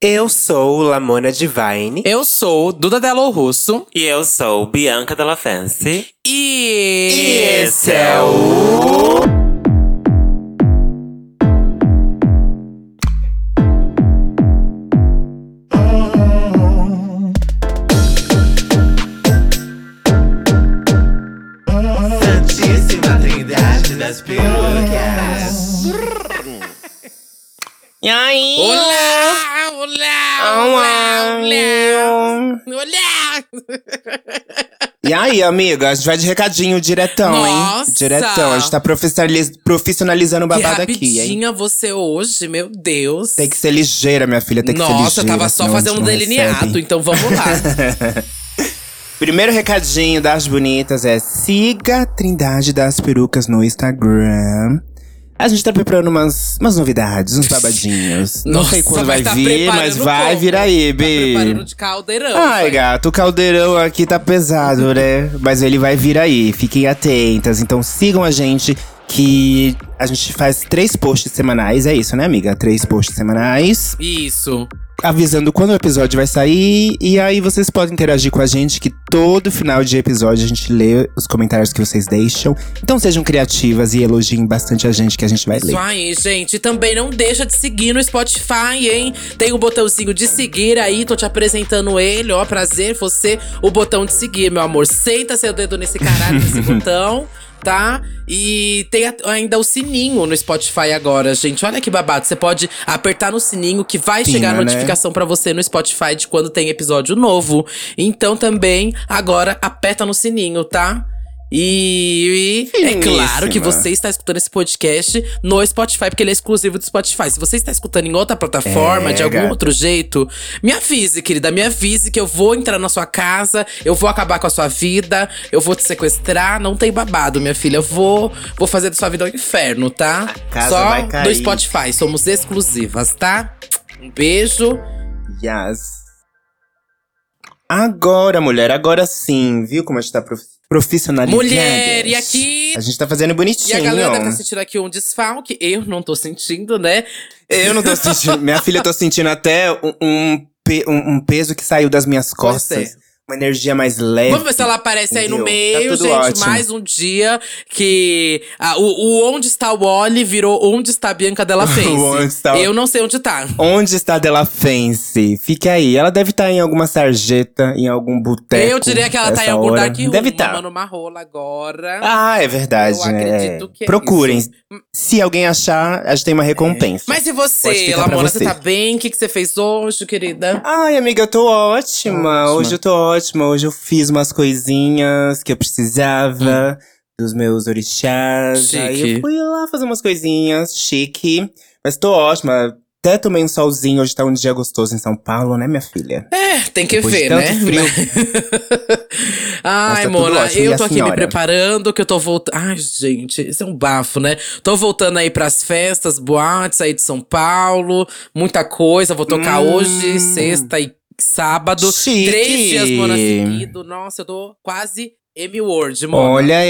Eu sou Lamona Divine. Eu sou Duda Delo Russo. E eu sou Bianca Della Fancy. E, é o. Santíssima Trindade das perucas. E aí? Olá! Olá! Olá, meu. Olá! E aí, amiga, a gente vai de recadinho diretão, Nossa! hein? Diretão. A gente tá profissionaliz- profissionalizando o Que babado aqui, hein? rapidinha você hoje, meu Deus. Tem que ser ligeira, minha filha. Tem que ser ligeira. Nossa, eu tava só senão a fazendo um gente não delineado, recebe. então vamos lá. Primeiro recadinho das bonitas é siga a Trindade das Perucas no Instagram. A gente tá preparando umas, umas novidades, uns babadinhos. Não Nossa, sei quando vai vai tá vir, preparando mas vai como? Tá vir aí, Bi. Preparando de caldeirão. Ai, vai. gato, o caldeirão aqui tá pesado, né? Mas ele vai vir aí, fiquem atentas. Então sigam a gente, que a gente faz três posts semanais, é isso, né, amiga? Três posts semanais, Isso. avisando quando o episódio vai sair. E aí vocês podem interagir com a gente, que todo final de episódio a gente lê os comentários que vocês deixam. Então sejam criativas e elogiem bastante a gente, que a gente vai ler. Isso aí, gente. E também não deixa de seguir no Spotify, hein? Tem o botãozinho de seguir aí, tô te apresentando ele, ó. Prazer, você, o botão de seguir, meu amor. Senta seu dedo nesse caralho, nesse botão, tá? E tem a- ainda o sininho no Spotify agora, gente. Olha que babado. Você pode apertar no sininho que vai Sim, chegar a né? notificação pra você no Spotify de quando tem episódio novo. Então também, agora, aperta no sininho, tá? E, e é claro que Finíssima. você está escutando esse podcast no Spotify, porque ele é exclusivo do Spotify. Se você está escutando em outra plataforma, É, de algum gata. outro jeito, me avise, querida. Me avise que eu vou entrar na sua casa, eu vou acabar com a sua vida, eu vou te sequestrar. Não tem babado, minha filha. Eu vou, vou fazer da sua vida um inferno, tá? casa Só vai cair. do Spotify. Somos exclusivas, tá? Um beijo. Yes. Agora, mulher, agora sim, viu como a gente tá prof profissionalizando? Mulher, e aqui. A gente tá fazendo E bonitinho. a galera deve tá sentindo aqui um desfalque. Eu não tô sentindo, né? Eu não tô sentindo. minha filha, eu tô sentindo até um, um, pe- um- um peso que saiu das minhas costas. Pois é. Uma energia mais leve. Vamos ver se ela aparece aí no Entendeu? É Tá meio, tudo gente. ótimo. Mais um dia que ah, o, o Onde Está o Oli virou Onde Está a Bianca Della Fence. O Onde Está o- Eu não sei onde tá. Onde está Della Fence? Fique aí. Ela deve estar em alguma sarjeta, em algum boteco. Eu diria que ela tá em essa algum hora. Dark Room, Deve tá. estar. mamando uma rola agora. Ah, é verdade. Eu né? acredito que é Procurem. isso. Se alguém achar, a gente tem uma recompensa. Mas e Pode você, ficar pra Lamona? Você você. tá bem? O que, que você fez hoje, querida? Ai, amiga, eu tô ótima. Ótima. Hoje eu tô ótima. Hoje eu fiz umas coisinhas que eu precisava dos meus orixás. Hum. Chique. Aí eu fui lá fazer umas coisinhas, chique. Mas tô ótima. Até tomei um solzinho. Hoje tá um dia gostoso em São Paulo, né, minha filha? É, tem que Depois de ver, tanto né? Mas tá Ai, tudo Mona, ótimo. E eu a tô aqui me senhora? preparando, que eu tô voltando. Ai, gente, isso é um bafo, né? Tô voltando aí pras festas, boates aí de São Paulo, muita coisa. Vou tocar Hum. hoje, sexta e sábado. Chique. Três dias, Mona, seguido. Nossa, eu tô quase M-Word, Mona. Olha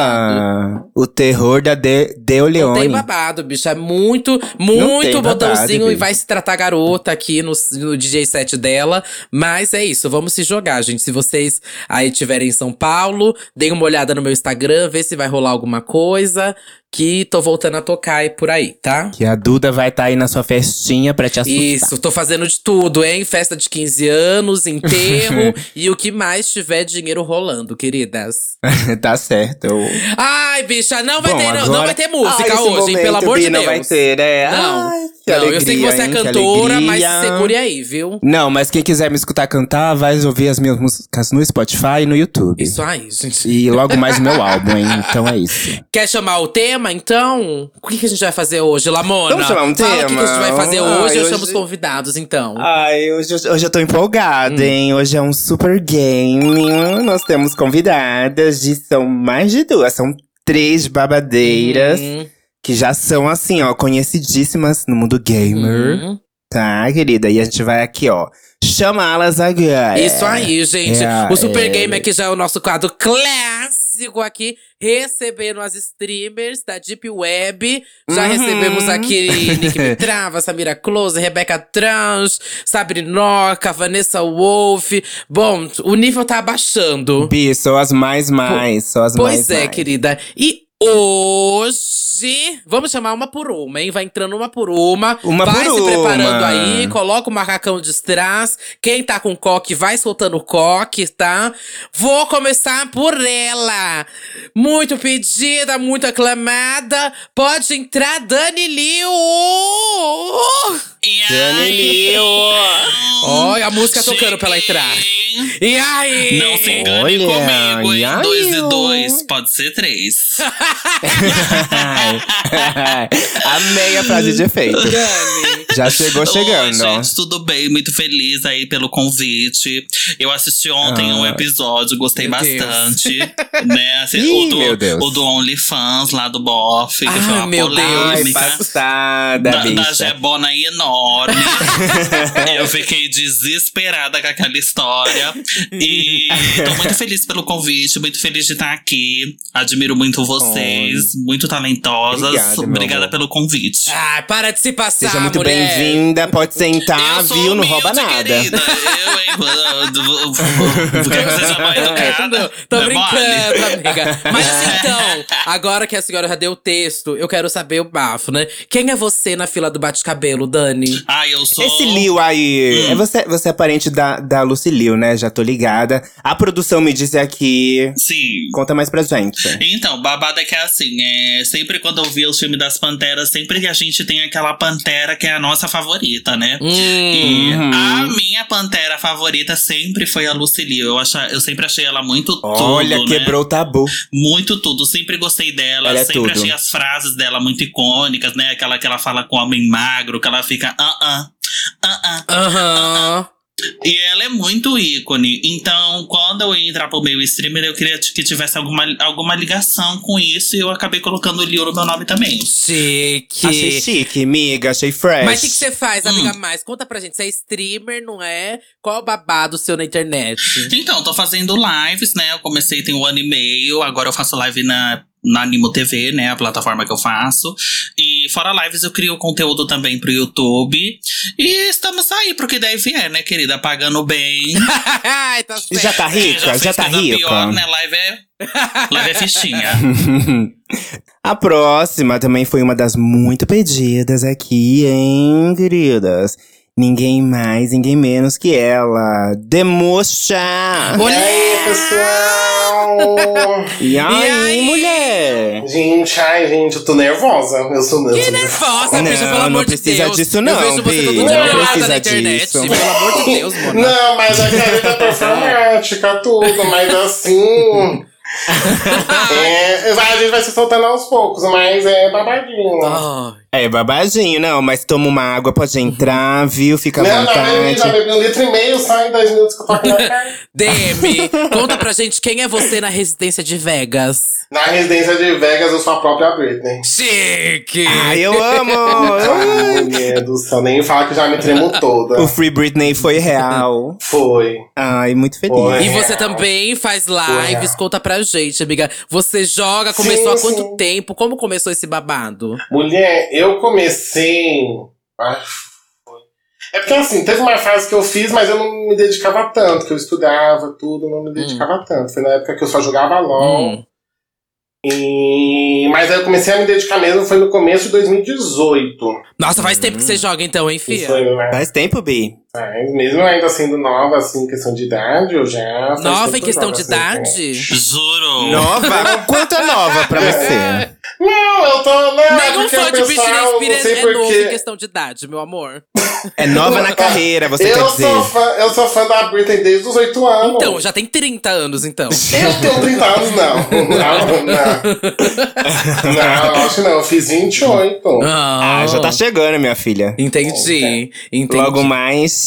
ela! O terror da De, Deo Não tem Leone. babado, bicho. É muito, tem muito babado, botãozinho e bicho. vai se tratar garota aqui no, no DJ set dela. Mas é isso, vamos se jogar, gente. Se vocês aí estiverem em São Paulo, deem uma olhada no meu Instagram, vê se vai rolar alguma coisa. Que tô voltando a tocar e por aí, tá? Que a Duda vai estar aí na sua festinha pra te assustar. Isso, tô fazendo de tudo, hein? Festa de 15 anos, enterro e o que mais tiver dinheiro rolando, queridas. tá certo. eu- Ai, bicha, não vai, Bom, ter, não, não agora- vai ter Ah, música esse hoje, hein? Pelo momento, amor de Bi, Deus. Não vai ter, né? Não. Ai, que Não, alegria, eu sei que você é hein, que cantora, mas alegria. segure aí, viu? Não, mas quem quiser me escutar cantar, vai ouvir as minhas músicas no Spotify e no YouTube. Isso aí, gente. E logo mais meu álbum, hein? Então é isso. Quer chamar o tema, então? O que, que a gente vai fazer hoje, Lamona? Vamos chamar um Fala O que, que a gente tema? vai fazer Ai, hoje? Eu hoje- chamo os convidados, então. Ai, hoje, eu- hoje eu tô empolgada, Hum. hein? Hoje é um super game. Nós temos convidadas de. São mais de duas, são três babadeiras. Hum, Que já são, assim, ó, conhecidíssimas no mundo gamer. hum. Tá, querida? E a gente vai aqui, ó, chamá-las agora. Isso aí, gente. É, o Super é. Game aqui já é o nosso quadro clássico. sigo aqui recebendo as streamers da Deep Web. Já Uhum. recebemos aqui Nick Mitrava, Samira Close, Rebeca Trans, Sabrinoca, Vanessa Wolf. Bom, o nível tá abaixando. Bi, sou as mais mais, sou as mais Pois é, mais. querida. E hoje, vamos chamar uma por uma, hein? Vai entrando uma por uma. Uma vai por se uma. preparando aí, coloca o macacão de strass. Quem tá com coque, vai soltando o coque, tá? Vou começar por ela. Muito pedida, muito aclamada. Pode entrar, Dani Liu! Dani Liu. Olha a música tocando pra ela entrar. E aí? Não se Olha, engane comigo, e aí, hein? Dois e ó. Tá dois, pode ser três. Amei a frase de efeito. Dani. Já chegou Oi, chegando. gente, tudo bem? Muito feliz aí pelo convite. Eu assisti ontem Ah. um episódio, gostei Meu Deus. bastante. né? Assim, Ih, o, do, meu Deus. o do OnlyFans lá do Boff, que Ai, foi uma Ah, meu Deus. Ai, polêmica. passada, da, da bicha. Gebona aí enorme. eu fiquei desesperada com aquela história. E tô muito feliz pelo convite, muito feliz de estar aqui. Admiro muito vocês, muito talentosas. Obrigado, meu Obrigada amor. pelo convite. Ai, Ah, para de se passar, Seja muito mulher. bem-vinda, pode sentar, Ah, Eu sou viu? Não humilde, rouba nada. querida. Eu, hein? eu- eu- Quer que seja mais Não, educada? tô Não é mole? brincando, amiga. Mas assim, então, agora que a senhora já deu o texto, eu quero saber o bafo, né? Quem é você na fila do bate-cabelo, Dani? Ai, eu sou. Hum. Esse Liu aí, é você, você é parente da, da Lucy Liu, né? Já tô ligada. A produção me disse aqui. Sim. Conta mais pra gente. Então, babada que é assim, é, sempre quando eu via os filmes das panteras, sempre que a gente tem aquela pantera que é a nossa favorita, né? Hum. E Uhum. a minha pantera favorita sempre foi a Lucilio. Eu, acha, eu sempre achei ela muito Olha, tudo. né? quebrou o tabu. Muito tudo. Sempre gostei dela. Ela é sempre tudo. achei as frases dela muito icônicas, né? Aquela que ela fala com homem magro, que ela fica ah ah. ah, ah. Aham. E ela é muito ícone. Então, quando eu ia entrar pro meio streamer, eu queria t- que tivesse alguma, alguma ligação com isso. E eu acabei colocando o Liu no meu nome também. Achei Chique. Ah, chique, miga, achei fresh. Mas o que, que você faz, amiga mais? Conta pra gente. Você é streamer, não é? Qual o babado seu na internet? Então, tô fazendo lives, né? Eu comecei tem um ano e meio, agora eu faço live na, na Animo TV, né? A plataforma que eu faço. E fora lives, eu crio conteúdo também pro YouTube. E estamos aí pro que daí vier, né, querida? Pagando bem. Ai, tá E certo. já tá rica? fez Já tá coisa rica? Pior, né? Live é, live é fichinha. A próxima também foi uma das muito pedidas aqui, hein, queridas? Ninguém mais, ninguém menos que ela. Democha! Olha! pessoal! E aí, aí? mulher? gente, ai, gente, eu tô nervosa. Eu sou eu Que sou- nervosa, Não, bicha, pelo não amor de precisa Deus. disso Eu não, vejo você Bi, todo não dia precisa na internet, disso. pelo amor de Deus, mano. Não, mas a garota é performática, tudo, mas assim. é, vai- a gente vai se soltando aos poucos, mas é babadinho. Ai. É babadinho, não, mas toma uma água, pode entrar, viu? Fica à não, não, bebi, já vontade. bebi um litro e meio, sai em 10 minutos que eu tô aqui na cara. DM, conta pra gente quem é você na residência de Vegas. Na residência de Vegas, eu sou a própria Britney. Chique! Ai, eu amo! Ai, mulher do céu, nem fala que já me tremo toda. o Free Britney foi real. Foi. Ai, muito feliz. Foi. E você também faz lives, conta pra gente, amiga. Você joga, Sim, começou há sim. quanto tempo? Como começou esse babado? Mulher, eu comecei. Ah, foi. É porque assim, teve uma fase que eu fiz, mas eu não me dedicava tanto, que eu estudava tudo, não me dedicava tanto. Foi na época que eu só jogava LOL. Hum. E... Mas aí eu comecei a me dedicar mesmo, foi no começo de 2018. Nossa, faz tempo que você joga então, hein, Isso filha? foi, né? Faz tempo, Bi. Mas mesmo ainda sendo nova, assim, em questão de idade, eu já. faz Nova tempo em que eu questão jogo, de assim, né? idade? Juro. Nova? Quanto é nova pra você? Não, eu tô. Não, é Nenhum porque fã o de Bichinha pessoal, não sei Inspira é novo em porquê. questão de idade, meu amor. É nova na carreira, você quer Eu dizer. sou, fã, eu sou fã da Britney desde os 8 anos. Então, já tem 30 anos, então. Eu tenho 30 anos, não. Não, não. Não, acho que não. Eu fiz 28. Ah. Ah, já tá Ah, chegando, minha filha. Entendi, entendi. Logo mais.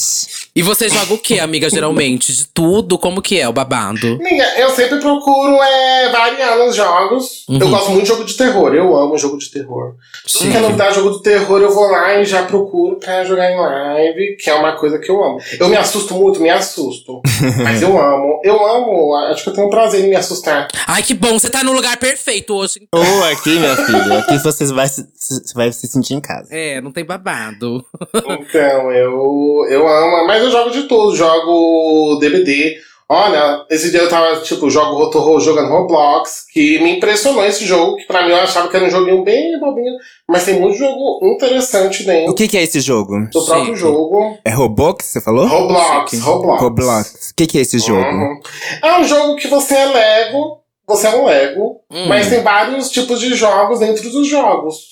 E você joga o que, amiga, geralmente? De tudo? Como que é o babado? Amiga, eu sempre procuro é, variar nos jogos. Uhum. Eu gosto muito de jogo de terror, eu amo jogo de terror. Tudo que é Chique. novidade de jogo de terror, eu vou lá e já procuro pra jogar em live, que é uma coisa que eu amo. Eu me assusto muito, me assusto. Mas eu amo, eu amo, acho que eu tenho um prazer em me assustar. Ai, que bom, você tá no lugar perfeito hoje. Ou aqui, meu filho, aqui você vai se, se- vai se sentir em casa. É, não tem babado. Então, eu, eu amo, mas eu jogo de tudo, jogo DVD. Olha, esse dia eu tava, tipo, jogo Rotorro jogando Roblox, que me impressionou esse jogo, que pra mim eu achava que era um joguinho bem bobinho, mas tem muito jogo interessante O dentro que, que é esse jogo? do próprio Sim. jogo. É Roblox, você falou? Roblox, Roblox. Roblox. O que, que é esse jogo? Uhum. É um jogo que você é Lego, você é um Lego, Hum. mas tem vários tipos de jogos dentro dos jogos.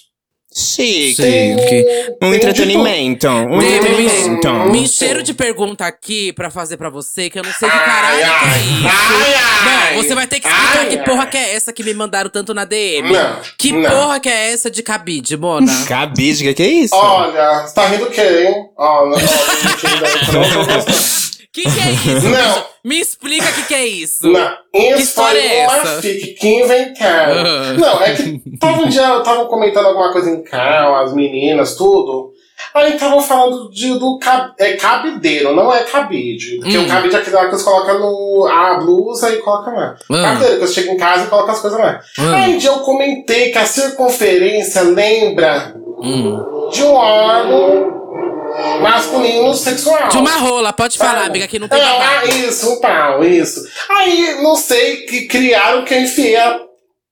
Chique. Sim, que- Um tem tipo de entretenimento. Um Me- me- entretenimento. é tipo Me encheram de pergunta aqui pra fazer pra você, que eu não sei que caralho Ai, que é ai, isso. ai, ai. não, você vai ter que explicar Ai, que ai. porra que é essa que me mandaram tanto na DM. Não, que não. porra que é essa de cabide, Mona? Cabide, o que, que é isso? Olha, você tá rindo o quê, hein? Olha, olha, gente, eu não tô gostando. que que é isso? Não. Me explica o que que é isso. Não, Que isso história foi é uma essa? fic que inventaram. Ah. Não, é que todo dia eu tava comentando alguma coisa em casa, as meninas, tudo. Aí estavam falando de, do cab, é cabideiro, não é cabide. Porque Hum. o cabide é aquele lá que você coloca no, a blusa e coloca lá. Ah. Cabideiro, que você chega em casa e coloca as coisas lá. Ah. Aí um dia eu comentei que a circunferência lembra Hum. de um órgão masculino sexual. De uma rola, pode falar, amiga, que não tem Não, ah, babado. isso, um pau, isso. Aí, não sei, que criaram que enfia a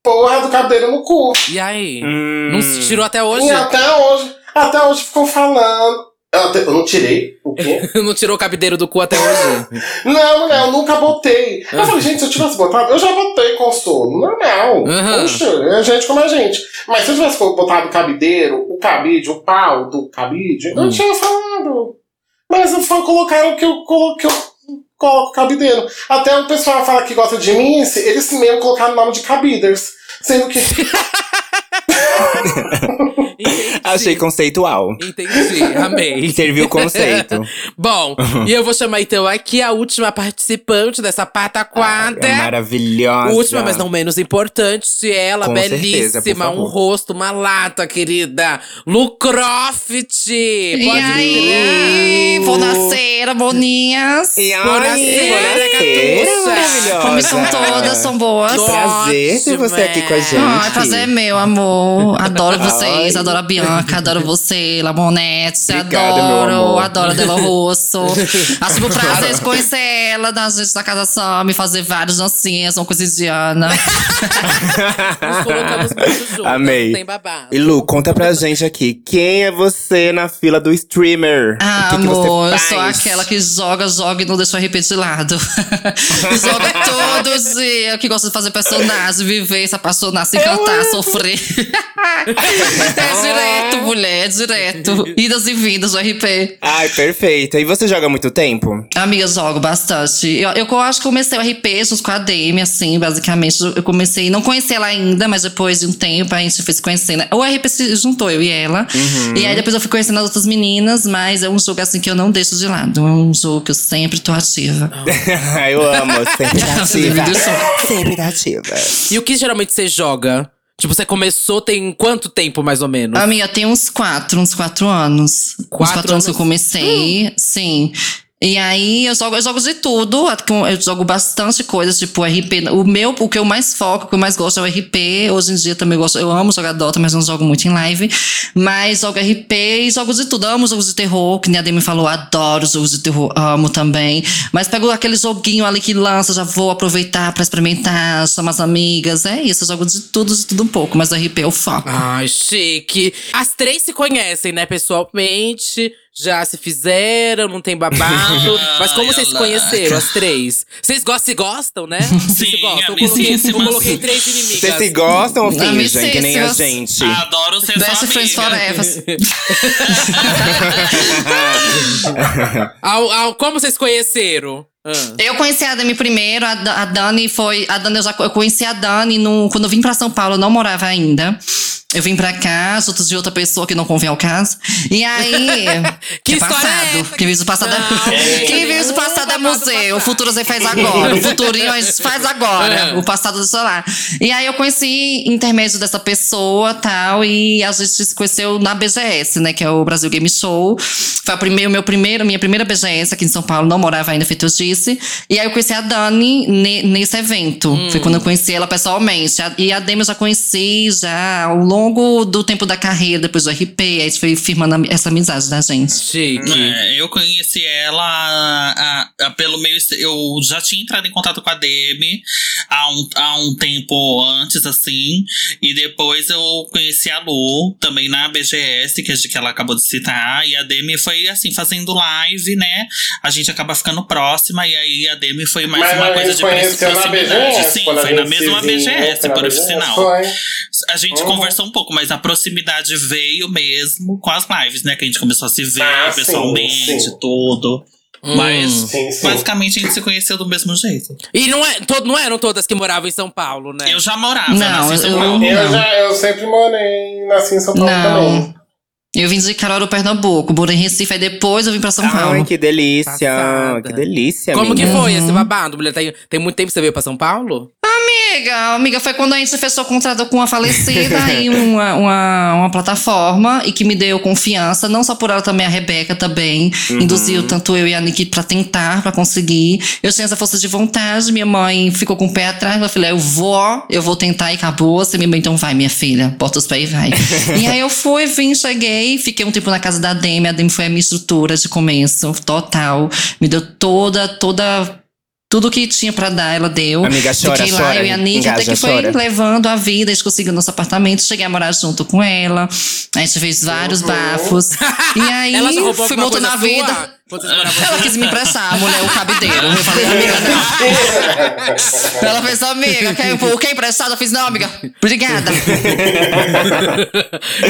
porra do cabelo no cu. E aí? Hum. Não se tirou até hoje? E até hoje, até hoje ficou falando. Eu, até- eu não tirei o quê? não tirou o cabideiro do cu até hoje? não, não, eu nunca botei. Ah. Eu falei, gente, se eu tivesse botado, eu já botei com sono, normal. Aham. Puxa, é gente como a gente. Mas se eu tivesse botado o cabideiro, o cabide, o pau do cabide, eu Hum. tinha falado. Mas eu falo, colocaram que eu coloquei. Coloco cabideiro. Até o pessoal fala que gosta de mim, se- eles mesmo colocaram o nome de cabiders. Sendo que. Entendi. Achei conceitual. Entendi, amei. Serviu o conceito. Bom, e eu vou chamar então aqui a última participante dessa pataquada. É maravilhosa. Né? Última, mas não menos importante, ela, Com belíssima, certeza, por favor. um rosto, uma lata, querida. Lucroft! E aí, vou nascer, boninhas. E aí, Bonaceira, bonaceira, Catuça. é maravilhosa. Como são todas, são boas. Que prazer ter você aqui com a gente. Ai, prazer é meu, amor. Adoro vocês, adoro a Bianca, adoro você, Lamonete. Você Obrigado, meu adoro, amor. adoro a Dela Rosso. Acho um prazer de conhecer ela, da gente da Casa Sam, fazer várias dancinhas, uma coisa indiana. Nos é colocamos muito juntos, Amei. tem babado. E Lu, conta pra gente aqui. Quem é você na fila do streamer? Ah, o que, que amor, você eu faz? sou aquela que joga, joga e não deixa o RP de lado. joga todo dia, que gosta de fazer personagem, viver, se apaixonar, se encantar, sofrer. é direto, mulher, é direto. Idas e vindas do RP. Ai, perfeita. E você joga há muito tempo? Amiga, eu jogo bastante. Eu, eu acho que comecei o RP junto com a DM, assim, basicamente. Eu comecei, não conheci ela ainda, mas depois de um tempo a gente foi se conhecendo. O RP se juntou, eu e ela. E aí depois eu fui conhecendo as outras meninas, mas é um jogo assim que eu não deixo de lado. É um jogo que eu sempre tô ativa. eu amo. Sempre Sempre do ativa. som. sempre ativa. E o que geralmente você joga? Tipo, você começou tem quanto tempo, mais ou menos? Amiga, tem uns quatro, uns quatro anos. uns Quatro quatro anos que eu anos? Hum. comecei, sim. E aí eu jogo, eu jogo de tudo. Eu jogo bastante coisas, tipo RP. O meu, o que eu mais foco, o que eu mais gosto é o RP. Hoje em dia também eu gosto. Eu amo jogar Dota, mas não jogo muito em live. Mas jogo RP e jogo de tudo. Amo jogos de terror, que nem a Demi falou, adoro jogos de terror, amo também. Mas pego aquele joguinho ali que lança, já vou aproveitar pra experimentar, chamar as amigas. É isso, eu jogo de tudo, de tudo um pouco, mas RP eu foco. Ai, chique. As três se conhecem, né, pessoalmente. Já se fizeram, não tem babado. Mas como vocês se Ela. conheceram, as três? Vocês gostam, se gostam, né? Vocês se Sim, gostam. Eu coloquei, eu amicíssimas. coloquei três inimigas. Vocês se gostam ou fingem Amicíssimas. que nem a gente? Adoro ser sua Best Friends amiga. Forever. Ao- ao- como vocês se conheceram? Ah. Eu conheci a Dani primeiro, a, Da- a Dani foi. A Dani, eu já eu conheci a Dani no, quando eu vim pra São Paulo, eu não morava ainda. Eu vim pra cá, juntos de outra pessoa que não convém ao caso. E aí. Que história passado. é essa? Quem vive o passado Não, é. Quem vive nenhum o passado é babado museu. O passado. futuro você faz agora. O futurinho a gente faz agora. O passado do celular. E aí eu conheci intermédio dessa pessoa tal. E a gente se conheceu na BGS, né? Que é o Brasil Game Show. Foi a primeira, meu primeiro, minha primeira BGS aqui em São Paulo. Não morava ainda, feito eu disse. E aí eu conheci a Dani ne- nesse evento. Foi quando eu conheci ela pessoalmente. A- E a Demi eu já conheci já ao longo do tempo da carreira, depois do RP. Aí a gente foi firmando a- essa amizade da gente. Chique. É, eu conheci ela a- a- pelo meio. Eu já tinha entrado em contato com a Demi há um, há um tempo antes, assim. E depois eu conheci a Lu também na BGS, que, a gente- que ela acabou de citar. E a Demi foi, assim, fazendo live, né? A gente acaba ficando próxima. E aí a Demi foi mais Mas uma a coisa gente de proxi- conheceu na proximidade. BGS. Sim, quando a foi na gente se mesma viu, BGS, foi na por BGS, sinal. Foi. A gente Uhum. conversou um pouco, mas a proximidade veio mesmo com as lives, né? Que a gente começou a se ver Ah, sim, pessoalmente, sim. tudo. Hum. Mas Sim, sim. basicamente a gente se conheceu do mesmo jeito. E não, é, to- não eram todas que moravam em São Paulo, né? Eu já morava, É. Não, nasci em São eu- Paulo. eu, não. já, eu sempre morei, nasci em São Paulo também. Não. Eu vim de Carol, Pernambuco, moro em Recife, aí depois eu vim pra São Ai, Paulo. que delícia. Passada. Que delícia, Como que amiga. foi esse babado, mulher? Tem, tem muito tempo que você veio pra São Paulo? Amiga, amiga, foi quando a gente fechou o contrato com uma falecida em uma, uma, uma plataforma e que me deu confiança, não só por ela, também a Rebeca também. Induziu tanto eu e a Niki pra tentar, pra conseguir. Eu tinha essa força de vontade, minha mãe ficou com o pé atrás, minha filha, eu vou, eu vou tentar e acabou. Se minha mãe, então vai, minha filha, bota os pés e vai. e aí eu fui, vim, cheguei, fiquei um tempo na casa da Demi, a Demi foi a minha estrutura de começo, total. Me deu toda, toda. Tudo que tinha pra dar, ela deu. Amiga, chora, Fiquei lá, chora, eu e a Nick, engaja, até que foi chora. levando a vida, a gente conseguiu nosso apartamento, cheguei a morar junto com ela, a gente fez vários Uhum. bafos. E aí, Ela já roubou fui alguma montando a coisa sua? vida. Quando vocês moravam Ela juntas? quis me emprestar, a mulher, o cabideiro. Eu falei, amiga, não. Ela fez, amiga, quer, o que é emprestado? Eu fiz, não, amiga, obrigada.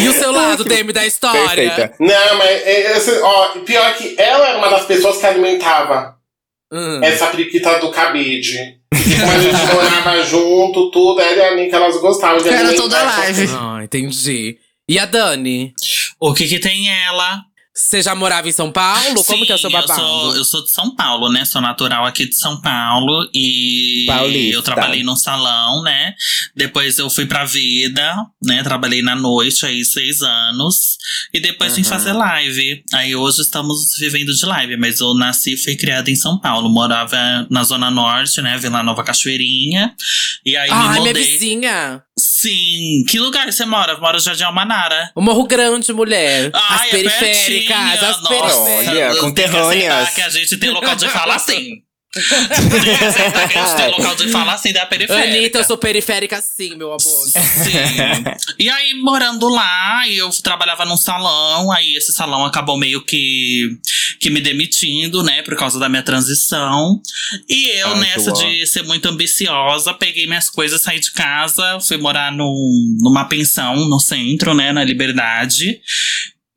E o seu lado, Demi, da história? Perfeita. Não, mas é- esse, ó, e pior que ela era uma das pessoas que alimentava Hum. essa periquita do cabide. E Quando a gente morava junto, tudo, ela e a Nika, elas gostavam de Era alimentar toda essas live. Ah, entendi. E a Dani? O que que tem ela? Você já morava em São Paulo? Como Sim, que é o seu babado? Eu sou, eu sou de São Paulo, né? Sou natural aqui de São Paulo. E Paulista. eu trabalhei num salão, né? Depois eu fui pra vida, né? Trabalhei na noite aí seis anos. E depois vim Uhum. fazer live. Aí hoje estamos vivendo de live, mas eu nasci e fui criada em São Paulo. Morava na Zona Norte, né? Vila Nova Cachoeirinha. E aí me Ai, minha mudei. vizinha. Sim. Que lugar você mora? Eu Moro no Jardim Almanara. O Morro Grande, mulher. Ai, as é periféricas, pertinho, as nossa. periféricas. Olha, Tem que conterrâneas. aceitar Que a gente tem local de fala assim. Tem que aceitar que é a gente tem local de fala assim da periférica. Anitta, eu sou periférica sim, meu amor. Sim. E aí, morando lá, eu trabalhava num salão, aí esse salão acabou meio que, que me demitindo, né, por causa da minha transição. E eu, Ah, nessa que uau. de ser muito ambiciosa, peguei minhas coisas, saí de casa, fui morar num, numa pensão no centro, né, na Liberdade.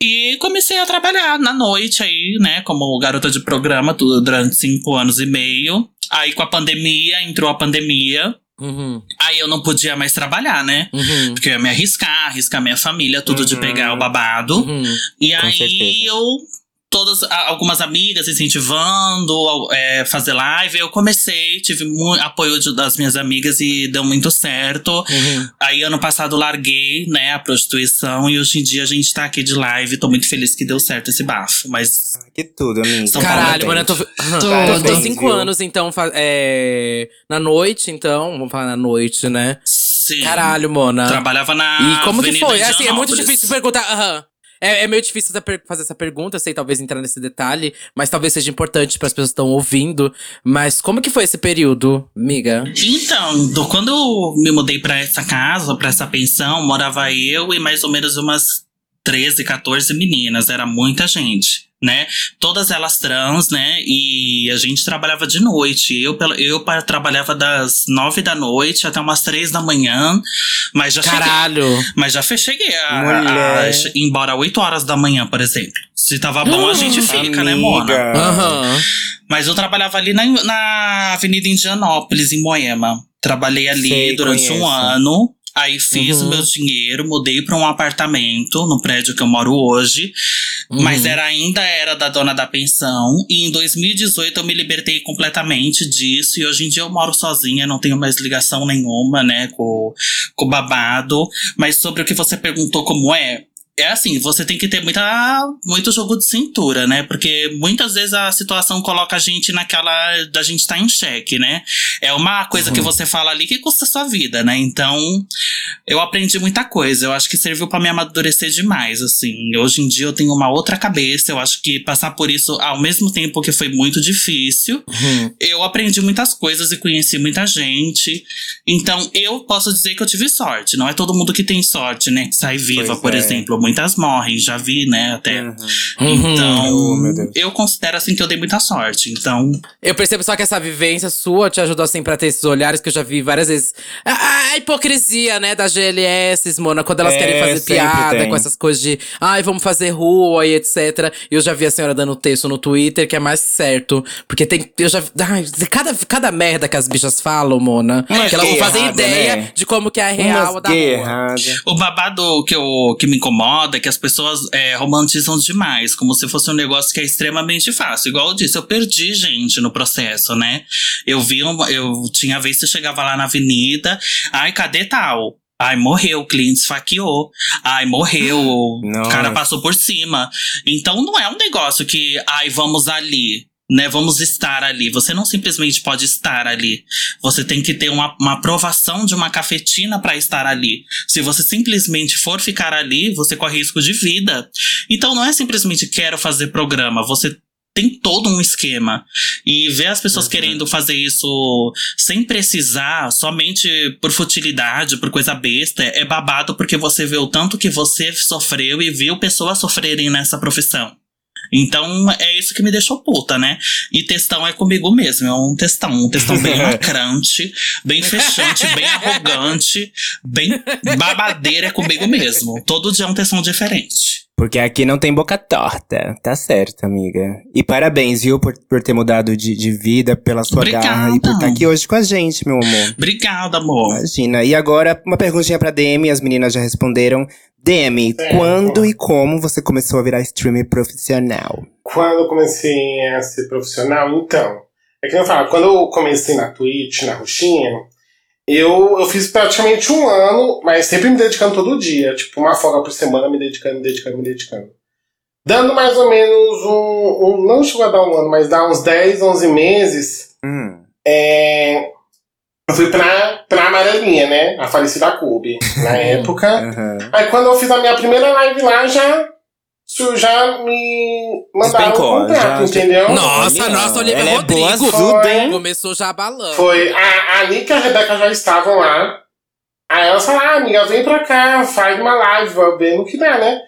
E comecei a trabalhar na noite aí, né, como garota de programa tu- durante cinco anos e meio. Aí com a pandemia, entrou a pandemia. Uhum, Aí eu não podia mais trabalhar, né? uhum, Porque eu ia me arriscar, arriscar minha família, tudo de Uhum. pegar o babado. uhum. E aí certeza. eu. Todas, a- algumas amigas incentivando ao- é, fazer live. Eu comecei, tive muito apoio de- das minhas amigas e deu muito certo. uhum. Aí ano passado larguei, né, a prostituição. E hoje em dia a gente tá aqui de live. Tô muito feliz que deu certo esse bafo. Mas Que tudo, amiga. São Paulo, Caralho, mano, eu tô. Parabéns, Eu tô Tudo. viu? cinco anos, então, fa- é, na noite, então, vamos falar na noite, né? sim. Caralho, Mona. Trabalhava na. E como que Ah, Avenida foi? Assim, é muito Indianópolis. difícil perguntar. aham. É, é meio difícil essa per- fazer essa pergunta, eu sei talvez entrar nesse detalhe, mas talvez seja importante para as pessoas que estão ouvindo. Mas como que foi esse período, miga? Então, do- quando eu me mudei pra essa casa, pra essa pensão, morava eu e mais ou menos umas 13, 14 meninas, era muita gente, né? Todas elas trans, né? E a gente trabalhava de noite. Eu, pela- eu pa- trabalhava das 9 da noite até umas 3 da manhã, mas já cheguei Caralho! mas já fe- cheguei a, a, Mulher. a che- ir Hum, É. Ah. embora 8 horas da manhã, por exemplo. Se tava bom, a gente fica, né, Mona? Amiga. Aham. Mas eu trabalhava ali na, na Avenida Indianópolis, em Moema. Trabalhei ali Sei, durante um conheço. ano. Aí fiz Uhum. o meu dinheiro, mudei para um apartamento no prédio que eu moro hoje. Mas Uhum. era ainda era da dona da pensão. E em 2018 eu me libertei completamente disso. E hoje em dia eu moro sozinha, não tenho mais ligação nenhuma, né, com com o babado. Mas sobre o que você perguntou, como é. É assim, você tem que ter muita, muito jogo de cintura, né? Porque muitas vezes a situação coloca a gente naquela da gente estar tá em xeque, né? É uma coisa Uhum. que você fala ali que custa a sua vida, né? Então, eu aprendi muita coisa. Eu acho que serviu pra me amadurecer demais, assim. Hoje em dia eu tenho uma outra cabeça. Eu acho que passar por isso ao mesmo tempo que foi muito difícil, Uhum. eu aprendi muitas coisas e conheci muita gente. Então eu posso dizer que eu tive sorte. Não é todo mundo que tem sorte, né? Que sai viva, Pois por é. exemplo. Muitas morrem, já vi, né? Até. Uhum. Então, Oh, meu Deus. eu considero assim que eu dei muita sorte. Então, Eu percebo só que essa vivência sua te ajudou, assim, pra ter esses olhares que eu já vi várias vezes. A, a hipocrisia, né, das GLS, Mona, quando elas É, querem fazer sempre piada tem. com essas coisas de ai, vamos fazer rua e etc. E eu já vi a senhora dando texto no Twitter, que é mais certo. Porque tem. Eu já. Ai, cada, cada merda que as bichas falam, Mona, Umas que elas não gay fazem errada, ideia né? de como que é a real Umas da gay rua. errada. O babado que, eu, que me incomoda é que as pessoas é, romantizam demais, como se fosse um negócio que é extremamente fácil. Igual eu disse, eu perdi gente no processo, né? Eu vi uma, eu tinha vez que eu chegava lá na avenida, ai, cadê tal? Ai, morreu, o cliente esfaqueou. Ai, morreu, o Nossa. cara passou por cima. Então não é um negócio que, ai, vamos ali, né? Vamos estar ali. Você não simplesmente pode estar ali. Você tem que ter uma, uma aprovação de uma cafetina para estar ali. Se você simplesmente for ficar ali, você corre risco de vida. Então não é simplesmente quero fazer programa, você tem todo um esquema. E ver as pessoas querendo fazer isso sem precisar, somente por futilidade, por coisa besta, é babado porque você vê o tanto que você sofreu e viu pessoas sofrerem nessa profissão. Então é isso que me deixou puta, né? E textão é comigo mesmo, é um textão, um textão bem lacrante, bem fechante, bem arrogante, bem babadeira é comigo mesmo. Todo dia é um textão diferente. Porque aqui não tem boca torta. Tá certo, amiga. E parabéns, viu, por, por ter mudado de, de vida, pela sua Obrigada. garra e por estar aqui hoje com a gente, meu amor. Obrigada, amor. Imagina. E agora, uma perguntinha pra DM, as meninas já responderam. DM, É. quando e como você começou a virar streamer profissional? Quando eu comecei a ser profissional, então. É que nem eu falo, quando eu comecei na Twitch, na Roxinha, eu, eu fiz praticamente um ano, mas sempre me dedicando todo dia. Tipo, uma folga por semana, me dedicando, me dedicando, me dedicando. Dando mais ou menos um. um- não chegou a dar um ano, mas dá uns 10, 11 meses. Hum. É, eu fui pra, pra Amarelinha, né? A falecida Cube, na época. aham. Aí quando eu fiz a minha primeira live lá, já, su- já me mandaram Despencou, o contrato, já- entendeu? Nossa, Olha, nossa, Olivia ela é Rodrigo. boa azuda, hein? Começou já abalando. Foi a, a Nica e a Rebeca já estavam lá. Aí ela falou, ah, amiga, vem pra cá, faz uma live, vai ver no que dá, né?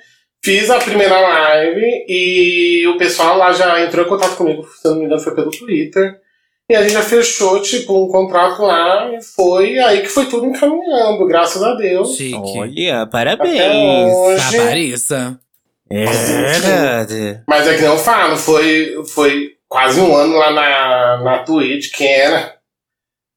Fiz a primeira live e o pessoal lá já entrou em contato comigo, se eu não me engano, foi pelo Twitter. E a gente já fechou, tipo, um contrato lá e foi aí que foi tudo encaminhando, graças a Deus. Chique. Olha, Até parabéns. hoje. Babarissa. É, verdade. Mas é que nem eu falo, foi, foi quase um ano lá na, na Twitch, quem era?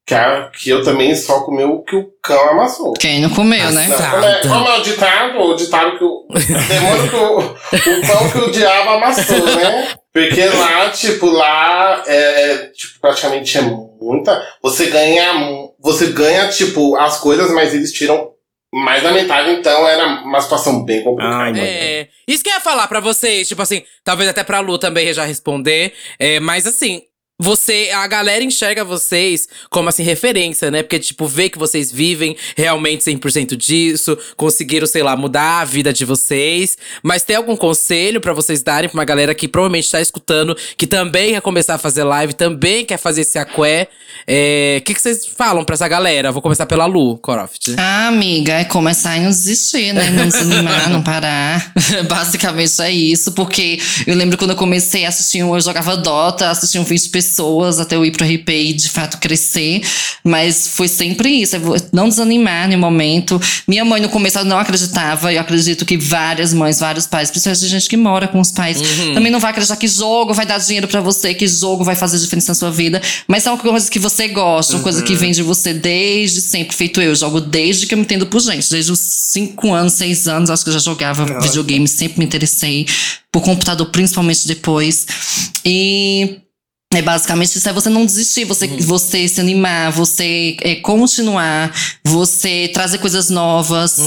Que, a- que eu também só comi o que o cão amassou. Quem não comeu, né? Não, como, é, como é o ditado? O ditado que o. o Demônio que o. O pão que o diabo amassou, né? Porque lá, tipo, lá é, é, tipo, praticamente é muita. Você ganha. mu- Você ganha, tipo, as coisas, mas eles tiram mais da metade, então era uma situação bem complicada. Ai, mano. É, isso que eu ia falar pra vocês, tipo assim, talvez até pra Lu também já responder, é, mas assim, você, a galera enxerga vocês como assim referência, né? Porque tipo, vê que vocês vivem realmente 100% disso, conseguiram, sei lá, mudar a vida de vocês, mas tem algum conselho pra vocês darem pra uma galera que provavelmente tá escutando, que também quer começar a fazer live, também quer fazer esse aqué, é, o que que vocês falam pra essa galera? Vou começar pela Lu, Croft. Ah, amiga, é começar a não desistir, né? Não desanimar, não parar. Basicamente é isso, porque eu lembro quando eu comecei a assistir, um- eu jogava Dota, assistia um vídeo pessoas até eu ir pro RP e de fato crescer. Mas foi sempre isso. é vo- Não desanimar no momento. Minha mãe no começo ela não acreditava. Eu acredito que várias mães, vários pais, principalmente gente que mora com os pais, também não vai acreditar que jogo vai dar dinheiro pra você, que jogo vai fazer diferença na sua vida. Mas é uma coisa que você gosta, uma coisa que vem de você desde sempre. Feito eu, eu jogo desde que eu me entendo por gente. Desde os 5 anos, 6 anos, acho que eu já jogava videogame, sempre me interessei. Por computador, principalmente depois. E é basicamente isso, é você não desistir, você, você se animar, você é, continuar, você trazer coisas novas,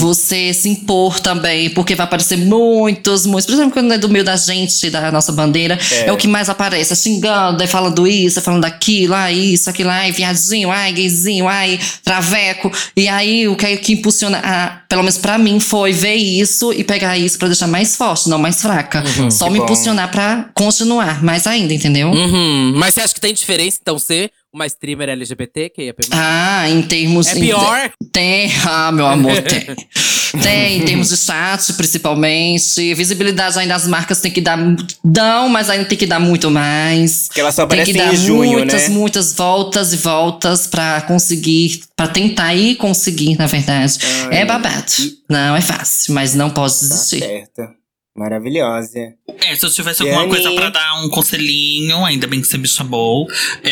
você se impor também, porque vai aparecer muitos, muitos. Principalmente quando é do meio da gente, da nossa bandeira, é, o que mais aparece. É xingando, é falando isso, é falando daquilo, ah, isso, aquilo, ai, viadinho, ai, gayzinho, ai, traveco. E aí o que, é que impulsiona, a- pelo menos pra mim, foi ver isso e pegar isso pra deixar mais forte, não mais fraca. Só me impulsionar pra continuar mais ainda, entendeu? Uhum. Mas você acha que tem diferença, então, ser uma streamer LGBT, que ia perguntar? Ah, em termos. É em- pior? Tem, ah, meu amor, tem. tem, em termos de chat, principalmente. Visibilidade ainda as marcas têm que dar. mu- Dão, mas ainda tem que dar muito mais. Porque ela só Tem aparece que dar em junho, muitas, né? muitas voltas e voltas pra conseguir, pra tentar e conseguir, na verdade. Ai. É babado. Não é fácil, mas não pode desistir. Certa. Maravilhosa. É, se eu tivesse alguma Dani. coisa pra dar um conselhinho, ainda bem que você me chamou.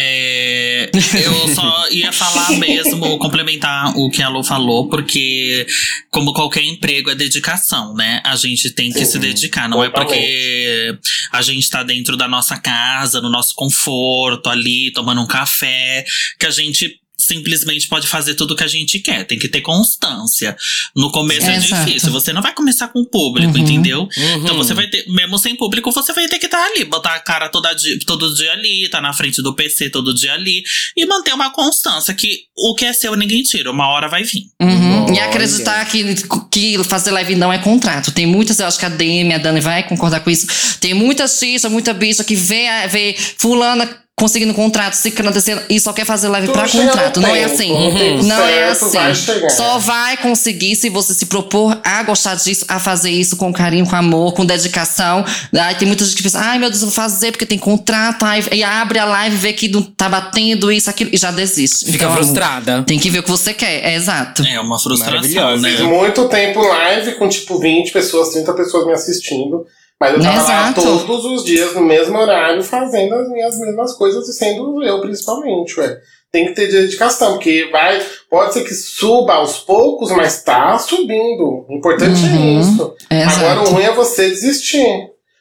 é, eu só ia falar mesmo, complementar o que a Lu falou, porque, como qualquer emprego, é dedicação, né? A gente tem que se dedicar. Não é porque a gente tá dentro da nossa casa, no nosso conforto ali, tomando um café, que a gente. Simplesmente pode fazer tudo que a gente quer, tem que ter constância. No começo é, Exato. difícil, você não vai começar com o público, Uhum. entendeu? Então você vai ter, mesmo sem público, você vai ter que estar ali, botar a cara toda di- todo dia ali, tá na frente do PC todo dia ali e manter uma constância que o que é seu ninguém tira, uma hora vai vir. Uhum. E Olha. acreditar que, que fazer live não é contrato. Tem muitas, eu acho que a DM, a Dani vai concordar com isso. Tem muita xista, muita bicha que vê, a- vê fulana conseguindo contrato, se crescendo e só quer fazer live Tudo pra chega no contrato. Não é tempo, assim. no tempo Não é Uhum. certo vai assim. chegar. só vai conseguir se você se propor a gostar disso, a fazer isso com carinho, com amor, com dedicação. Aí tem muita gente que pensa, ai meu Deus, eu vou fazer porque tem contrato. Ai, e abre a live, vê que não tá batendo isso, aquilo, e já desiste. Uhum. Fica Então, frustrada. tem que ver o que você quer, é exato. É uma frustração, Maravilhosa. né? Fiz muito tempo live com tipo 20 pessoas, 30 pessoas me assistindo. Mas eu tava lá Exato. todos os dias, no mesmo horário, fazendo as minhas mesmas coisas e sendo eu principalmente, ué. Tem que ter dedicação, porque vai. Pode ser que suba aos poucos, mas tá subindo. O importante é Uhum. isso. É Agora o exato. ruim é você desistir.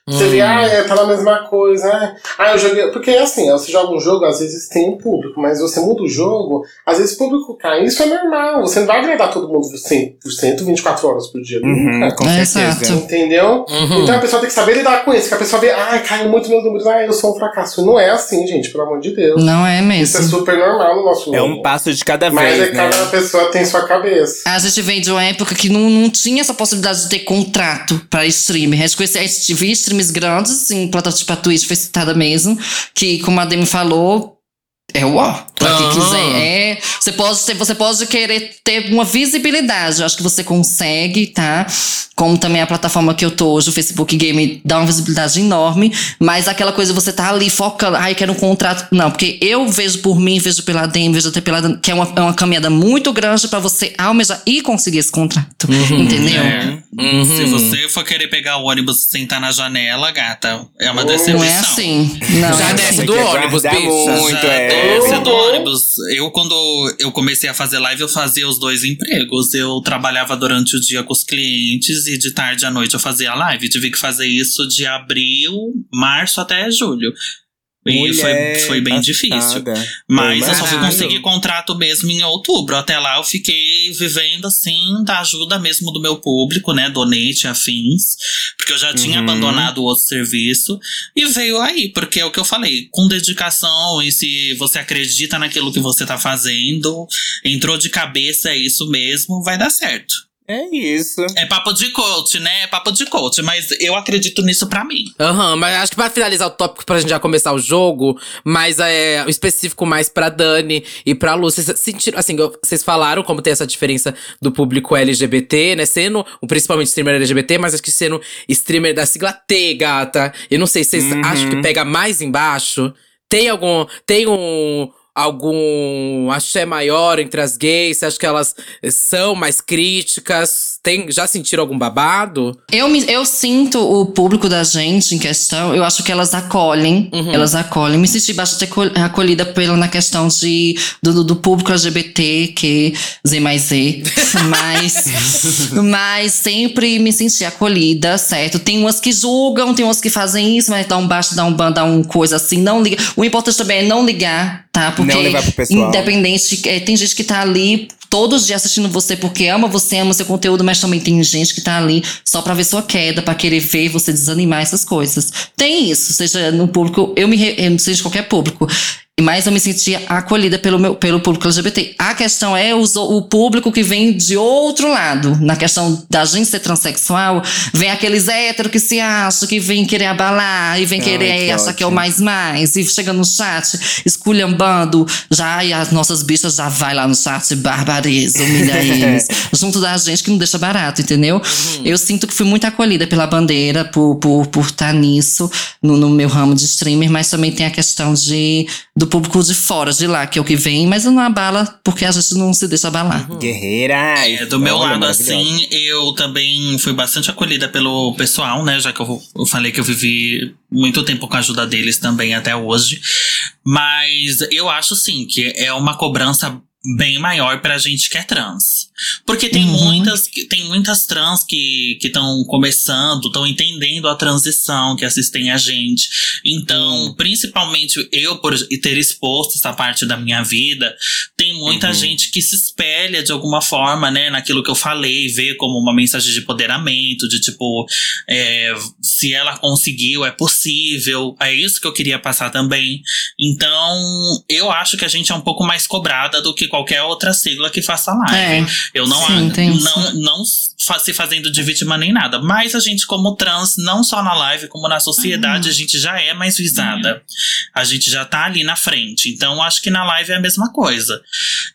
Você Hum. vê, ah, é, tá na mesma coisa. ah, Ah, eu joguei. Porque assim, ó, você joga um jogo, às vezes tem um público, mas você muda o jogo, às vezes o público cai. Isso é normal. Você não vai agradar todo mundo 100%, 24 horas por dia. Uhum, Hum. nunca. com É, certeza. exato. Entendeu? Uhum. Então a pessoa tem que saber lidar com isso, que a pessoa vê, ai, caiu muito meus números, ai, eu sou um fracasso. Não é assim, gente, pelo amor de Deus. Não é Isso é mesmo. super normal no nosso É mundo. um passo de cada Mas é vez, que né? cada pessoa tem sua cabeça. A gente vem de uma época que não, não tinha essa possibilidade de ter contrato pra streamer. A gente conhecia, a gente via streams grandes, em plataforma tipo a Twitch, foi citada mesmo, que como a Demi falou, é o ó. Pra quem Aham. quiser. É, você, pode, ter- você pode querer ter uma visibilidade. Eu acho que você consegue, tá? Como também a plataforma que eu tô hoje, o Facebook Game, dá uma visibilidade enorme. Mas aquela coisa, você tá ali focando, ai, quero um contrato. Não, porque eu vejo por mim, vejo pela DM, vejo até pela. Dani, que é uma, é uma caminhada muito grande pra você almejar e conseguir esse contrato. entendeu? É. Uhum. Se você for querer pegar o ônibus e sentar na janela, gata, é uma decepção. Não é assim. Não, Já é desce assim. do Tem que ônibus, aguardar bicha. muito, Já é. desce do Uhum. ônibus. Eu, quando eu comecei a fazer live, eu fazia os dois empregos. Eu trabalhava durante o dia com os clientes e de tarde à noite eu fazia live. Tive que fazer isso de abril, março até julho. E Mulher foi, foi bem passada. difícil. Mas eu só fui Barato. conseguir contrato mesmo em outubro. Até lá eu fiquei vivendo assim da ajuda mesmo do meu público, né? Donate, afins. Porque eu já tinha Uhum. abandonado o outro serviço. E veio aí, porque é o que eu falei, com dedicação e se você acredita naquilo que você tá fazendo, entrou de cabeça, é isso mesmo, vai dar certo. É isso. É papo de coach, né? É papo de coach, mas eu acredito nisso pra mim. Aham, mas acho que pra finalizar o tópico, pra gente já começar o jogo, mas é o específico mais pra Dani e pra Lu. Vocês sentiram, assim, eu- vocês falaram como tem essa diferença do público LGBT, né? Sendo, principalmente streamer LGBT, mas acho que sendo streamer da sigla T, gata. Eu não sei, vocês Uhum. acham que pega mais embaixo? Tem algum. Tem um. Algum axé maior entre as gays? Você acha que elas são mais críticas? Tem, já sentiram algum babado? Eu, me- eu sinto o público da gente em questão, eu acho que elas acolhem. Uhum. Elas acolhem. Me senti bastante acol- acolhida pela na questão de, do, do público LGBT, que Z mais Z. mas, mas sempre me senti acolhida, certo? Tem umas que julgam, tem umas que fazem isso, mas dá um baixo, dá um ban, dá um coisa assim. Não liga. O importante também é não ligar, tá? Porque Não levar pro pessoal. independente, é, tem gente que tá ali todos os dias assistindo você porque ama você, ama seu conteúdo, mas também tem gente que tá ali só pra ver sua queda, pra querer ver você desanimar essas coisas. Tem isso, seja no público, eu me re- eu, seja de qualquer público. Mas eu me sentia acolhida pelo, meu, pelo público LGBT. A questão é os- o público que vem de outro lado. Na questão da gente ser transexual, vem aqueles héteros que se acham, que vem querer abalar, e vem Ai, querer que achar que é o ótimo. mais mais mais e chega no chat esculhambando já e as nossas bichas já vai lá no chat barbariza humilha eles junto da gente que não deixa barato entendeu Uhum. eu sinto que fui muito acolhida pela bandeira por por por estar nisso no, no meu ramo de streamer mas também tem a questão de do público de fora de lá que é o que vem mas não abala porque a gente não se deixa abalar Uhum. Guerreira! É, do meu Olha, lado, maravilhosa. assim, eu também fui bastante acolhida pelo pessoal, né? Já que eu, eu falei que eu vivi muito tempo com a ajuda deles também até hoje. Mas eu acho, sim, que é uma cobrança bem maior pra gente que é trans. Porque tem Uhum. muitas que- tem muitas trans que estão começando, estão entendendo a transição, que assistem a gente. Então, principalmente eu, por ter exposto essa parte da minha vida, tem muita Uhum. gente que se espelha de alguma forma, né, naquilo que eu falei, vê como uma mensagem de empoderamento, de tipo, é, se ela conseguiu, é possível. É isso que eu queria passar também. Então, eu acho que a gente é um pouco mais cobrada do que qualquer outra sigla que faça live. é Eu não, Sim, a- tem isso. não, não fa- se fazendo de vítima nem nada. Mas a gente, como trans, não só na live, como na sociedade, Uhum. a gente já é mais visada. A gente já tá ali na frente. Então, acho que na live é a mesma coisa.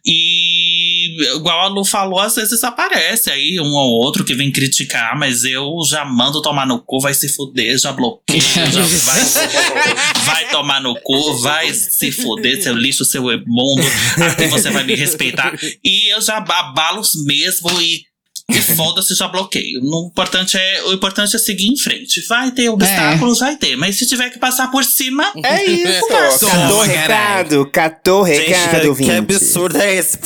E, igual a Lu falou, às vezes aparece aí um ou outro que vem criticar, mas eu já mando tomar no cu, vai se fuder, já bloqueio, já vai, vai tomar no cu, vai se fuder, seu lixo, seu imundo. Aqui você vai me respeitar. E eu já abalo mesmo e, e foda-se, já bloqueio. No importante é, o importante é seguir em frente. Vai ter obstáculos, É. vai ter. Mas se tiver que passar por cima, É isso, catou Toma, recado, catou recado, Gente, que, ouvinte. que absurdo é esse?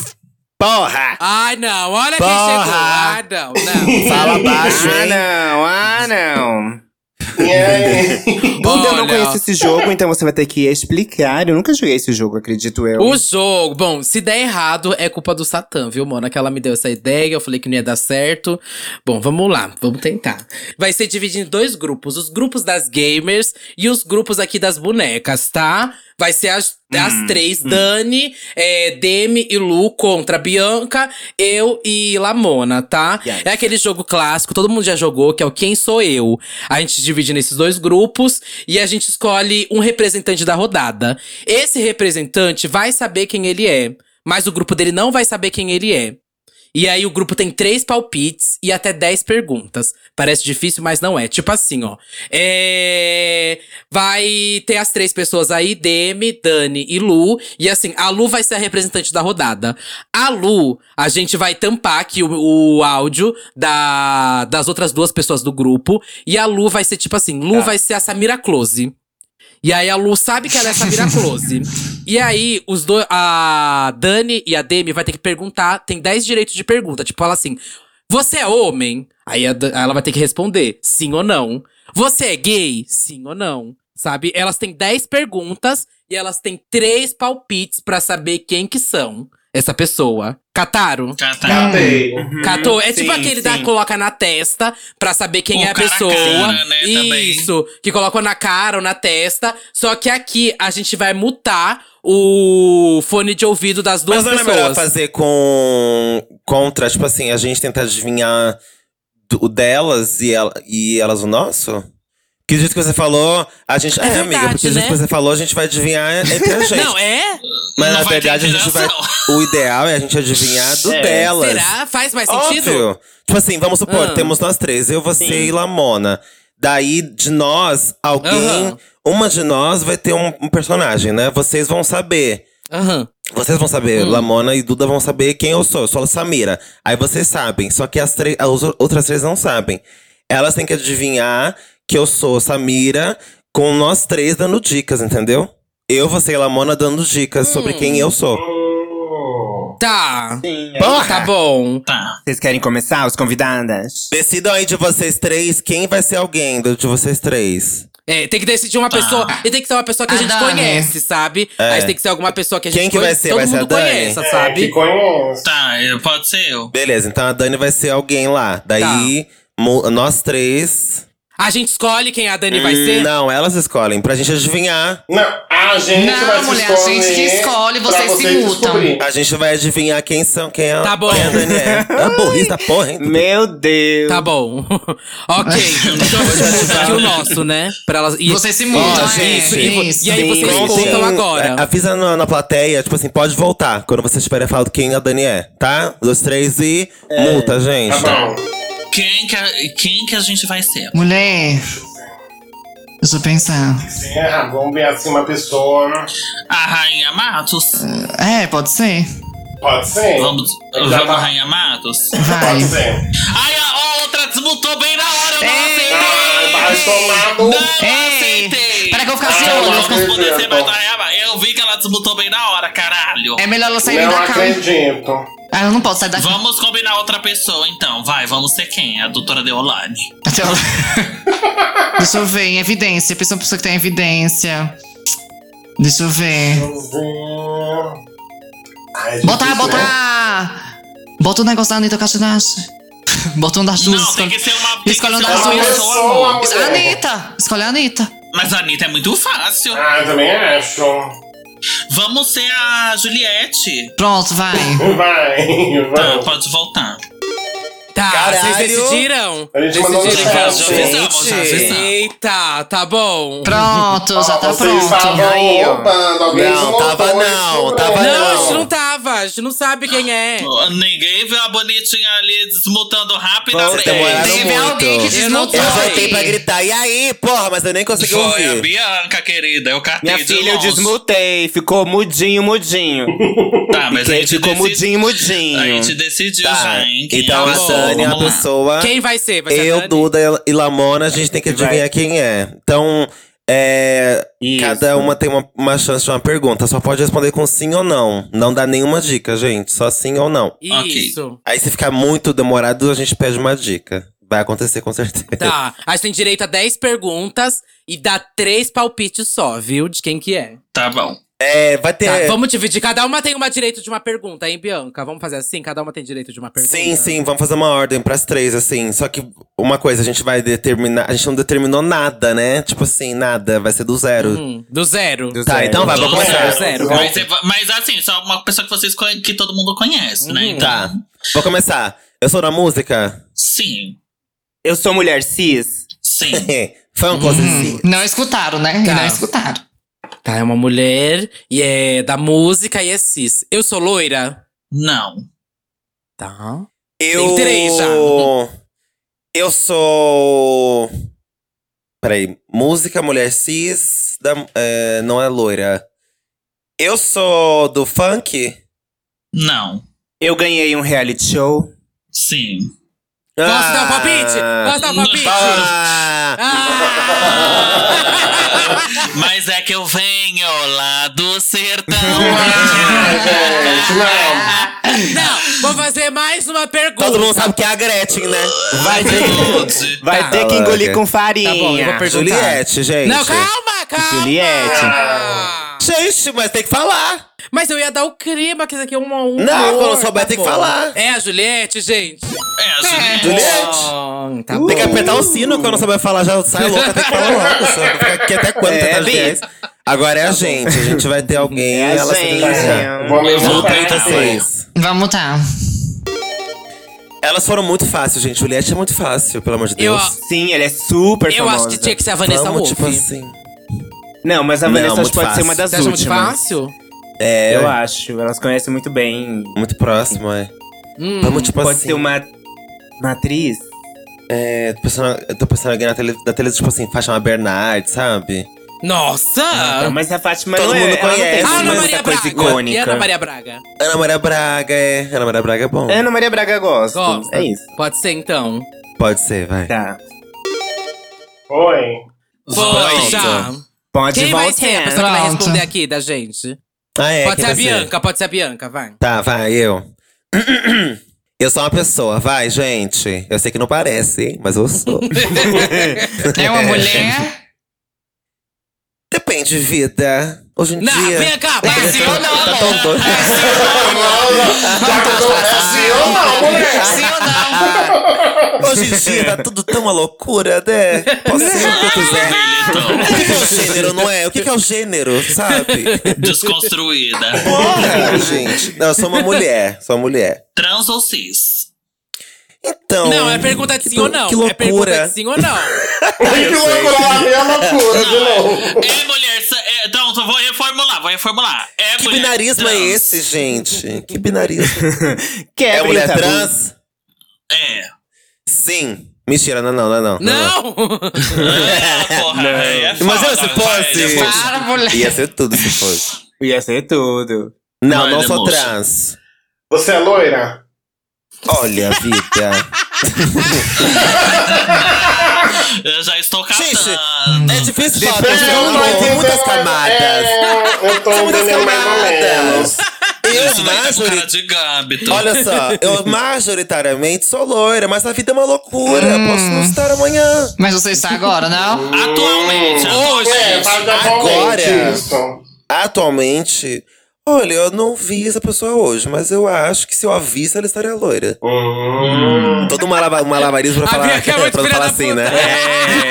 Porra! Ai, não, olha quem Porra! chegou. Ah, não, não. Fala baixo, Ah, hein? não, ah, não. E aí, Duda, eu não Olha. conheço esse jogo, então você vai ter que explicar. Eu nunca joguei esse jogo, acredito eu. O jogo, bom, se der errado, é culpa do Satã, viu, Mona? Que ela me deu essa ideia, eu falei que não ia dar certo. Bom, vamos lá, vamos tentar. Vai ser dividido em dois grupos: os grupos das gamers e os grupos aqui das bonecas, tá? Vai ser as, as três: Dani, eh, Demi e Lu contra Bianca, eu e Lamona, tá? Yes. É aquele jogo clássico, todo mundo já jogou, que é o Quem Sou Eu. A gente divide nesses dois grupos e a gente escolhe um representante da rodada. Esse representante vai saber quem ele é, mas o grupo dele não vai saber quem ele é. E aí o grupo tem três palpites e até dez perguntas. Parece difícil, mas não é. Tipo assim, ó. É... Vai ter as três pessoas aí, Demi, Dani e Lu. E assim, a Lu vai ser a representante da rodada. A Lu, a gente vai tampar aqui o, o áudio da, das outras duas pessoas do grupo. E a Lu vai ser tipo assim, Lu Tá. vai ser a Samira Close. E aí a Lu sabe que ela é a Samira Close. E aí, os dois. A Dani e a Demi vai ter que perguntar. Tem 10 direitos de pergunta. Tipo, ela assim: Você é homem? Aí a Dan- ela vai ter que responder sim ou não. Você é gay? Sim ou não. Sabe? Elas têm 10 perguntas e elas têm três palpites pra saber quem que são essa pessoa. Cataram? já tá. catei. Catou. É Uhum, Sim, tipo aquele da sim. coloca na testa pra saber quem Ou é a cara a pessoa. cara, né, também. Isso, que colocou na cara ou na testa. Só que aqui a gente vai mutar o fone de ouvido das duas Mas não é melhor pessoas. fazer com contra, tipo assim, a gente tentar adivinhar do- o delas e, ela- e elas o nosso? Que do jeito que você falou, a gente. É, verdade, amiga, porque do jeito né? que você falou, a gente vai adivinhar entre a gente. Não, é? Mas Não na vai ter verdade, a gente vai. adivinhação. O ideal é a gente adivinhar do É. delas. Será? Faz mais sentido? Óbvio. Tipo assim, vamos supor, Ah. temos nós três, eu, você Sim. e Lamona. Daí, de nós, alguém. Aham. Uma de nós vai ter um, um personagem, né? Vocês vão saber. Aham. Vocês vão saber, Hum. Lamona e Duda vão saber quem eu sou. Eu sou a Samira. Aí vocês sabem, só que as, três- as ou- outras três não sabem. Elas têm que adivinhar que eu sou Samira com nós três dando dicas, entendeu? Eu, você e Lamona dando dicas sobre quem eu sou. Hum. Tá. Sim, é. Tá bom. Tá. Vocês querem começar, os convidadas? Decidam aí de vocês três quem vai ser alguém do- de vocês três. É, tem que decidir uma pessoa. E tem que ser uma pessoa que a, A gente Dani. conhece, sabe? Tá. É. Aí tem que ser alguma pessoa que a gente Quem que vai conhece- ser? Todo Vai ser mundo a Dani? conheece, É, sabe? que conhece. Tá, eu- pode ser eu. Beleza, então a Dani vai ser alguém lá. Daí, Tá. mu- nós três. A gente escolhe quem a Dani vai Hum, ser. Não, elas escolhem, pra gente adivinhar. Não, a gente Não, vai se mulher, a gente que escolher escolhe, pra Tá vocês se mutam. descobrir. A gente vai adivinhar quem são, quem é, Tá bom. quem é a Dani é. É burrice da porra, hein? Meu Deus! Tá bom. ok. Então vamos aqui o nosso, né? Pra elas. e- Vocês se mudam, Ó, é. gente, é isso. e aí vocês Contem- contam agora. a- É, Avisa na, na plateia, tipo assim, pode voltar quando vocês tiverem falado quem a Dani é, tá? Um, dois, três e. Multa, gente. Tá bom. Quem que, a- quem que a gente vai ser? Mulher. Deixa eu pensar. Serra, vamos ver assim uma pessoa. A Rainha Matos? É, pode ser. Pode ser? Vamos, É. Já vamos tá. Rainha Matos? Vai. Pode ser. Ai, a outra desmutou bem na hora, eu não É. Ei! aceitei! Ai, Ah, vai tomar no. Não É. Ei! aceitei! Peraí que eu vou ficar Ah, ciúme. eu não vou responder, você vai Não. dar ela. Eu vi que ela desmutou bem na hora, caralho! É melhor ela sair Não da casa. acredito. Ah, eu não posso sair da casa. Vamos combinar outra pessoa então, vai, vamos ser quem? A doutora Deolane. Até ela- Deixa eu ver, em evidência. Pensa uma pessoa que tem evidência. Deixa eu ver. Vamos ver. Ai, é Bota, difícil, bota! né? Bota o negócio da Anitta Castinache. Bota um da Jus. Não, tem que ser uma, tem que ser Escolha um das uma duas. pessoa, amor. mulher. Anitta! Escolhe a Anitta. Mas a Anitta é muito fácil. Ah, eu também acho. Vamos ser a Juliette. Pronto, vai. Vai, Tá, vamos. pode voltar. Tá, Caralho. vocês decidiram? A gente mandou no Decidiram, chat, então. gente. Já avisamos, já avisamos. Eita, tá bom. Pronto, já Ó, tá Ah, vocês pronto. estavam Aí, ó. roubando, alguém Não, desmontou tava esse não, programa. tava Não, não. a gente não tava, a gente não sabe quem é. Ninguém viu a bonitinha ali desmutando assim. Vocês demoraram rapidamente. Teve muito. alguém que Eu não desmontou. Eu Foi. voltei pra gritar, e aí, porra, mas eu nem consegui Foi a ouvir. Bianca, querida. Eu catei Minha de filha, eu longe. desmutei. Ficou mudinho, mudinho. Tá, mas a Fiquei, gente, ficou decidi... mudinho, mudinho. a gente decidiu já, hein? quem Então Tá é a o- Dani é a Vamos lá. pessoa. Quem vai ser? Vai ser a Eu, Dani? Duda e Lamona, a gente tem que Vai. adivinhar quem é. Então, é, Isso. cada uma tem uma, uma chance de uma pergunta. Só pode responder com sim ou não. Não dá nenhuma dica, gente. Só sim ou não. Ok. Isso. Aí se ficar muito demorado, a gente pede uma dica. Vai acontecer com certeza. Tá. A gente tem direito a 10 perguntas e dá três palpites só, viu? De quem que é. Tá bom. É, vai ter. Tá, vamos dividir. Cada uma tem uma direito de uma pergunta, hein, Bianca? Vamos fazer assim? Cada uma tem direito de uma pergunta? Sim, sim, vamos fazer uma ordem pras três, assim. Só que uma coisa, a gente vai determinar. A gente não determinou nada, né? Tipo assim, nada. Vai ser do zero. Hum, do zero. Do Tá, zero. então vai, vamos Do começar. zero. Mas, é- mas assim, só uma pessoa que vocês conhe- que todo mundo conhece, né? Então, Tá. Vou começar. Eu sou da música? Sim, Eu sou mulher cis? sim. Fã ou Uhum. Hum, Não escutaram, né? Tá. Não escutaram. Tá, é uma mulher e é da música e é cis. Eu sou loira? Não. Tá. Eu. três já. Eu sou. Peraí. Música, mulher cis. da- é, não é loira. Eu sou do funk? Não. Eu ganhei um reality show. Sim. Posso dar um palpite? Posso dar um palpite? Ah, Ah! Mas é que eu venho lá do Ah, sertão. tá gente, não. Não, vou fazer mais uma pergunta. todo mundo sabe que é a Gretchen, né? Vai ter, Onde? vai ter que engolir com Caraca. Tá bom, eu farinha. vou perguntar. Juliette, gente. Não, calma, calma. Juliette. Gente, mas tem que falar. Mas eu ia dar o clima, que isso aqui é um a um. Não, horror, quando souber, tem que bom. falar. É a Juliette, gente. É, a Juliette. Juliette. Ah, tá Tem que bom. apertar o sino quando você vai falar, já sai louca, tem que falar logo. só não fica aqui até quando É, tentar Bi. adivinhar isso? Tá Agora é a gente, a gente vai ter alguém. É a ela se gente. identificar. Vou me Eu vou voltar. tentar. Vocês. Vamos tá. Elas foram muito fáceis, gente. Juliette é muito fácil, pelo amor de Eu, Deus. Sim, ela é super eu famosa. acho que tinha que ser a Vanessa Vamos, Wolff. tipo assim. Não, mas a Não, Vanessa acho muito que pode fácil. ser uma das Você acha muito últimas. fácil? É, Eu acho. Elas conhecem muito bem. muito próximo, é. Hum. Vamos, tipo pode assim. ser uma, uma atriz? É, tô pensando, eu tô pensando em alguém na tele, da tele, tipo assim, Fátima Bernard, sabe? Nossa! Ah, Não, mas a Fátima Todo não mundo é, ela não tem conhece, essa né? Ana mas Maria essa Ah, coisa Braga. icônica. E Ana Maria Braga. Ana Maria Braga, é. Ana Maria Braga é bom. Ana Maria Braga gosto. Gosto. É isso. Pode ser então. Pode ser, vai. Tá. Oi. Foi, já. Pode Quem vai ser a voltar. pessoa que vai Pronto. responder aqui da gente? Ah, é, pode quem ser a vai ser? Bianca, pode ser a Bianca, vai. Tá, vai, eu. Eu sou uma pessoa, vai, gente. Eu sei que não parece, hein, mas eu sou. É uma mulher? Depende, vida. Hoje em Não, dia. vem cá, vai. Tá- Sim ou não, tá amor? tão doido. Já que eu não é sim ou não, moleque? Sim ou não? Hoje em dia tá tudo tão uma loucura, né? Posso ser o que eu quiser. então, O que que é o gênero, não é? O que que é o gênero, sabe? Desconstruída. Porra, gente. Não, eu sou uma mulher. Sou uma mulher. Trans ou cis? Então. Não, é pergunta de que sim do- ou não. Que É pergunta loucura. de sim ou não. Que loucura, lá vem a loucura de novo. É mulher. sa- é, então, então vou reformular, vou reformular. É Que mulher binarismo é trans. esse, gente? Que binarismo? Quebra É o mulher tabu. trans? É. Sim. Mentira, não, não, não, não. Não! Ah, porra, aí é foda, Imagina se vai, fosse. depois- Para, mulher. Ia ser tudo se fosse. Ia ser tudo. Não, Vai, não né, sou moça? trans. Você é loira? Olha, vida. Eu já estou Gente, catando. é difícil falar, Depende porque do eu mundo, não tenho tem muitas um camadas. É, eu tô São muitas entendendo mais ou camadas. menos. Eu, Isso daí tá com cara majoritariamente. de gâmbito. Olha só, eu majoritariamente sou loira, mas a vida é uma loucura. Posso não estar amanhã. Mas você está agora, não? Atualmente, hoje. É, tá já Agora. isso. Atualmente, olha, eu não vi essa pessoa hoje, mas eu acho que se eu a visse, ela estaria loira. Hum. Todo um malava- um malabarismo A pra falar, Bianca é muito pra não filha falar da assim, puta. né?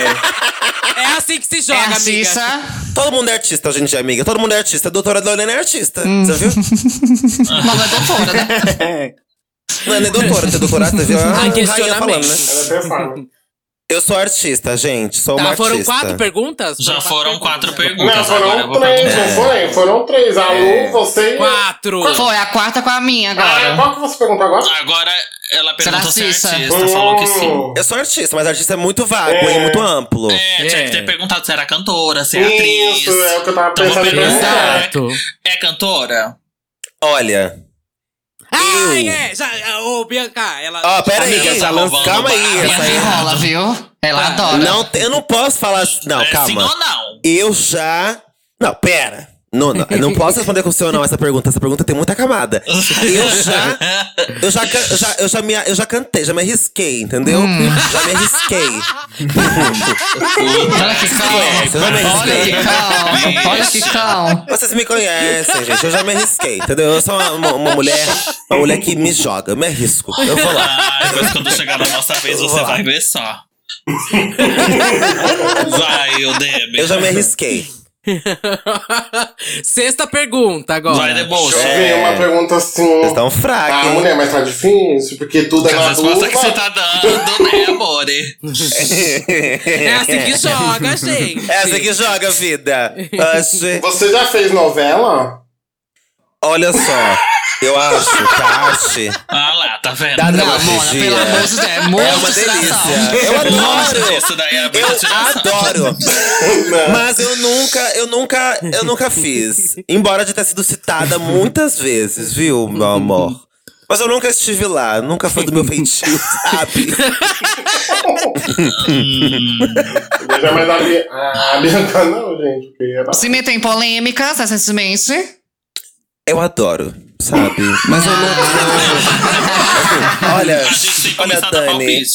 É assim que se É joga, a amiga. Cissa. Todo mundo é artista hoje em dia, amiga. Todo mundo é artista. A doutora Lorena é artista. Você viu? Uma mãe doutora, né? Não é nem doutora, tem doutorado, você viu? Ah, Ai, rainha falando, né? questionamento. Ela até fala. Eu sou artista, gente. Sou uma Tá, artista. foram quatro perguntas? Já foram quatro perguntas. Então, Não, agora eu foram vou três, né? perguntar. não foi? Foram três. A Lu, você e. Quatro! Foi a quarta com a minha Ah, agora. qual que você perguntou agora? Agora ela perguntou se é Narcissa. artista, falou que sim. Hum. Eu sou artista, mas artista é muito vago, É. hein? Muito amplo. É, tinha que ter perguntado se era cantora, se é atriz. Isso, é o que eu tava Então vou pensando em perguntar. perguntar. Exato. É cantora? Olha. Ai, Um. Eu. é! Já, ô, Bianca, ela. Ó, Ah, pera aí. Amiga, tá Essa roubando lança, calma aí. barra. Essa aí. Minha rola, viu? Ela adora. Não, te- eu não posso falar. assim- Não, é sim calma. ou não? Eu já. Não, pera. Não, não, eu não posso responder com o ou não essa pergunta. Essa pergunta tem muita camada. Eu já. Eu já, can- eu já, eu já, me, eu já cantei, já me arrisquei, entendeu? Já me arrisquei. Olha que Vocês não me cão. Olha que arrisquei. cão. Olha que cão. Vocês me conhecem, gente. Eu já me arrisquei, entendeu? Eu sou uma, uma- uma mulher. Uma mulher que me joga. Eu me arrisco. Eu vou lá. Ai, mas quando chegar na nossa vez, você Vamos lá. vai ver só. vai, o DM. Eu já me arrisquei. Sexta pergunta agora. Vai, The Bolsa. Deixa eu ver uma pergunta assim. Vocês estão fracos, Ah, hein? mulher, mas tá difícil, porque tudo é As na respostas que você luva. tá dando, né, amore? É assim que joga, gente. É Essa assim que joga, vida. Oxi. Você já fez novela? Olha só. Eu acho tá? que a arte Ah lá, tá vendo? da Não, Mona, pelo dramaturgia amor de Deus. É é uma muito delícia. inspiração. Eu Nossa, adoro. isso daí é Eu absurdo. adoro. Mas eu nunca, eu nunca, eu nunca fiz. Embora de ter sido citada muitas vezes, viu, meu amor? Mas eu nunca estive lá, nunca foi do meu feitio, sabe? Eu já mais a Bi- Ah, a Bianca não, gente. Porque é ela... Se meter em polêmicas recentemente. Eu adoro, sabe? Mas eu nunca. Olha, A gente tem que olha, começar a dar Dani. palpite.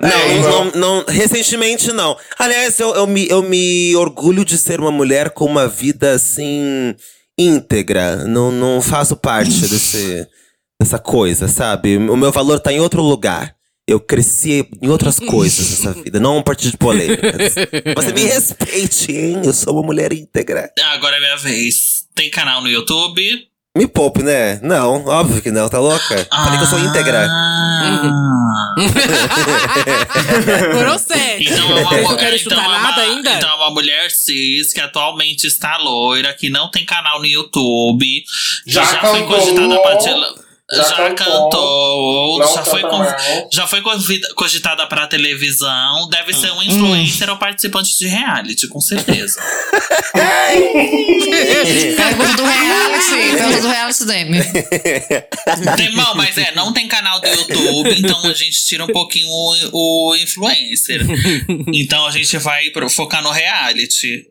Não, É, não, então. não- recentemente não. Aliás, eu, eu, me, eu me orgulho de ser uma mulher com uma vida assim íntegra. Não, não faço parte desse, dessa coisa, sabe? O meu valor tá em outro lugar. Eu cresci em outras coisas nessa vida, não a partir de polêmicas. Você me respeite, hein? Eu sou uma mulher íntegra. Ah, Agora é minha vez. Tem canal no YouTube? Me poupe, né? Não, óbvio que não, tá louca? Falei que eu sou íntegra. Ah. Foram sete. Então é uma, Vocês mu- não querem então, chutar é uma- nada ainda? então é uma mulher cis que atualmente está loira, que não tem canal no YouTube. que Já já foi cantou. cogitada pra, Dila- Já já cantou, cantou, não já foi, canta con- mais. já foi convida- cogitada pra televisão, deve ser Hum. um influencer ou participante de reality, com certeza. Pergunta do reality. Pergunta do reality dele. Temão, mas é, não tem canal do YouTube, então a gente tira um pouquinho o, o influencer. Então a gente vai pro- focar no reality.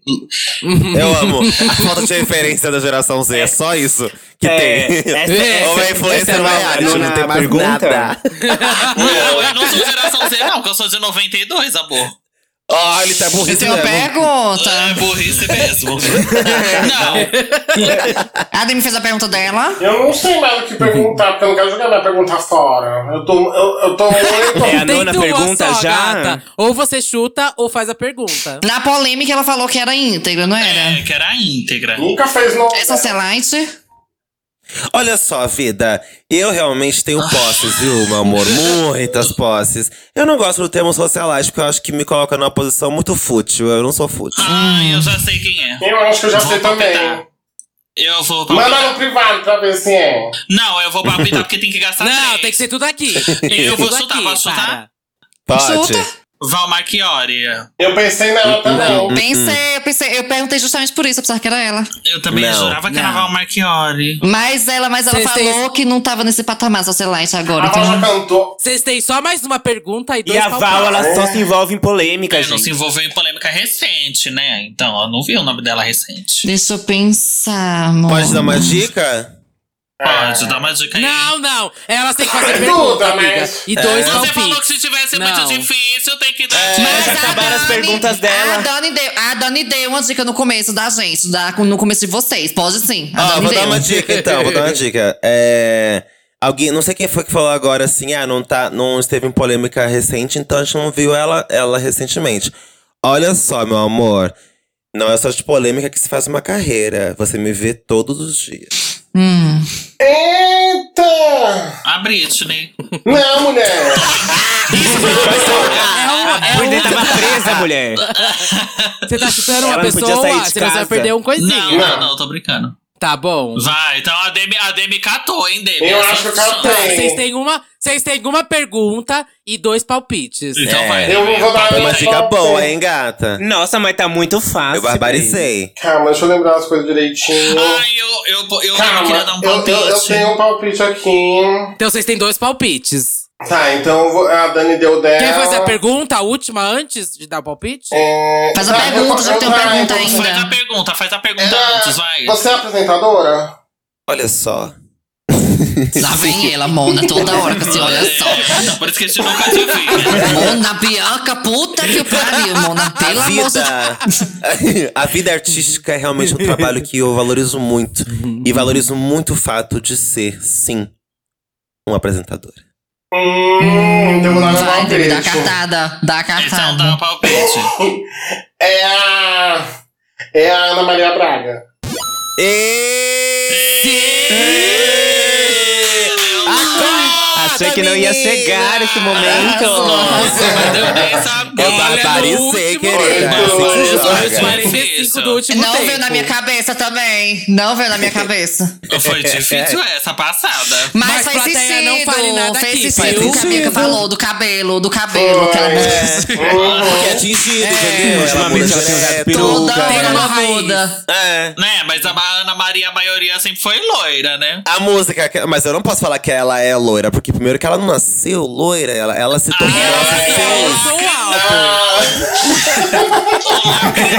Eu amo. A falta de referência da geração Z. É só isso que É, tem. essa- Ou é essa- influencer essa ou é não- reality, não não tem dá mais pergunta. nada. Ah. Não, eu não sou geração Z, não, que eu sou de 92, amor. Ó, ele tá Eu burrice tenho uma mesmo. É Tá. pergunta. burrice mesmo. Não, A Adem fez a pergunta dela. Eu não sei mais o que perguntar, porque eu não quero jogar minha pergunta fora. Eu tô. Eu, eu tô muito. É a Tem nona duas pergunta só, já? gata. Ou você chuta ou faz a pergunta. Na polêmica, ela falou que era íntegra, não é, era? que era íntegra. Nunca fez no. É socialite? Olha só, vida. Eu realmente tenho posses, viu, meu amor? Muitas posses. Eu não gosto do termo socialite, porque eu acho que me coloca numa posição muito fútil. Eu não sou fútil. Ah, eu já sei quem é. Eu acho que eu já Vou sei também. palpitar. Eu vou Manda palpitar. no privado pra ver se é. Não, eu vou palpitar porque tem que gastar Não, três. tem que ser tudo aqui. Eu vou Tudo chutar, aqui, posso chutar? cara. Pode? Chuta. Val Marchiori. Eu pensei nela também. Pensei, eu pensei, eu perguntei justamente por isso, apesar que era ela. Eu também Não, jurava que era não. Val Marchiori. Mas ela, mas ela Vocês falou que não tava nesse patamar socialite agora, então A Val já entendeu? cantou. Vocês têm só mais uma pergunta e dois E a Val, palpites. ela só se envolve em polêmica, Ela É. não se gente. envolveu em polêmica recente, né? Então, eu não vi o nome dela recente. Deixa eu pensar, amor. Pode dar uma dica? Pode dar uma dica aí. Não, não. Elas têm que fazer Duda, pergunta, mas- amiga. E dois Você falou que palpites. se tivesse Não. muito difícil, tem que dar. É. Mas É, já a acabaram as Dani- perguntas dela. A Dani, deu, a Dani deu uma dica no começo da gente, da, no começo de vocês. Pode sim. A Ah, Dani vou deu. dar uma dica então, vou dar uma dica. É. Alguém, não sei quem foi que falou agora assim, ah, não, tá, não esteve em polêmica recente, então a gente não viu ela, ela recentemente. Olha só, meu amor. Não é só de polêmica que se faz uma carreira. Você me vê todos os dias. Hum. Eita! A Britney. Não, é, mulher! A Britney tava presa, mulher. Você tá chutando uma Ela não podia pessoa, sair de você vai casa. perder um Não, coisinho. não, não, tô brincando. Tá bom. Vai, então a Demi, a Demi catou, hein, Demi? Eu Essa acho que eu opção. catei. Tem. Vocês têm uma, vocês têm uma pergunta e dois palpites. Então É. vai. Eu Demi, vou dar palpita Uma minha aí. dica top. boa, hein, gata? Nossa, mas tá muito fácil. Eu barbaricei. Calma, deixa eu lembrar as coisas direitinho. Ai, eu, eu, eu, eu Calma, queria dar um eu, palpite. eu, eu tenho um palpite aqui. Então vocês têm dois palpites. Tá, então eu vou- a Dani deu dela. Quer fazer a pergunta, a última, antes de dar o palpite? É, Faz a tá, eu- pergunta, já eu- que tem uma vai, pergunta então, ainda. Faz a pergunta, faz a pergunta Ela- antes, vai. Você é apresentadora? Olha só. Lá vem ela, Mona, toda hora que você olha só. É, então, por isso que a gente nunca te viu. né? Mona Bianca, puta que pariu, Mona. Pelo a amor de Deus. vida, a vida artística é realmente um trabalho que eu valorizo muito. E valorizo muito o fato de ser, sim, um apresentador. Hum, então eu vou dar meu Vai, Demi, dá a palpite. cartada. Dá tá. Então dá a cartada. um palpite. É a. É a Ana Maria Braga. E... Então, Achei que não ia chegar esse momento. Nossa, mas eu nem sabia. Eu Olha, no barbaricei, último querida. momento, Assim que se olha, joga. olha, 45 do último Tipo Não tempo. veio na minha cabeça também. Não veio na minha cabeça. Foi difícil essa passada. Mas, Mas faz plateia, sentido. não fale nada fez aqui, sentido viu? o que a Bianca falou, do cabelo, do cabelo. que ela- Porque é é. atingido, entendeu? Ultimamente ela tem usado né? Toda peruca. tem hora uma ela raiz. muda. É. Né, mas a Ana Maria, a maioria sempre foi loira, né? A música, que- mas eu não posso falar que ela é loira, porque primeiro que ela não nasceu loira, ela, ela se tornou. Ah, ela é? se Eu fez, sou alto.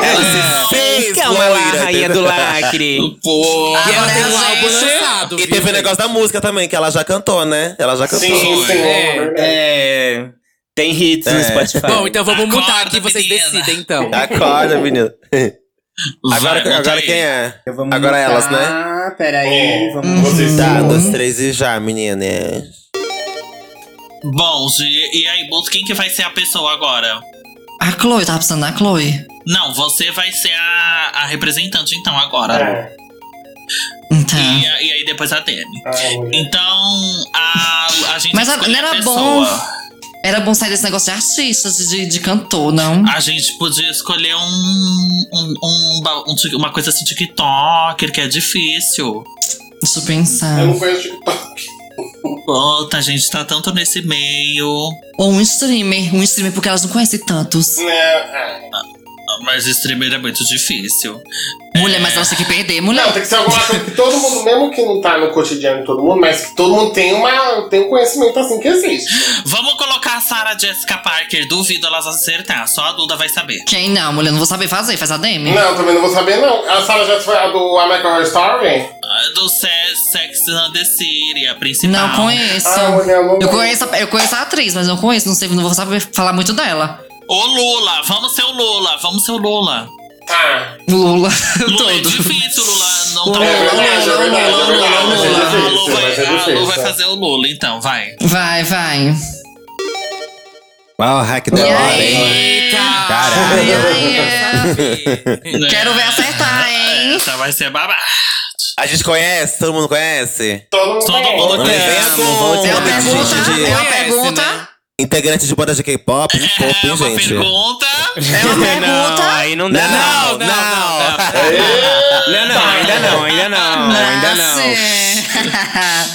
ela se fez é Então é Calma lá, loira. rainha do entendeu? lacre. Pô, E ela Agora tem a um álbum gente- lançado. E viu, teve o gente? negócio da música também, que ela já cantou, né? Ela já cantou. Sim, sim. É. É. Tem hits no É. Spotify. Bom, então vamos Acorda, mudar aqui, vocês menina. decidem, então. Tá. Acorda, menino. vai, Agora, conta agora aí. quem é? Eu vou Agora mudar. elas, né? Ah, É. peraí. Vamos Vocês Tá, Uhum. são- dois, três e já, menina. Bom, e, e aí, Bus, quem que vai ser a pessoa agora? A Chloe, eu tava pensando na Chloe. Não, você vai ser a, a representante, então, Tá, agora. É. Então. E, a- e aí, depois a Demi. Ai, mulher. Então, a, a gente Mas a- escolhe não era pessoa. Era bom sair desse negócio de artista, de, de, de cantor, não? A gente podia escolher um, um, um ba- um tic- uma coisa assim, TikToker, que é difícil. Deixa eu pensar. Eu não conheço TikTok. Bota, a gente tá tanto nesse meio. Ou um streamer. Um streamer, porque elas não conhecem tantos. Né? Ah. Mas streamer é muito difícil. Mulher, mas elas têm que perder, mulher. Não, tem que ser alguma coisa que todo mundo, mesmo que não tá no cotidiano de todo mundo, mas que todo mundo tem, uma, tem um conhecimento assim que existe. Vamos colocar a Sarah Jessica Parker. Duvido elas acertar. Só a Duda vai saber. Quem não, mulher? Não vou saber fazer. Faz a DM. Uhum. Não, também não vou saber, não. A Sarah já foi a do American Horror Story? Ah, Do Se- Sex and the City, a principal. Não conheço. Ah, mulher, não eu, lembro. conheço a, eu conheço a atriz, mas não conheço. Não sei, não vou saber falar muito dela. O Lula, vamos ser o Lula, vamos ser o Lula. Tá. Lula, Lula é todo. difícil, Lula não tá Lula, É verdade, é verdade, é verdade. Vai ser Lula, a Lu difícil, vai, a vai ser Lu vai difícil. fazer o Lula, então, vai. Vai, vai. Uau, hack E da hora, aí? hein? Eita! Caralho. E aí, é? Né? Quero ver acertar, hein? Essa vai ser babá. A gente conhece? Todo mundo conhece? Todo mundo Todo tem. mundo Vamos tem. ver, amo, vou vamos, vamos te É uma Olha, dar pergunta, gente, é uma Conhece, né? pergunta. Integrante de banda de K-pop, de pop, É hein, uma gente? pergunta. É uma Não, pergunta. aí não dá. Não, não, não, não. não. Não, não, ainda não, ainda não, ainda não. não.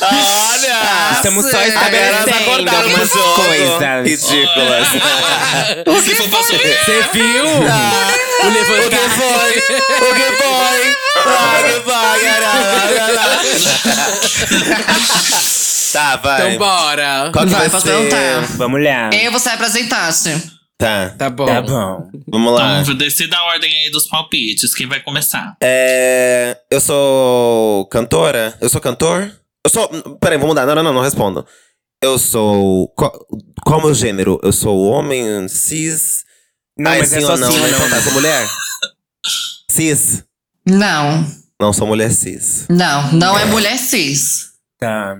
Olha! Estamos só Sim. Elas estabelecendo acordaram pro algumas jogo. coisas. Ridículas. O que for pra subir. Você viu? O que foi? O que foi? Ah, que vai, garota? Tá, vai. Então bora. Qual que é? Vai, vai, posso ser? perguntar? Vamos lá. Eu vou sair apresentar-se. Tá, Tá bom. Tá bom. vamos lá. Então, decida a ordem aí dos palpites. Quem vai começar? É, eu sou cantora? Eu sou cantor? Eu sou. Peraí, vou mudar. Não, não, não, não respondo. Eu sou. Qual, qual é o meu gênero? Eu sou homem, cis. Não, Ai, mas é sim só ou não, sim ou né? não, Então tá, né? sou mulher? cis. Não, Não, sou mulher cis. não, não é mulher cis. Tá.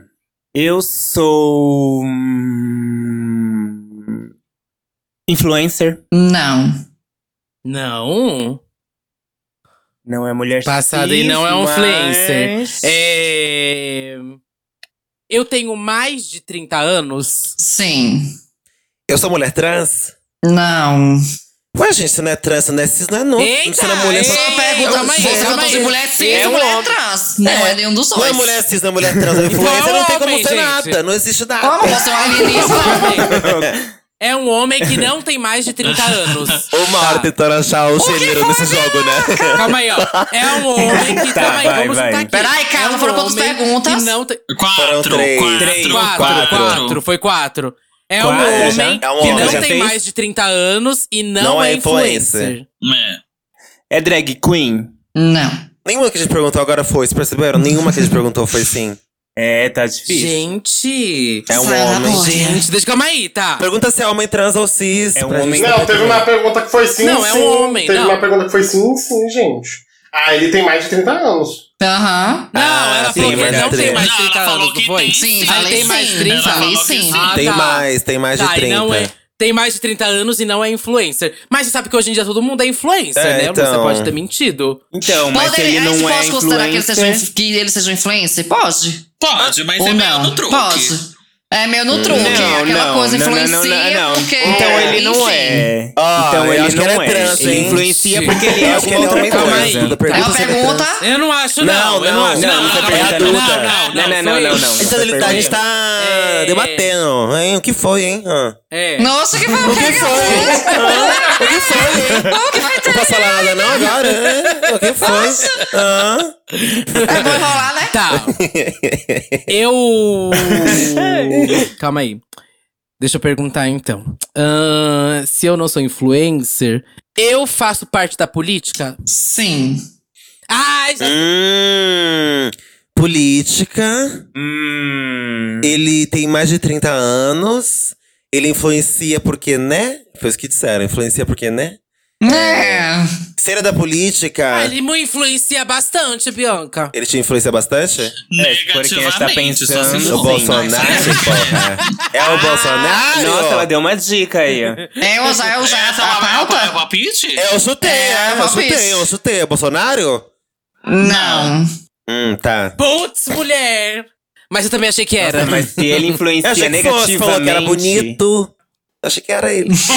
Eu sou. hum, Influencer. Não. Não. Não é mulher Passada e cis, não é um mas- influencer. É... Eu tenho mais de 30 anos. Sim. Eu sou mulher trans? Não. Ué, gente, você não é trans, você não é cis, não é não. Eita, Você não é mulher eita, só- pergunta, calma aí, você calma perguntou aí. se mulher cis É ou um mulher homem. trans. Não é, nenhum dos dois. Não é mulher cis, não é mulher trans, não é influencer. Não tem como homem, ser gente. nada, não existe nada. Como você é um alienígena? É um homem que não tem mais de 30 anos. Uma hora tentando achar o gênero nesse jogo, né? Calma aí, ó. É um homem que. Tá, calma aí, vai, vamos vai. juntar aqui. Peraí, calma, é foram quantas homem perguntas? que não tem- Quatro, três. quatro, Três, Quatro, quatro. quatro, foi quatro. É um Quatro, já? homem É um que homem, não já tem fez? mais de 30 anos e não, é, influencer. É. É drag queen? Não. Nenhuma que a gente perguntou agora foi, vocês perceberam? Nenhuma que a gente perguntou foi sim. É, tá difícil. Gente. É um Sarah homem. Boy. Gente, deixa calma aí, tá? Pergunta se é homem trans ou cis. É um pra homem- gente- Não, teve uma pergunta que foi sim, Não, é um sim. homem, Teve não. uma pergunta que foi sim, sim, gente. Ah, ele tem mais de 30 anos. Aham. Não, Ah, ela sim, falou que verdade. não tem mais de Não, 30 ela falou anos, que não foi? tem Sim, sim. falei tem mais sim. 30? Falei Ela sim. falou Ah, Tem tá. mais, tem mais de Tá, e 30. não é. Tem mais de 30 anos e não é influencer. Mas você sabe que hoje em dia todo mundo é influencer, É, né? Lu? Você então. pode ter mentido. Então, mas se Poderia- ele a gente não é pode considerar que ele, seja, influencer. um- que ele seja um influencer? Pode. Pode, mas Ou é meio não? no truque. Pode. É meio no truque. Não, Aquela não, coisa não, não, influencia não, não, não. porque... Então ele não enfim. é. Ah, então eu ele acho que não ele é é. trans, ele hein? influencia Sim. porque ele é Eu acho que ele é alguma homem outra coisa. trans. Calma aí. Duda, É pergunta uma se ele é pergunta... trans. Eu não acho, Não, não. eu não não, acho. não, não, foi não, pergunta não, adulta. Não, não, não, não, não, foi não, isso. não. A gente tá- A gente tá É. debatendo, hein? O que foi, hein? Ah. É. Nossa, que foi o que que foi? O que foi? O que vai ter? Não posso falar nada não agora? hein? O que foi? Ah. É bom enrolar, né? Tá. Eu. Calma aí. Deixa eu perguntar então. Ahn, se eu não sou influencer, eu faço parte da política? Sim. Ai, já... Hum, política. Hum. Ele tem mais de 30 anos. Ele influencia porque, né? Foi isso que disseram. Influencia porque, né? É. Se ele é da política, Ah, ele... ele me influencia bastante, Bianca. te influencia bastante? É É, se for quem a gente tá Negativamente, só se pensando, for. Sim. O Bolsonaro, porra. É o Bolsonaro? Nossa, ela deu uma dica aí. ó. Eu já, eu já Essa é uma- a é uma- é pauta? uma palpite? Eu chutei, É, é, eu uma chutei, vez. eu chutei. É Bolsonaro? Não. Hum, tá. Putz, mulher! Mas eu também achei que era. Mas se ele Eu achei influencia que fosse, falou negativamente. que era bonito. Achei que era ele.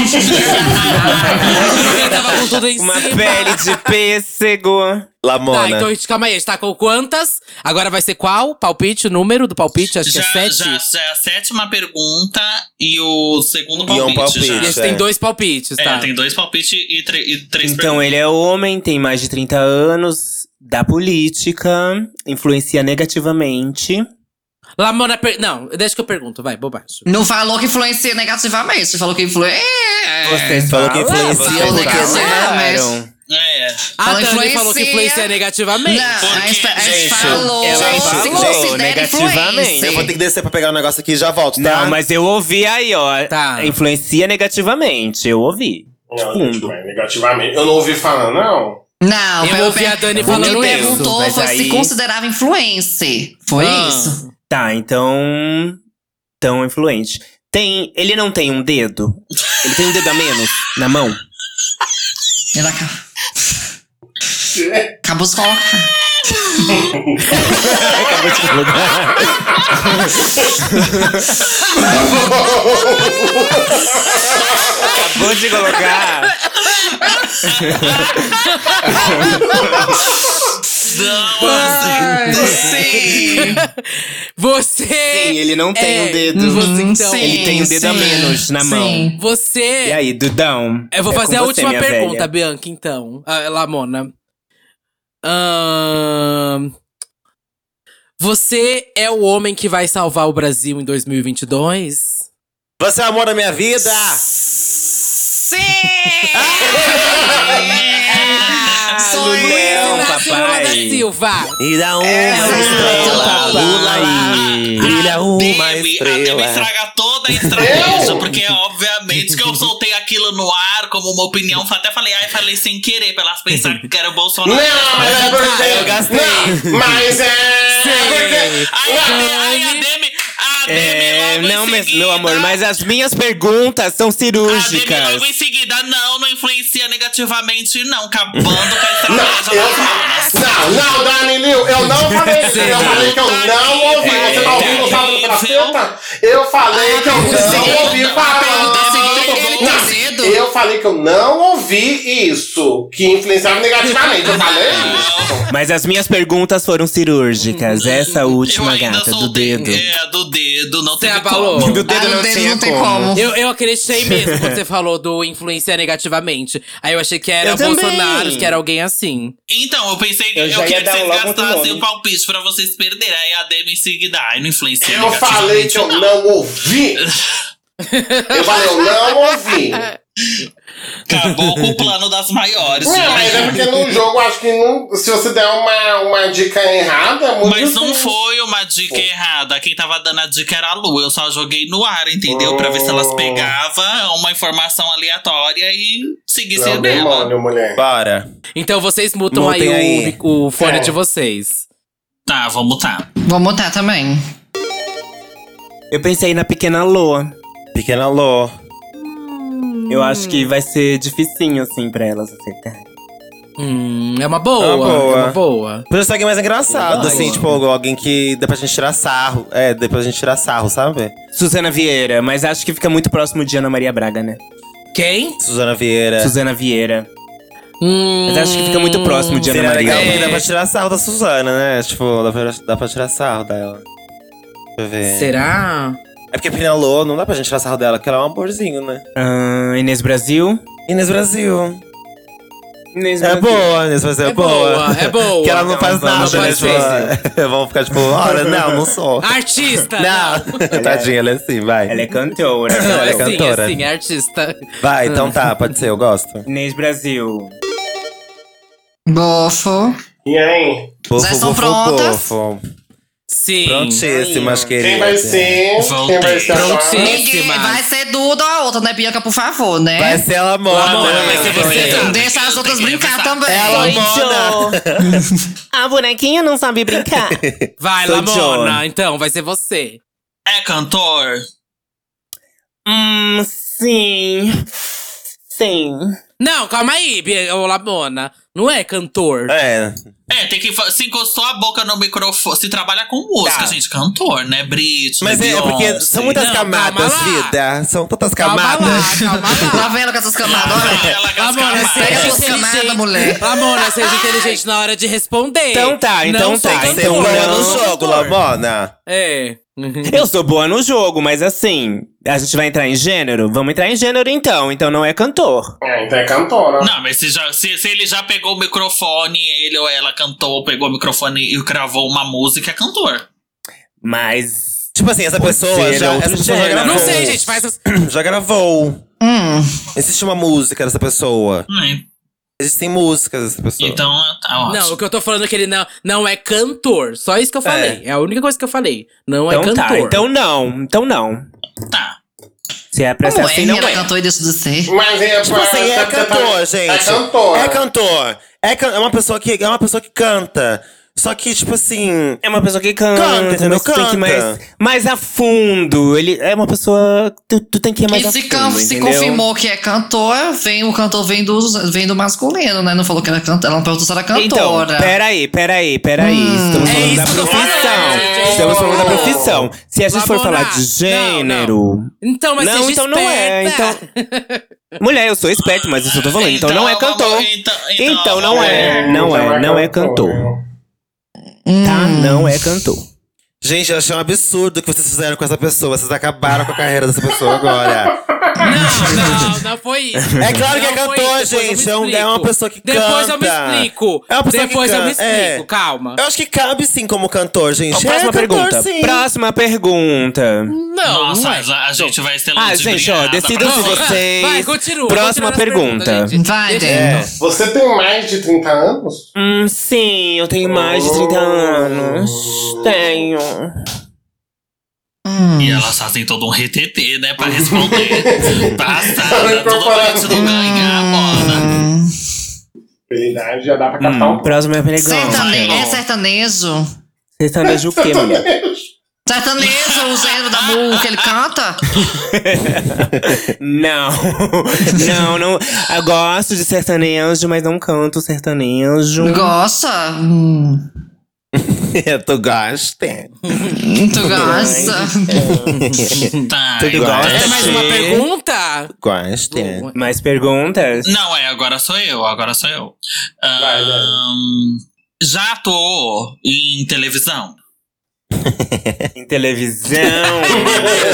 Ele tava com tudo em Uma cima. pele de pêssego. Lamona. Tá, então a gente, calma aí, a gente tá com quantas? Agora vai ser qual? Palpite, o número do palpite? Acho que é sete. Já, já é a sétima pergunta e o segundo E é palpite. já. um E a palpite. gente é. tem dois palpites, É, tá? tem dois palpites e, tre- e três Então, ele é homem, tem mais de 30 anos, da política, influencia negativamente. Lamona, per... não, deixa que eu pergunto, vai, bobagem. Não falou que influencia negativamente. Você falou que é. influencia. Vocês Falou que falaram, influencia Ah, vocês negativamente. falaram. É. A Ela Dani influencia- falou que influencia negativamente. Não, a gente, a gente Gente, falou. ela se falou considera negativamente. influência. Eu vou ter que descer pra pegar um negócio aqui e já volto, tá? Não, mas eu ouvi aí, ó. Tá. Influencia negativamente, eu ouvi. Não, Fundo. gente, mas negativamente. Eu não ouvi falar, não. Não, Eu ouvi a Dani O que falando isso, perguntou mas foi se aí- considerava influencer. Foi Ah. isso? Tá, então. Tão influente. Tem. Ele não tem um dedo? Ele tem um dedo a menos na mão? Ela ac- acabou de colocar. Acabou de colocar. Acabou de colocar. Sim. Você. Sim, ele não tem é, um dedo. Você, então, Ele tem um dedo a menos na mão. você. E aí, Dudão? Eu vou É fazer com a você, última minha pergunta, velha. Bianca, então. Ah, Lamona. Ahn, Você é o homem que vai salvar o Brasil em 2022? Você é o amor da minha vida! Sou Não, eu. Inácio Ah, papai. Lula da Silva. E dá uma estrela, papai. Lula, brilha uma Demi, a Demi estrela. estraga toda a estratégia, porque obviamente que eu soltei aquilo no ar como uma opinião. Até falei, ai, falei sem querer, pra elas pensarem que era o Não, Bolsonaro. mas é porque. eu gastei. Não, mas é. é porque- Ai, a- ai, a Demi, a Demi É, logo em não, mas, seguida- meu tá? amor, mas as minhas perguntas são A Demi logo cirúrgicas. em seguida, não, não influencia negativamente, não. Acabando com a Não, estratégia eu das manas. Não, não, Dani Liu, eu não falei isso. Eu falei que eu não ouvi. Você tá ouvindo o Sábado pela Senta? Eu falei que eu não ouvi pergunta falar. seguinte, ele tem dedo? Eu falei que eu não ouvi isso, que influenciava negativamente. Eu falei isso. Mas as minhas perguntas foram cirúrgicas. Essa última gata, do soltei- dedo. É, do dedo, não Você teve abalou? como. Do dedo Ah, não o dedo tinha não tem como. como. Eu, eu acreditei mesmo quando você falou do influenciar negativamente. Aí eu achei que era Eu também. Bolsonaro, que era alguém assim. Então, eu pensei que Eu eu, já ia queria que dar vocês logo outro gastassem nome. o palpite pra vocês perderem. Aí a Demi em seguida, ai, não influencia Eu falei que eu não ouvi. Eu falei, eu não ouvi. Acabou com o plano das maiores. Não, mas é gente. porque no jogo, acho que não- se você der uma, uma dica errada, é muito Mas não difícil. foi uma dica errada. Quem tava dando a dica era a Lu. Eu só joguei no ar, entendeu? Pra ver se Oh. elas pegavam uma informação aleatória e seguissem Não, a é dela. demônio, mulher. Bora. Então vocês mutam aí, Mutem o- aí. o, fone É. de vocês. Tá, vamos tá. Vou mutar também. Eu pensei na pequena Lô. Pequena Lô. Eu acho que vai ser dificinho, assim, pra elas acertarem. Hum, é uma boa. É uma boa. boa. Podia ser alguém é mais engraçado, assim, tipo, alguém que dê pra gente tirar sarro. É, dê pra gente tirar sarro, sabe? Suzana Vieira, mas acho que fica muito próximo de Ana Maria Braga, né? Quem? Suzana É. Vieira. Suzana Vieira. Hum, Mas acho que fica muito próximo de Ana Seria Maria. legal porque Braga. dá pra tirar sarro da Suzana, né? Tipo, dá pra, dá pra tirar sarro dela. Deixa eu ver. Será? É porque a Pequena Lô, não dá pra gente tirar sarro dela, porque ela é um amorzinho, né? Ah, Inês Brasil. Inês Brasil. Inês É boa, Inês Brasil, é, É boa, é boa. Que ela não Então faz vamos, nada, né? faz Tipo, vamos ficar tipo, olha, não, não sou. Artista! Não, tadinha, ela é assim, vai. Ela é cantora. Não, ela é sim, cantora. Sim, é artista. Vai, então tá, pode ser, eu gosto. Inês Brasil. Bofo. E aí? Bofo, Já estão prontas? bofo. Sim. Prontíssimas, querida. Quem vai ser? Voltei. Quem vai ser É, agora? Prontinho. Ninguém mas- vai ser Duda ou a outra, né, Bianca? Por favor, né? Vai ser ela mona. Lamona, Ah, vai ser você. Não Deixa as outras brincar então. também. Ela mona. A bonequinha não sabe brincar. Vai, Sou Lamona, John. então, vai ser você. É cantor? Hum, sim. Sim. Não, calma aí, Bia- ô Lamona. Não é cantor. É. É, tem que. fa- Se encostou a boca no microfone. Se trabalha com música, Tá. gente, cantor, né? Britney. Mas é, Beyoncé. porque são muitas Não, camadas, calma lá. vida. São tantas Calma camadas. lá, calma lá. Tá Lá vem ela com Tá essas Lá camadas. vai olha. ela com as Lamona, camadas. Pega seja suas camadas, inteligente. mulher. Lamona, seja inteligente na hora de responder. Então tá, então não sou tá, Tá, então você é cantora, boa não no sou jogo, cantor. Lamona. É. Eu sou boa no jogo, mas assim, a gente vai entrar em gênero? Vamos entrar em gênero então, então não é cantor. É, então é cantora. Não, mas se, já- se- se ele já pegou o microfone, ele ou ela cantou, pegou o microfone e gravou uma música, é cantor. Mas. Tipo assim, essa Pode pessoa ser já, outro essa pessoa já gênero. gravou. Não sei, gente, faz um- as... Já gravou. Hum. Existe uma música dessa pessoa. Né? Existem músicas dessa pessoa. Então, tá ótimo. Não, o que eu tô falando é que ele não, não é cantor. Só isso que eu falei. É, a única coisa que eu falei. Não é Então cantor. tá, então não, então não. Tá. Se é pra ser Como é? assim, não Ela é. cantou e deixou de ser. Mas é, Tipo assim, tá- é cantor, gente. É cantora. É cantor. É, can- é uma pessoa que é uma pessoa que canta. Só que tipo assim, É uma pessoa que canta, Canta, entendeu? mas tu tem que ir mais, Canta. mais a fundo. Ele é uma pessoa. Tu, tu tem que ir mais E a se, fundo. can- se assim, entendeu? confirmou que é cantor, vem, o cantor vem do, vem do masculino, né? Não falou que era cantora. Ela não perguntou se era Então, cantora. peraí, peraí, peraí. Estamos É falando da isso que eu tô falando, gente, é profissão. isso Estamos que eu falando da tô falando. profissão. Se a gente for Lamona, falar de não, não. gênero. Então, mas Não, seja então esperta. não é, então- Mulher, eu sou esperto, mas isso eu tô falando. Então, não é vamos- cantor. Então, Então não é, É, não então é, não é cantor. Hum. Tá? Não é cantor. gente, eu achei um absurdo o que vocês fizeram com essa pessoa. Vocês acabaram com a carreira dessa pessoa agora. Não, não, não foi isso. É claro que é Não foi cantor, isso, depois eu gente, me é um- é uma explico. pessoa que Depois eu me canta. explico. É uma pessoa que Depois eu me canta, é. explico, calma. Eu acho que cabe sim como cantor, gente. Então, próxima é, cantor, pergunta. sim. Próxima pergunta. Não, Nossa, não é. a, a gente vai ser Ah, gente, ó, decidam se Não, vocês. Vai, continua. Próxima continua nas perguntas, pergunta. gente. Vai, Deixa- Dani. Você tem mais de 30 anos? Hum, sim, eu tenho mais de 30 anos. Tenho. E ela só tem todo um RTT, né, pra responder. Tá, Tá Passada, totalmente não ganhar a bola. Hum. Pela idade já dá pra catar Hum, um próxima pergunta. Sertane- é sertanejo? Sertanejo o quê, mulher? Sertanejo, o gênero da música que ele canta? Não, não, não. Eu gosto de sertanejo, mas não canto sertanejo. Gosta? Hum. tu gosta. Tu gosta? Tá, Tudo então- igual. É mais uma Sim. pergunta? Gosta. Mais perguntas? Não, é, agora sou eu, agora sou eu. Vai, vai. Ahn, já atuou em televisão? Em televisão.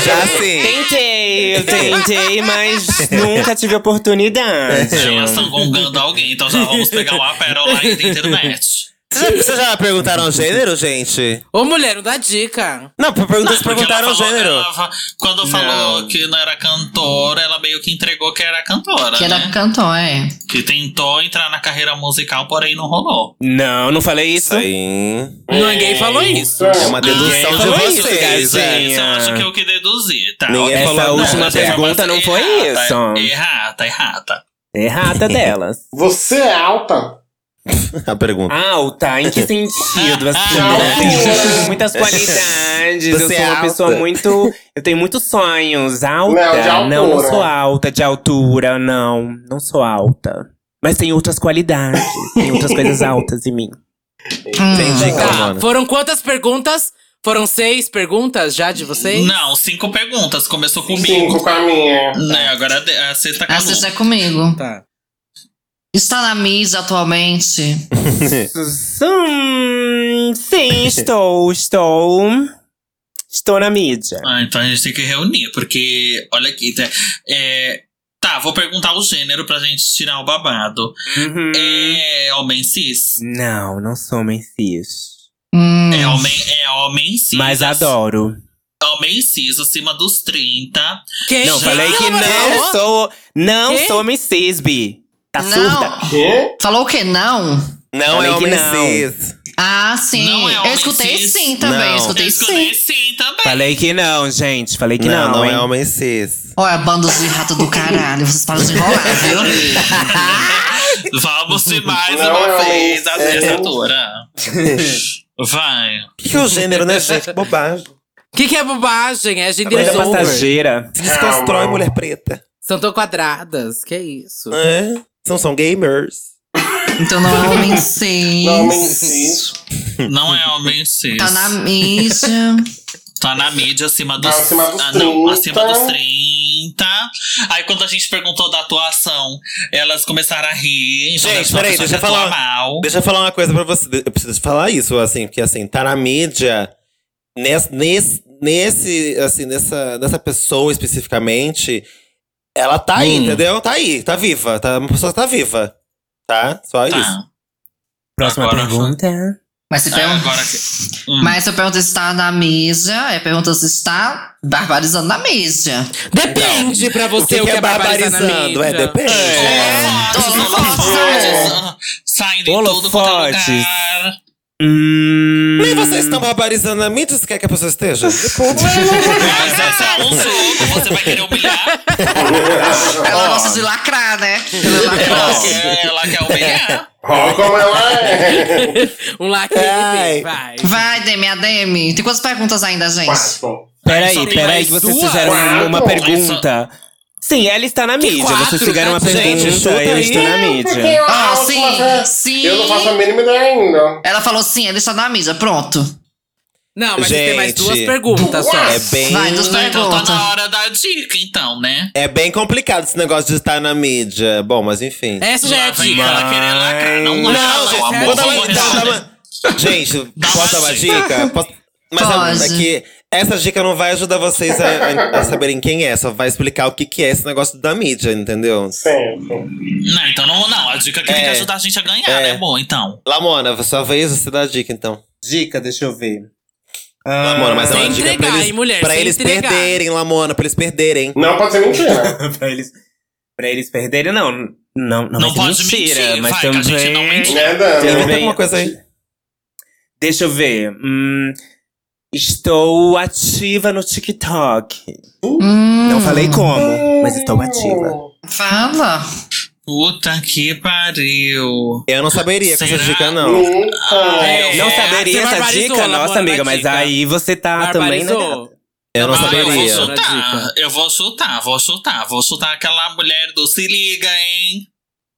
Já sim. tentei, eu tentei, mas nunca tive oportunidade. Elas estão gongando alguém, então já vamos pegar uma pérola aí da internet. Vocês já- Vocês já perguntaram o gênero, gente? Ô, mulher, não dá dica. Não, pergunta, Porque perguntaram ela o falou- gênero. ela fa- quando falou que não era cantora, ela meio que entregou que era cantora, Que né? era cantor, é. Que tentou entrar na carreira musical, porém não rolou. Não, não falei isso. Isso aí. Ninguém falou isso. É uma dedução Ah, de falou isso, vocês, gatinha. é. Isso eu acho que eu que deduzi, tá? Ninguém Ok, falou Essa nada, última essa pergunta não foi errata, é isso. Errata, errata. Errata delas. Você é alta? A pergunta. Alta, Ah, tá, em que sentido? Assim, é Ah, eu tenho altura. muitas qualidades. eu Você sou é uma alta. pessoa muito. Eu tenho muitos sonhos. Não, de Alta. Não, altura. não, sou alta de altura, não. Não sou alta. Mas tem outras qualidades. tem outras coisas altas em mim. Ah, Entendi, Tá, Calmona. foram quantas perguntas? Foram seis perguntas já de vocês? Não, cinco perguntas. Começou comigo. Cinco com a minha. Né, agora a sexta Ah, acabou. você já é comigo. Tá. Está na mídia atualmente? Hum, sim, estou, estou. Estou na mídia. Ah, então a gente tem que reunir, porque, olha aqui, tá, é, tá, vou perguntar o gênero pra gente tirar o babado. Uhum. É homem cis? Não, não sou mencis. Hum. É homem, é homem cis. Mas adoro. Homem cis, acima dos 30. Quem? Não, Já falei que Ela não falou? sou. Não Quê? sou mencis, Bi. Tá Não. surda? Quê? Falou que não? Não é Falei que homem não. cis. Ah, sim. Não é eu homem escutei cis? sim também. Não. Eu escutei Eu sim. escutei sim também. Falei que não, gente. Falei que Não, não. não hein? é homem cis. Olha, bandos de rato do caralho. Vocês param de enrolar, viu? Vamos se mais Não, uma é vez a homem sexta cis. altura. Vai. O que, que é o gênero, né, gente? Que bobagem. O que, que é bobagem? É Coisa genderizou. passageira. Se desconstrói Calma. mulher preta. São tão quadradas. Que isso? É? São, são gamers. Então não é homem cis. Não me insiste. Não é homem cis. Tá na mídia. Tá na mídia acima dos, Tá acima dos ah, não, 30. acima dos 30. Aí quando a gente perguntou da atuação, elas começaram a rir. Então Gente, deve ser uma peraí, pessoa deixa que eu atua falar- Mal. Deixa eu falar uma coisa pra você. Eu preciso falar isso, assim, porque assim, tá na mídia. Nesse, nesse, nesse assim, nessa, nessa pessoa especificamente, ela tá aí, Hum. entendeu? Tá aí, tá viva. Tá, uma pessoa que tá viva. Tá? Só isso. Tá. Próxima Agora pergunta. Mas se Então, Ah, pergunta. agora que. Hum. Mas se pergunta se está na mídia, é pergunta se está barbarizando na mídia. Depende pra O você o que, é barbarizar na mídia. É, depende. né? Holofotes, holofotes. holofotes, tá Saindo em todo quanto é Holofotes. lugar. Hum, Nem vocês estão barbarizando a mídia, você quer que a pessoa esteja? Mas é só um jogo, você vai querer humilhar. Ela gosta É um de lacrar, né? Ela Ela lacra. quer, ela quer humilhar. Ó, como ela é. Um lá que Ai. ele vem, vai. Vai, Demi, a Demi. Tem quantas perguntas ainda, gente? Quatro. Peraí, Só tem peraí, mais que vocês duas? fizeram uma- uma Quatro. pergunta. Sim, ela está na mídia. quatro, vocês fizeram uma tá, gente? pergunta. Chuta eu aí. estou na Porque mídia. eu Ah, acho sim, uma vez- sim. Eu não faço a mínima ideia ainda. Ela falou sim, ele está na mídia. Pronto. Não, mas tem mais Gente. duas perguntas só. É bem, Vai, duas Então tá perguntas. na hora da dica, então, né? é bem complicado esse negócio de estar na mídia. Bom, mas enfim. Essa já é a vem dica. ela querer lacrar. Não, é Não, lacra, gente, não, amor. vou dar uma- vamos dar- dar resolver. uma- Gente, Dá posso dar uma uma dica? Posso- Mas Pode. a- é que essa dica não vai ajudar vocês a, a- a saberem quem é, só vai explicar o que, que é esse negócio da mídia, entendeu? Sempre. Não, então não, não. A dica que tem que É. ajudar a gente a ganhar, É. né, amor? Então. Lamona, sua vez, você dá a dica então. Dica, deixa eu ver. Ah, Lamona, mas é sem uma dica pra entregar, eles, hein, mulher, pra sem eles entregar. perderem, Lamona, pra eles perderem. Não pode ser mentira. pra, eles, pra eles perderem, não. Não, não, Não vai ser pode mentira, mentir, mas vai, que a também. gente não mente. né, Dani? Também. Inventa alguma coisa aí. Deixa eu ver. Hum, estou ativa no TikTok. Hum. Hum, Não falei como, mas estou ativa. Fala. Puta que pariu. Eu não saberia com essa Será? dica, não. Nunca. É, não você saberia essa barbarizou, dica, Lamona, nossa amiga, na mas dica. aí você Ah, tá também, né? Barbarizou. Eu não Ah, eu vou saberia. sou- chutar, Dica. eu vou chutar, vou chutar, vou chutar aquela mulher do Se Liga, hein?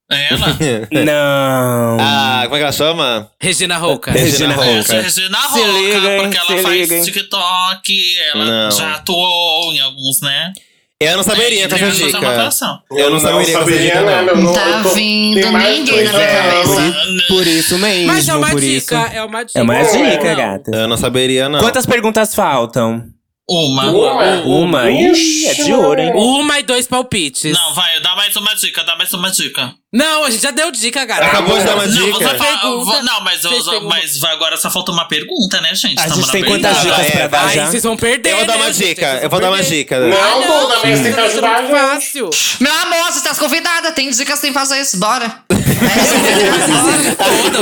Ela? né? Não. ah, como é que ela chama? Regina Rouca. Regina Essa é Roca. Regina Se Roca, liga, hein, porque ela se faz liga, hein. TikTok, ela Não. já atuou em alguns, né? Eu não saberia tá com Tem essa que fazer uma dica. atuação. Eu não saberia com essa dica, né, não. meu? Não Eu tá tô- vindo tem mais ninguém é, na dois minha anos. cabeça. Por isso mesmo, Mas é uma por dica, isso. é uma dica. É uma dica, Não. gata. Eu não saberia, não. Quantas perguntas faltam? Uma. Uma. Uma. Ih, é de ouro, hein? Uma e dois palpites. Não, vai, dá mais uma dica, dá mais uma dica. Não, a gente já deu dica, galera. Acabou de dar uma Não, dica. você fala, Pergunta. vou- não, mas, eu, Vocês têm uma- mas vai- agora só falta uma pergunta, né, gente? A Tamo gente na tem pergunta. quantas dicas É, pra dar vai. já? Aí vocês vão perder, Eu vou dar uma né, gente? dica, Vocês eu vão vou dar uma perder. dica. Ah, Não, não, Duda, mas tem que isso é ajudar, muito gente. fácil. Meu amor, você está convidada. Tem dicas, tem fazer isso. Bora. É Todas,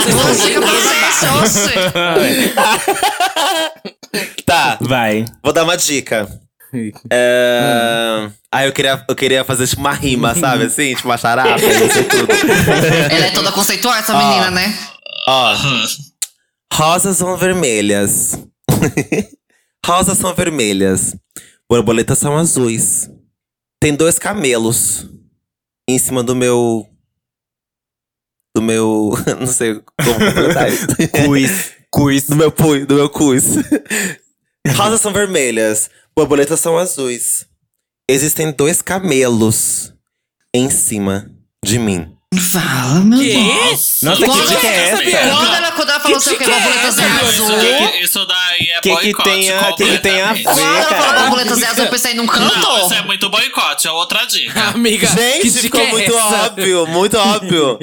vocês Duas vão dicas pra perder. vocês, oxe. Tá, Vai. vou dar uma dica. É... Ah, eu queria, eu queria fazer tipo uma rima, sabe? Assim, tipo uma charada, isso e tudo. Ela é toda conceituada, essa Ó. menina, né? Ó, rosas são vermelhas. rosas são vermelhas. Borboletas são azuis. Tem dois camelos em cima do meu. Do meu. Não sei como completar isso. Quiz. Quiz. Do meu pui, do meu cus. Rosas são vermelhas, borboletas são azuis. Existem dois camelos em cima de mim. Fala, meu Que? amor. Nossa, que Quando dica ela- é sabia? essa? Quando ela, quando ela falou assim, que dica é borboletas é essa? Isso, azul. daí- isso daí é Que que boicote. tem a- que que tem a ver? completamente. Quando ela falou cara. borboletas é azul, eu pensei num Não, isso é cantor. muito boicote, é outra dica. Amiga, que Gente, dica ficou é muito essa? óbvio, muito óbvio.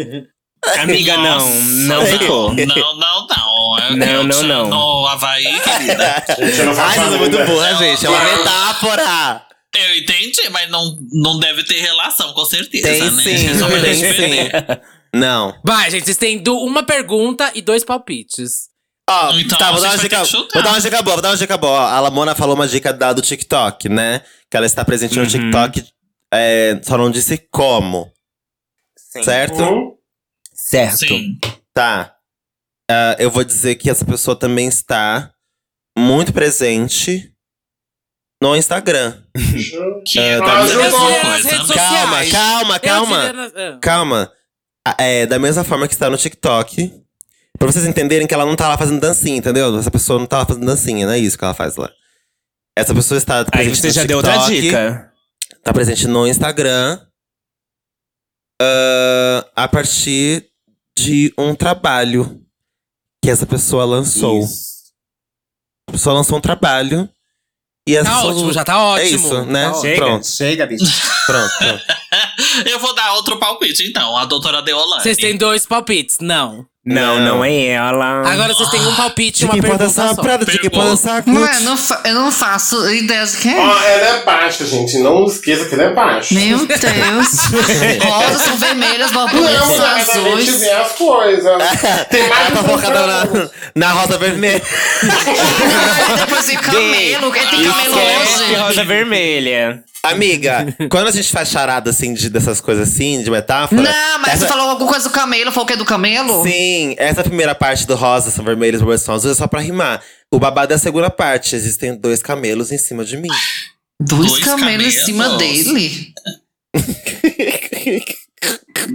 Amiga, não. Não Nossa, ficou. Não, não, não. Eu- Não, eu não, te- não. No Havaí, querida. Gente, eu não Ai, faço isso a é muito mínima. boa, gente. É uma metáfora. Eu entendi, mas não, não deve ter relação, com certeza, Tem né? sim, Só pra gente tem perder. sim. Não. Vai, gente, vocês têm du- uma pergunta e dois palpites. Ó, Então, tá, vou a dar, gente uma vai dica, ter que chutar. vou dar uma dica boa, vou dar uma dica boa. Ó, A Lamona falou uma dica da do TikTok, né? Que ela está presente no Uhum. TikTok, é, só não disse como. Certo? Hum? Certo. Sim. Tá. Ah, eu vou dizer que essa pessoa também está muito presente no Instagram. Ju- Que É, é, tá quase Ah, bom. a mesma Eu sei nas coisa. redes né? sociais. Calma, calma, Eu calma. diria nas- ah. Calma. a- é, da mesma forma que está no TikTok. Pra vocês entenderem que ela não tá lá fazendo dancinha, entendeu? Essa pessoa não tá lá fazendo dancinha, não é isso que ela faz lá. Essa pessoa está Aí presente você no já deu outra TikTok, dica. Tá presente no Instagram. ah, a partir de um trabalho que essa pessoa lançou. A pessoa lançou um trabalho. E essa Tá pessoa- ótimo, já tá É ótimo. isso, né? Tá ótimo. Chega. Pronto, Chega, bicho. pronto. pronto. Eu vou dar outro palpite, então. A doutora Deolane. Vocês têm dois palpites? Não. Não, não é ela. Agora vocês têm um palpite e De uma quem pode pergunta essa só. prada, de quem pode Pergunta. essa Não é, não fa- eu não faço ideia de quem Ó, é. ela é baixa, gente. Não esqueça que ela é baixa. Meu Deus. é. Rosas são vermelhas, borboletas Não, são mas a gente azuis. vê as coisas. Tem mais Ela tá de um focada na, programa. na rosa vermelha. Ai, Depois tem camelo. Quem é tem camelo Esquece hoje? rosa vermelha. Amiga, quando a gente faz charada assim de, dessas coisas assim, de metáfora. Não, mas um. essa, você falou alguma coisa do camelo, falou o que do camelo? Sim, essa primeira parte do rosa são vermelhos, borboletas são azuis, é só pra rimar. O babado é a segunda parte. Existem dois camelos em cima de mim. Ah. Dois, Dois camelos, em camelos. cima dele.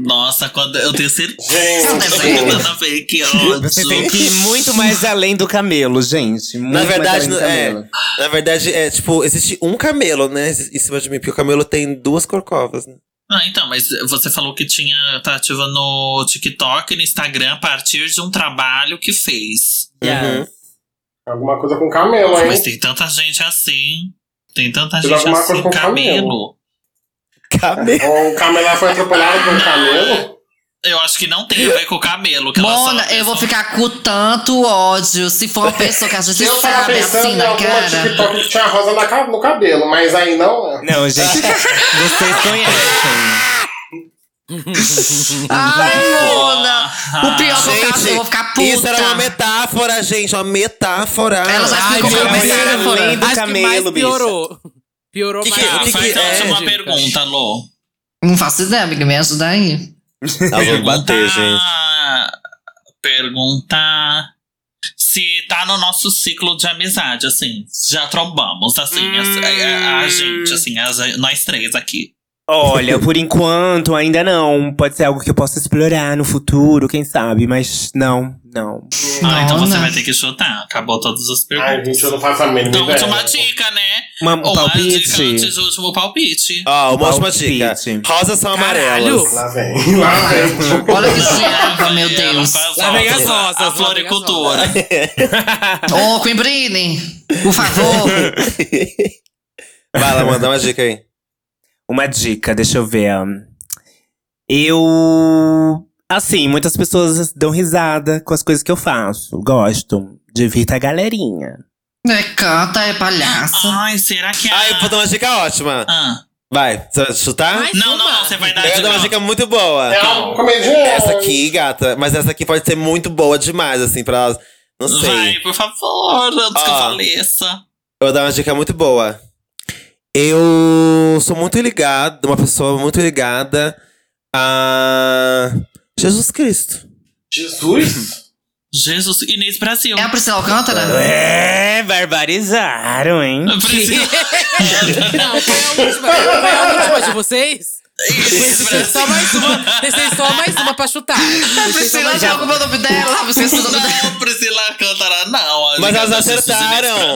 Nossa, quando eu tenho certeza Gente. que tá nada a ver, que Você tem ódio. que ir muito mais além do camelo, gente. Muito Na verdade, mais não- além do é, um camelo. na verdade, é tipo, existe um camelo, né, em cima de mim, porque o camelo tem duas corcovas, né? Ah, então, mas você falou que tinha tá ativa no TikTok e no Instagram a partir de um trabalho que fez. Uhum. Alguma coisa com camelo, Mas hein? tem tanta gente assim. Tem tanta Tem gente alguma coisa assim, com camelo. camelo. Camelo. Ou o camelo ela foi atropelado por um camelo? Eu acho que não tem a ver com o camelo. Que ela só- um Mona, eu vou ficar com tanto ódio se for uma pessoa que a gente Eu tava sabe pensando assim em na alguma cara. TikTok que tinha rosa na ca- no cabelo, mas aí não é. Não, gente, vocês conhecem. Ai, Mona! O pior é que eu, Gente, caso, eu vou ficar puta. Isso era uma metáfora, gente, uma metáfora. Ela já Ai, explicou meu pra Deus. cara fora. Além do Acho que mais camelo, bicho. piorou. Piorou Que que- mais. Ah, o que faz que a é, última dica? pergunta, Lô. Não faço ideia, amiga, me ajuda aí. Nós vamos bater, gente. Pergunta- Pergunta se tá no nosso ciclo de amizade, assim. Já trombamos, assim, as- a, a- a gente, assim, as- nós três aqui. Olha, por enquanto ainda não. Pode ser algo que eu possa explorar no futuro, quem sabe. Mas não, não. Ah, então Não, você né? vai ter que chutar. Acabou todas as Ai, perguntas. gente, eu não faço a mínima Então, ideia. última dica, né? Uma, um Uma dica palpite. antes do último palpite. Ó, uma última Palpite. dica. Rosas são Caralho. amarelas. Lá vem, lá vem. Olha que diaba, Ela meu Deus. faz Ah, Lá vem as rosas, lá A vem floricultura. Ô, Quimbrine, por favor. Vai lá, manda uma dica aí. Uma dica, deixa eu ver. Eu. Assim, muitas pessoas dão risada com as coisas que eu faço. Gosto. Divirta a galerinha. É canta, é palhaça. Ai, será que é. Ah, eu vou dar uma dica ótima. Ah. Vai, você vai chutar? Mais Não, não, uma. não, você vai dar Eu ia dar uma dica muito boa. É algo comediante. Essa aqui, gata. Mas essa aqui pode ser muito boa demais, assim, pra Ah. elas. Não sei. Vai, por favor, antes que eu Ó. faleça. Eu vou dar uma dica muito boa. Eu sou muito ligado, uma pessoa muito ligada a Jesus Cristo. Jesus? Jesus, Inês Brasil. É a Priscila Alcântara? É, barbarizaram, hein? Brasil. Não, foi a última. Foi a última de vocês? Inês Vocês Brasil. só mais uma. Vocês só mais uma pra chutar. A Vocês só Priscila, mais já uma. como é o nome dela? Vocês o nome dela. Não, Priscila Cântara, não. A Mas dica elas da Jesus, acertaram. Inês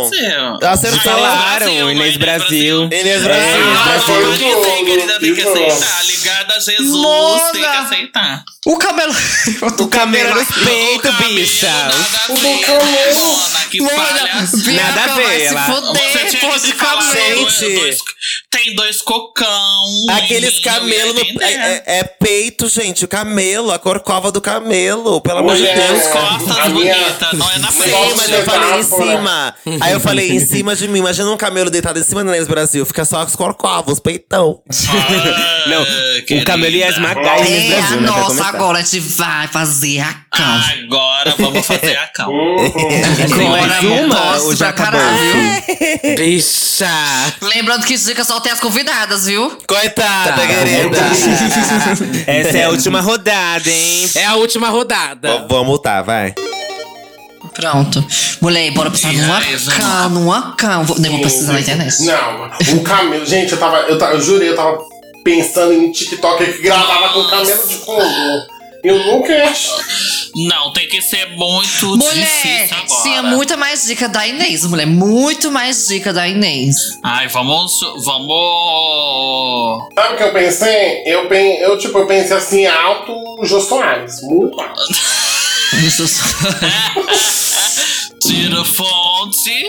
Brasil. Acertaram, Ah, Inês Brasil. Inês Ah, Brasil. Brasil. pode ser, querida, tem que Brasil. aceitar. Ligada a Jesus, tem que Mona. aceitar. O camelo. O Camelo camelo. nos peito, cabelo, bicha. nada a O ver, cabelo. Mona, que palha. Nada a Bianca ver, vai se ela- Você foder, tinha pô, que de ter falado, camelo. dois- Gente. dois- tem dois cocão. Aqueles camelos no, é, né? é- é peito, gente. O camelo, a corcova do camelo. Pelo amor de Mulher. Deus. é. Costas A minha- bonitas, não é na Sim, Nossa, mas frente. eu falei em metáfora. cima. Aí eu falei em cima de mim. Imagina um camelo deitado em cima da Inês Brasil. Fica só com os corcovos, peitão. Ah, Não, querida. o cabelo ia esmagar a Inês É a Brasil, né? pra nossa, começar. agora a gente vai fazer a cão. Agora vamos fazer a calma. Uhum. Agora, mais uma ou gosto já pra acabou? caralho. Bicha! É. Lembrando que dica só tem as convidadas, viu? Coitada, Tá, querida. Essa é a última rodada, hein? É a última rodada. Ó, Vamos multar, vai. Pronto. Mulher, bora precisar E numa aí, vamos cão, lá. numa cão. Vou, nem vou precisar na é internet. Não, o camelo. Gente, eu tava. Eu, tava, eu jurei, eu tava pensando em um TikTok que gravava com camelo de fogo. Eu nunca ia achar. Não, tem que ser muito Mulher, difícil agora. tinha muita mais dica da Inês, mulher. Muito mais dica da Inês. Ai, vamos. Vamos. Sabe o que eu pensei? Eu, pen... eu, tipo, eu pensei assim, alto Jô Soares. Muito alto. Tiro fonte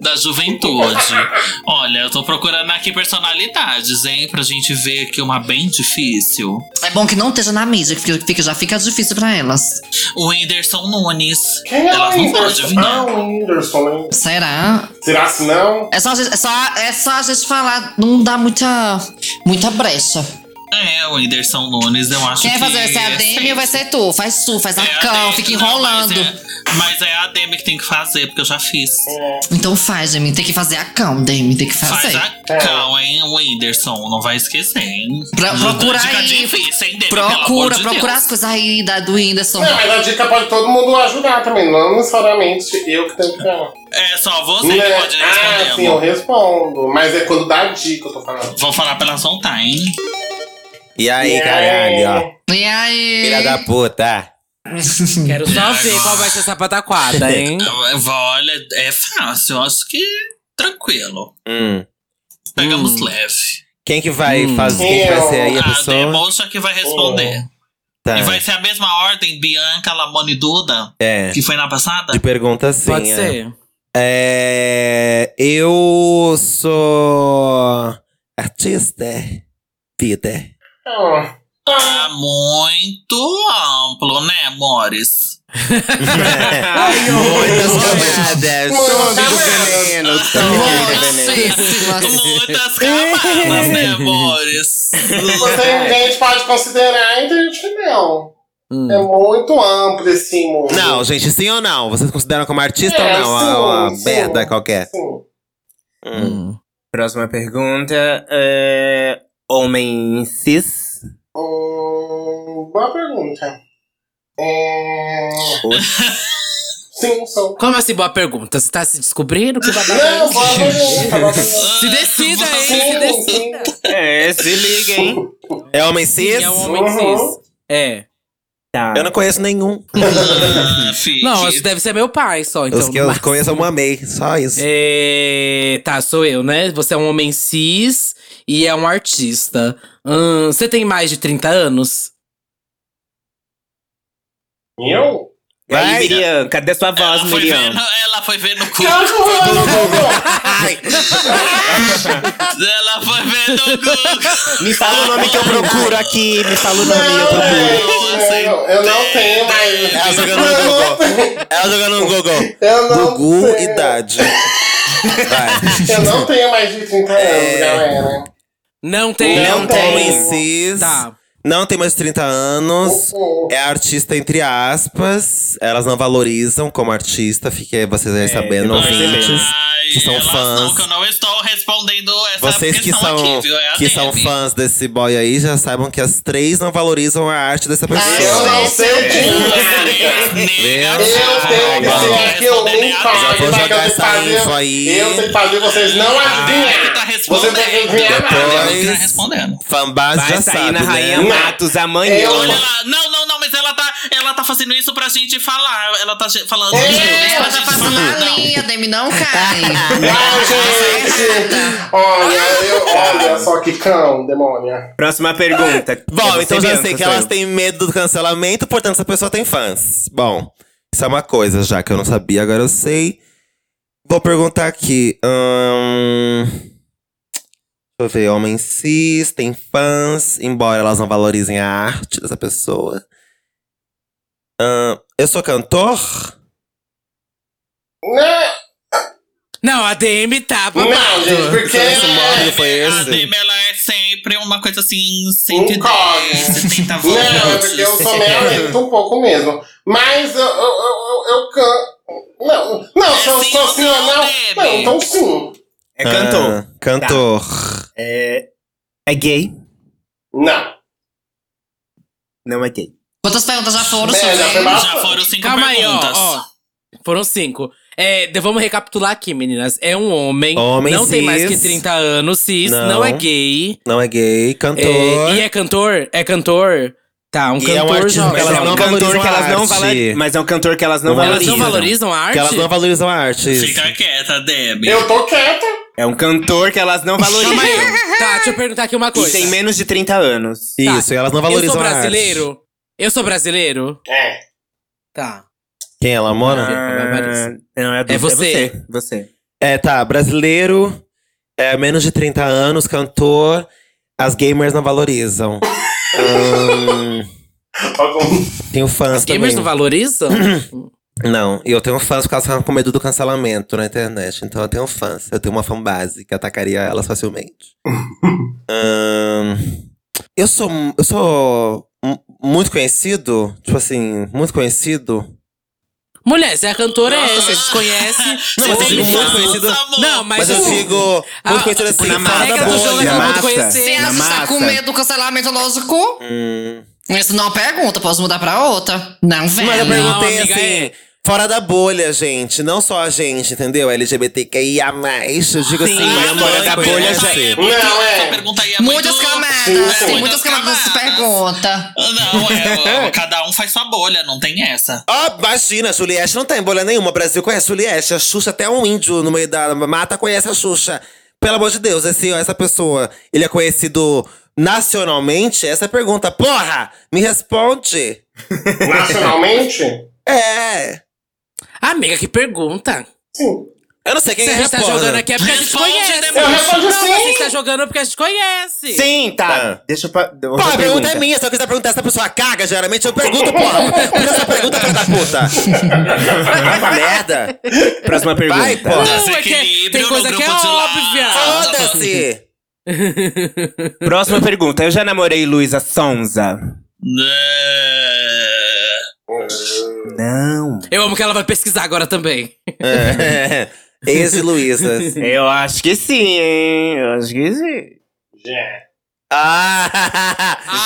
da juventude. Olha, eu tô procurando aqui personalidades, hein? Pra gente ver aqui uma bem difícil. É bom que não esteja na mídia, que fica- fica- já fica difícil pra elas. O Whindersson Nunes. Quem é Elas o não vão Whindersson? Ah, adivinhar. o Whindersson, hein? Será? Será se não? É só, a gente- é, só, é só a gente falar, não dá muita, muita brecha. É, o Whindersson Nunes, eu acho Quem vai que. fazer? Vai ser a Demi ou vai ser tu? Faz tu, faz a assim, É a cão, Demi, fica não, enrolando. Mas é, mas é a Demi que tem que fazer, porque eu já fiz. É. Então faz, Demi. Tem que fazer a cão, Demi. Tem que fazer. Faz a É. cal, hein, Whindersson. Não vai esquecer, hein? Pro- procura Dica aí. Difícil, hein, Demi, pelo amor Procura, de procura Deus. as coisas aí da, do Whindersson. Não, mas a dica pode todo mundo ajudar também, não necessariamente eu que tenho que falar. É só você que Né? pode responder. Ah, sim, eu amor. respondo. Mas é quando dá a dica, eu tô falando. Vou falar pela vontade, hein? E aí, É. caralho, ó. E aí? Filha da puta. Quero só ver qual vai ser essa pataquada, hein? Eu vou- Olha, é fácil. eu Acho que tranquilo. Hum. Pegamos leve. Quem que vai fazer? Quem que Eu. vai ser aí Hum. a A Ah, pessoa? Democha que vai responder. Tá. E vai ser a mesma ordem, Bianca, Lamone e Duda, É. que foi na passada? De pergunta sim. Pode é. ser. É, eu sou artista, é, Peter. Ah, Tá muito amplo, né, amores? Muitas camadas, Tá todo veneno, né, todo veneno. Muitíssimas. Muitas camadas, né, amores? Você É. tem gente pode considerar e tem gente que não. É muito amplo esse mundo. Não, gente, sim ou não? Vocês consideram como artista É, ou não? a, a sim, sim. merda qualquer. Sim. Hum. Próxima pergunta é. Homem cis? Hum, boa pergunta. Hum, Oxe. sim, sou. Como assim, boa pergunta? Você tá se descobrindo? Que babado é Não, esse? boa pergunta. boa pergunta. Se decida, hein? Se Sim, decida. sim. É, se liga, hein? É homem cis? É um homem Uhum. cis. É. Tá. Eu não conheço nenhum. Ah, fique. Não, acho que deve ser meu pai só, então. Os que eu conheço eu amei, só isso. É, tá, sou eu, né? Você é um homem cis e é um artista. Hum, você tem mais de 30 anos? Eu? E aí, Vai. Miriam, cadê sua voz, ela, foi ver Miriam? no, ela foi ver no cu. Claro que eu vou, eu vou, eu vou. Ela foi ver no cu. Me fala o nome que eu procuro aqui, me fala o nome que eu Não, procuro. gente, eu, eu É, não tenho é. Ela mais. jogando no Google. Ela jogando no Google. Eu não Gugu, sei. idade. Vai. Eu não tenho mais de 30 anos, galera. Não tem. Não Não tem tem. homem cis. Tá. Não tem mais de 30 anos. Uhum. É artista, entre aspas. Elas não valorizam como artista. Fiquei vocês aí sabendo, eu percebi. ouvintes. Ai, que são elas fãs. Não, que eu não estou respondendo essa Vocês que questão são, aqui, viu? É a que são Demi. fãs desse boy aí já saibam que as três não valorizam a arte dessa Eu pessoa. Ah, não sei de Nega, nada. Eu tenho que Vamos ser aqui, eu nem falo. Já Sabe vou o que eu jogar tenho que essa fazer? info aí. Ah, é Eu tenho que fazer vocês não Demi adivinhar. que tá vocês respondendo. não têm que adivinhar nada. Demi que tá Depois- respondendo. Fanbase Vai já sair sabe, na Rainha né? Matos amanhã. Eu- Olha lá, não, não, não, mas ela tá, ela tá fazendo isso pra gente falar. Ela tá ge- falando. É, isso pra Ela tá gente fazendo falar, a não. linha, Demi. Não cai. Ai, gente. Olha, eu, olha só que cão, demônia. Próxima pergunta. Bom, então já sei que elas têm. têm medo do cancelamento, portanto essa pessoa tem fãs. Bom, isso é uma coisa já que eu não sabia, agora eu sei. Vou perguntar aqui. hum, deixa eu ver, homem cis, tem fãs, embora elas não valorizem a arte dessa pessoa. Hum, eu sou cantor? Não, Não, a DM tá Né? não gente, babado. porque. é- Esse módulo foi A esse? Demi, ela é sempre uma coisa assim, Um 110, cone. 70 Não, é porque eu sou meio lento um pouco mesmo. Mas eu, eu, eu, eu, eu canto. Não, não, se eu sim sou ou sim não, ou não. Demi? Não, então sim. É cantor. Ah, cantor. É, é gay? Não. Não é gay. Quantas perguntas já foram? É, já foi Sofia? bastante. Já foram cinco Calma aí, ó, perguntas. ó. Foram cinco. É, de- vamos recapitular aqui, meninas. É um homem. Homem não tem mais que cis. 30 anos, cis. Não, Não. é gay. Não é gay, É, cantor. e é cantor? É cantor? Tá, um E é um cantor artista jovem. que elas Mas é não um cantor valorizam que elas a não arte. valorizam. Mas é um cantor que elas não Elas Elas não valorizam. valorizam a arte? Porque elas não valorizam a arte. isso. Fica quieta, Debbie. Eu tô quieta. É um cantor que elas não Calma aí. valorizam. Tá, deixa eu perguntar aqui uma E coisa. tem menos de 30 anos. Tá. Isso, e elas não Eu valorizam sou a arte. brasileiro? Eu sou brasileiro? É. Tá. Quem ela mora? Ah, não, é, do- É você. É você. você. É, tá. Brasileiro, é, menos de 30 anos, cantor. As gamers não valorizam. Ahn, tenho fãs também. Gamers não valorizam? Não, e eu tenho fãs porque elas ficam com medo do cancelamento na internet. Então eu tenho fãs. Eu tenho uma fanbase que atacaria elas facilmente. Ahn, eu sou. Eu sou mu- muito conhecido. Tipo assim, muito conhecido. Mulher, você é cantora, é, você te conhece. Não, você mas eu tem fã. digo Tipo assim, muito conhecido. Não, mas, Mas eu o- digo. a- Muito conhecido assim, na fora A da regra Ah, do jogo é bolha. todo mundo massa. Se conhecer. Na ela está massa. tá com medo do cancelamento, lógico. Hum. Isso não é uma pergunta, posso mudar pra outra. Não, Mas eu velho. pergunta- perguntei amiga, assim. é. Fora da bolha, gente. Não só a gente, entendeu? LGBTQIA. Eu digo Sim, assim. mas né, eu Ah, não, fora essa da bolha, pergunta aí gente. muito- Não, é. essa pergunta aí é Muitas muito- camadas. Sim, Tem muitas camadas de pergunta. Não, é, ó, cada um faz sua bolha, não tem essa. Ó, imagina, Juliette não tem bolha nenhuma. O Brasil conhece Juliette. A Xuxa, até um índio no meio da mata conhece a Xuxa. Pelo amor de Deus, esse, essa pessoa, ele é conhecido nacionalmente? Essa é pergunta, porra, me responde. Nacionalmente? É. Amiga, que pergunta. Sim. Eu não sei quem Você é está jogando aqui é porque a gente Responde, conhece. demônio. Eu respondo Não, sim. você está jogando porque a gente conhece. Sim, tá. Ah. Deixa eu. Pa... Pô, outra a pergunta é pergunta. minha. Se eu quiser perguntar se a pessoa caga, geralmente eu pergunto, porra. Por essa pergunta, filha da puta. Vai pra merda. Próxima pergunta. Vai, porra. Não, é que Desequilíbrio tem no coisa que é grupo de lá. óbvia. Ah, Foda-se. Próxima pergunta. Eu já namorei Luísa Sonza. Né. Não. Eu amo que ela vai pesquisar agora também. É. Esse Luísa. Eu acho que sim, hein? Eu acho que sim. Já. Ah,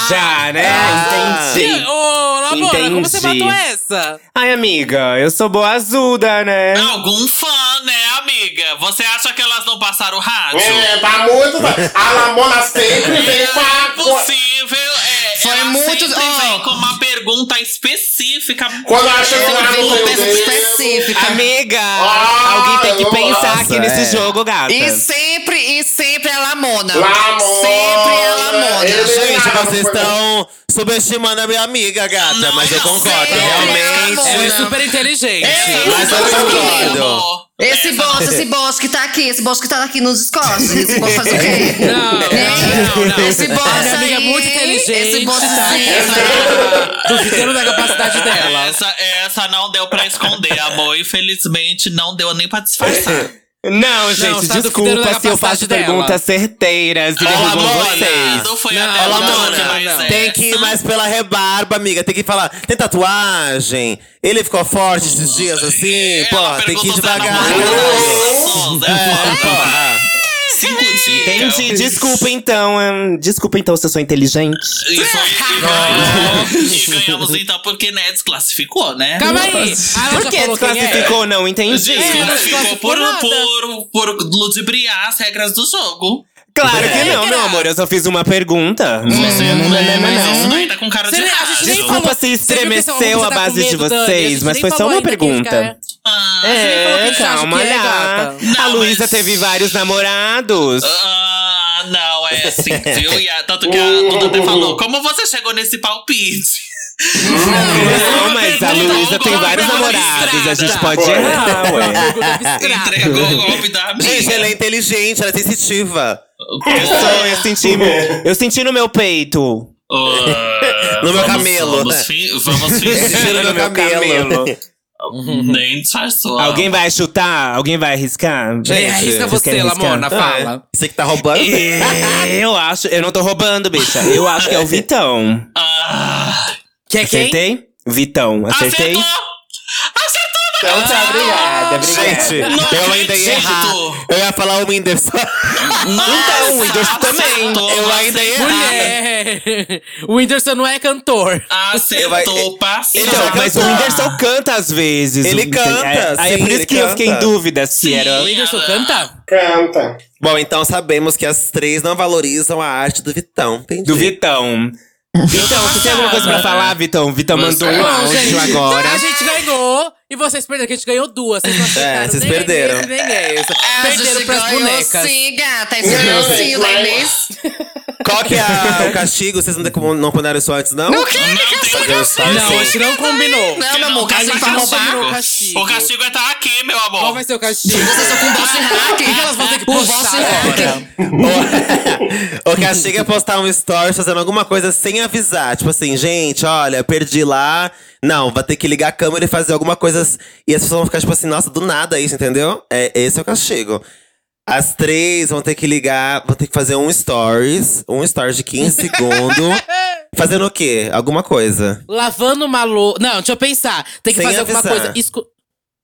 já, né? Ah. Entendi. Ô, Lamora, como você Entendi. matou essa? Ai, amiga, eu sou boa azuda, né? Algum fã, né, amiga? Você acha que elas não passaram o rádio? É, tá muito. A Lamona sempre vem com Não é a. com- possível. É, Foi ela muito- sempre ó. vem com uma pergunta específica. Quando ela é chegou lá Tem no meu contexto dedo. específico. Amiga! Ah, alguém tem que nossa, pensar aqui nesse é. jogo, gata. E sempre, e sempre é Lamona. Lamona. Sempre é Lamona. Ele- Gente, Ah, vocês foi estão subestimando a minha amiga, gata. Não, mas eu não concordo, sei, realmente. Lamona. Ela é Não. super inteligente. Mas eu concordo. Esse boss, esse boss que tá aqui, esse boss que tá aqui nos Discord. Esse boss faz o quê? Não, não, não, não. Esse boss A minha amiga é aí, muito inteligente. Esse boss tá? Tá Duvidando da capacidade dela. Essa, essa não deu pra esconder, amor. Infelizmente, não deu nem pra disfarçar. Não, gente, você tá duvidando desculpa se da eu faço capacidade dela. perguntas certeiras e derrubo Lamona. vocês. Não foi Não, a não, Lamona, não, mas não. é Tem que ir essa. mais pela rebarba, amiga. Tem que falar. Tem tatuagem? Ele ficou forte esses dias assim? Pô, É, Ela tem que perguntou ir se ela tá devagar. namorava Souza. É, porra. Cinco dias. Entendi, desculpa então. hum, Desculpa então se eu sou inteligente. E, foi, e, ganhou, e ganhamos então porque né, desclassificou, né? Calma aí. Ah, ela Por já que falou quem é. desclassificou? Não entendi. Desclassificou por, Desclassificou por, por ludibriar as regras do jogo. Claro que não, meu amor. Eu só fiz uma pergunta. Hum, Você, Não, não, não, não, mas não. isso daí tá com cara Você de nem- a gente nem errado. falou. Desculpa se Você viu que esse homem estremeceu você a tá com base de medo, Dani? A gente vocês, mas nem foi só falou uma ainda quem fica, pergunta. Ah, nem falou quem É, você acha calma que é, lá. gata. A Não, Luísa mas- teve vários namorados. Ah, não, é sim, viu? E a, tanto que a Duda até falou: como você chegou nesse palpite? Hum, Não, mas a pergunta, Luísa tem uma vários pergunta namorados. A listrada. gente pode Ah, Foi. errar, ué. Entregou o golpe da Gente, ela é amiga. inteligente, ela é sensitiva. Eu, sou, eu senti, eu senti no meu peito. Ah, No meu vamos- camelo, Vamos, né? fi- vamos fingir. Cheiro no meu cabelo. Nem disfarçou. Alguém vai chutar? Alguém vai arriscar? É, arrisca Vocês você, querem arriscar? Lamona, fala. Você que tá roubando. Eu acho. Eu não tô roubando, bicha. Eu acho que é o Vitão. Ah, Que é quem? Acertei? Vitão, acertei? acertou! Então tá, obrigada, Gente, eu ainda ia É, acredito. errar. Eu ia falar o Então, Whindersson. Nossa, um o Whindersson também. acertou, Eu ainda ia errar. Mulher! O Whindersson não é cantor. Acertou, passou. Ele vai Então, mas o cantar. Whindersson canta às vezes. Ele Não tem- canta, É, aí é sim, por isso ele que eu fiquei em canta. dúvida se era. O Whindersson canta? Canta. Bom, então sabemos que as três não valorizam a arte do Vitão. Entendi. Do Vitão. Então, você tem alguma coisa pra falar, Vitão? Vitão mandou um Bom, gente, áudio agora. A gente ganhou e vocês perderam, que a gente ganhou duas. Vocês não acertaram É, vocês nem perderam. esse, nem esse. perderam pras bonecas. Sim, gata. Esse ganhou Não, sim, o mas- da Inês. Qual que é o castigo? Vocês não decom- não combinaram isso antes, não? Não quero Não tem castigo. castigo. Não, a gente não combinou. Não, meu amor, Porque castigo não pra tem roubar. o castigo. O castigo é estar aqui, meu amor. Qual vai ser o castigo? Vocês estão com voz de hack. Elas vão ter que Com voz postar de hack. agora. o castigo é postar um stories fazendo alguma coisa sem avisar. Tipo assim, gente, olha, perdi lá. Não, vai ter que ligar a câmera e fazer alguma coisa. s- E as pessoas vão ficar tipo assim, nossa, do nada isso, entendeu? É, esse é o castigo. As três vão ter que ligar, vão ter que fazer um stories, um stories de 15 segundos. fazendo o quê? Alguma coisa. Lavando uma louça. Não, deixa eu pensar. Tem que Sem fazer alguma avisar. coisa. Escu-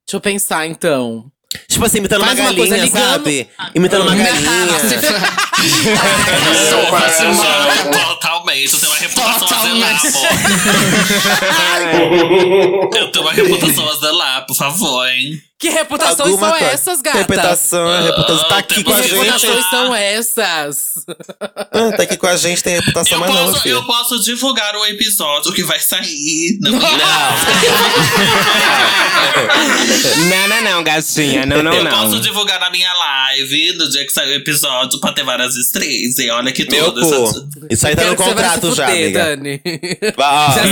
Deixa eu pensar, então. Tipo assim, imitando Faz uma uma coisa, galinha, ligando- sabe? Imitando uma galinha. Nossa, mano, Totalmente. Eu tenho tá uma reputação a zelar, Totalmente. amor. Eu tenho uma reputação a zelar, por favor, hein. Que reputações são Alguma coisa. é essas, gata? Reputação, reputação. Tá aqui tem com a Que gente. reputações gente. são essas? Ah, Tá aqui com a gente, tem reputação, Eu mas não, meu posso, filho. eu posso divulgar o episódio que vai sair. Não, Não, não, não, gatinha. Não, não, eu não. posso divulgar na minha live, no dia que sair o episódio, pra ter várias estrelas. E olha que Meu tudo. cu. Isso aí tá Quero no que você vá se contrato já, fuder, amiga. Dani. é Vai, ó, Já se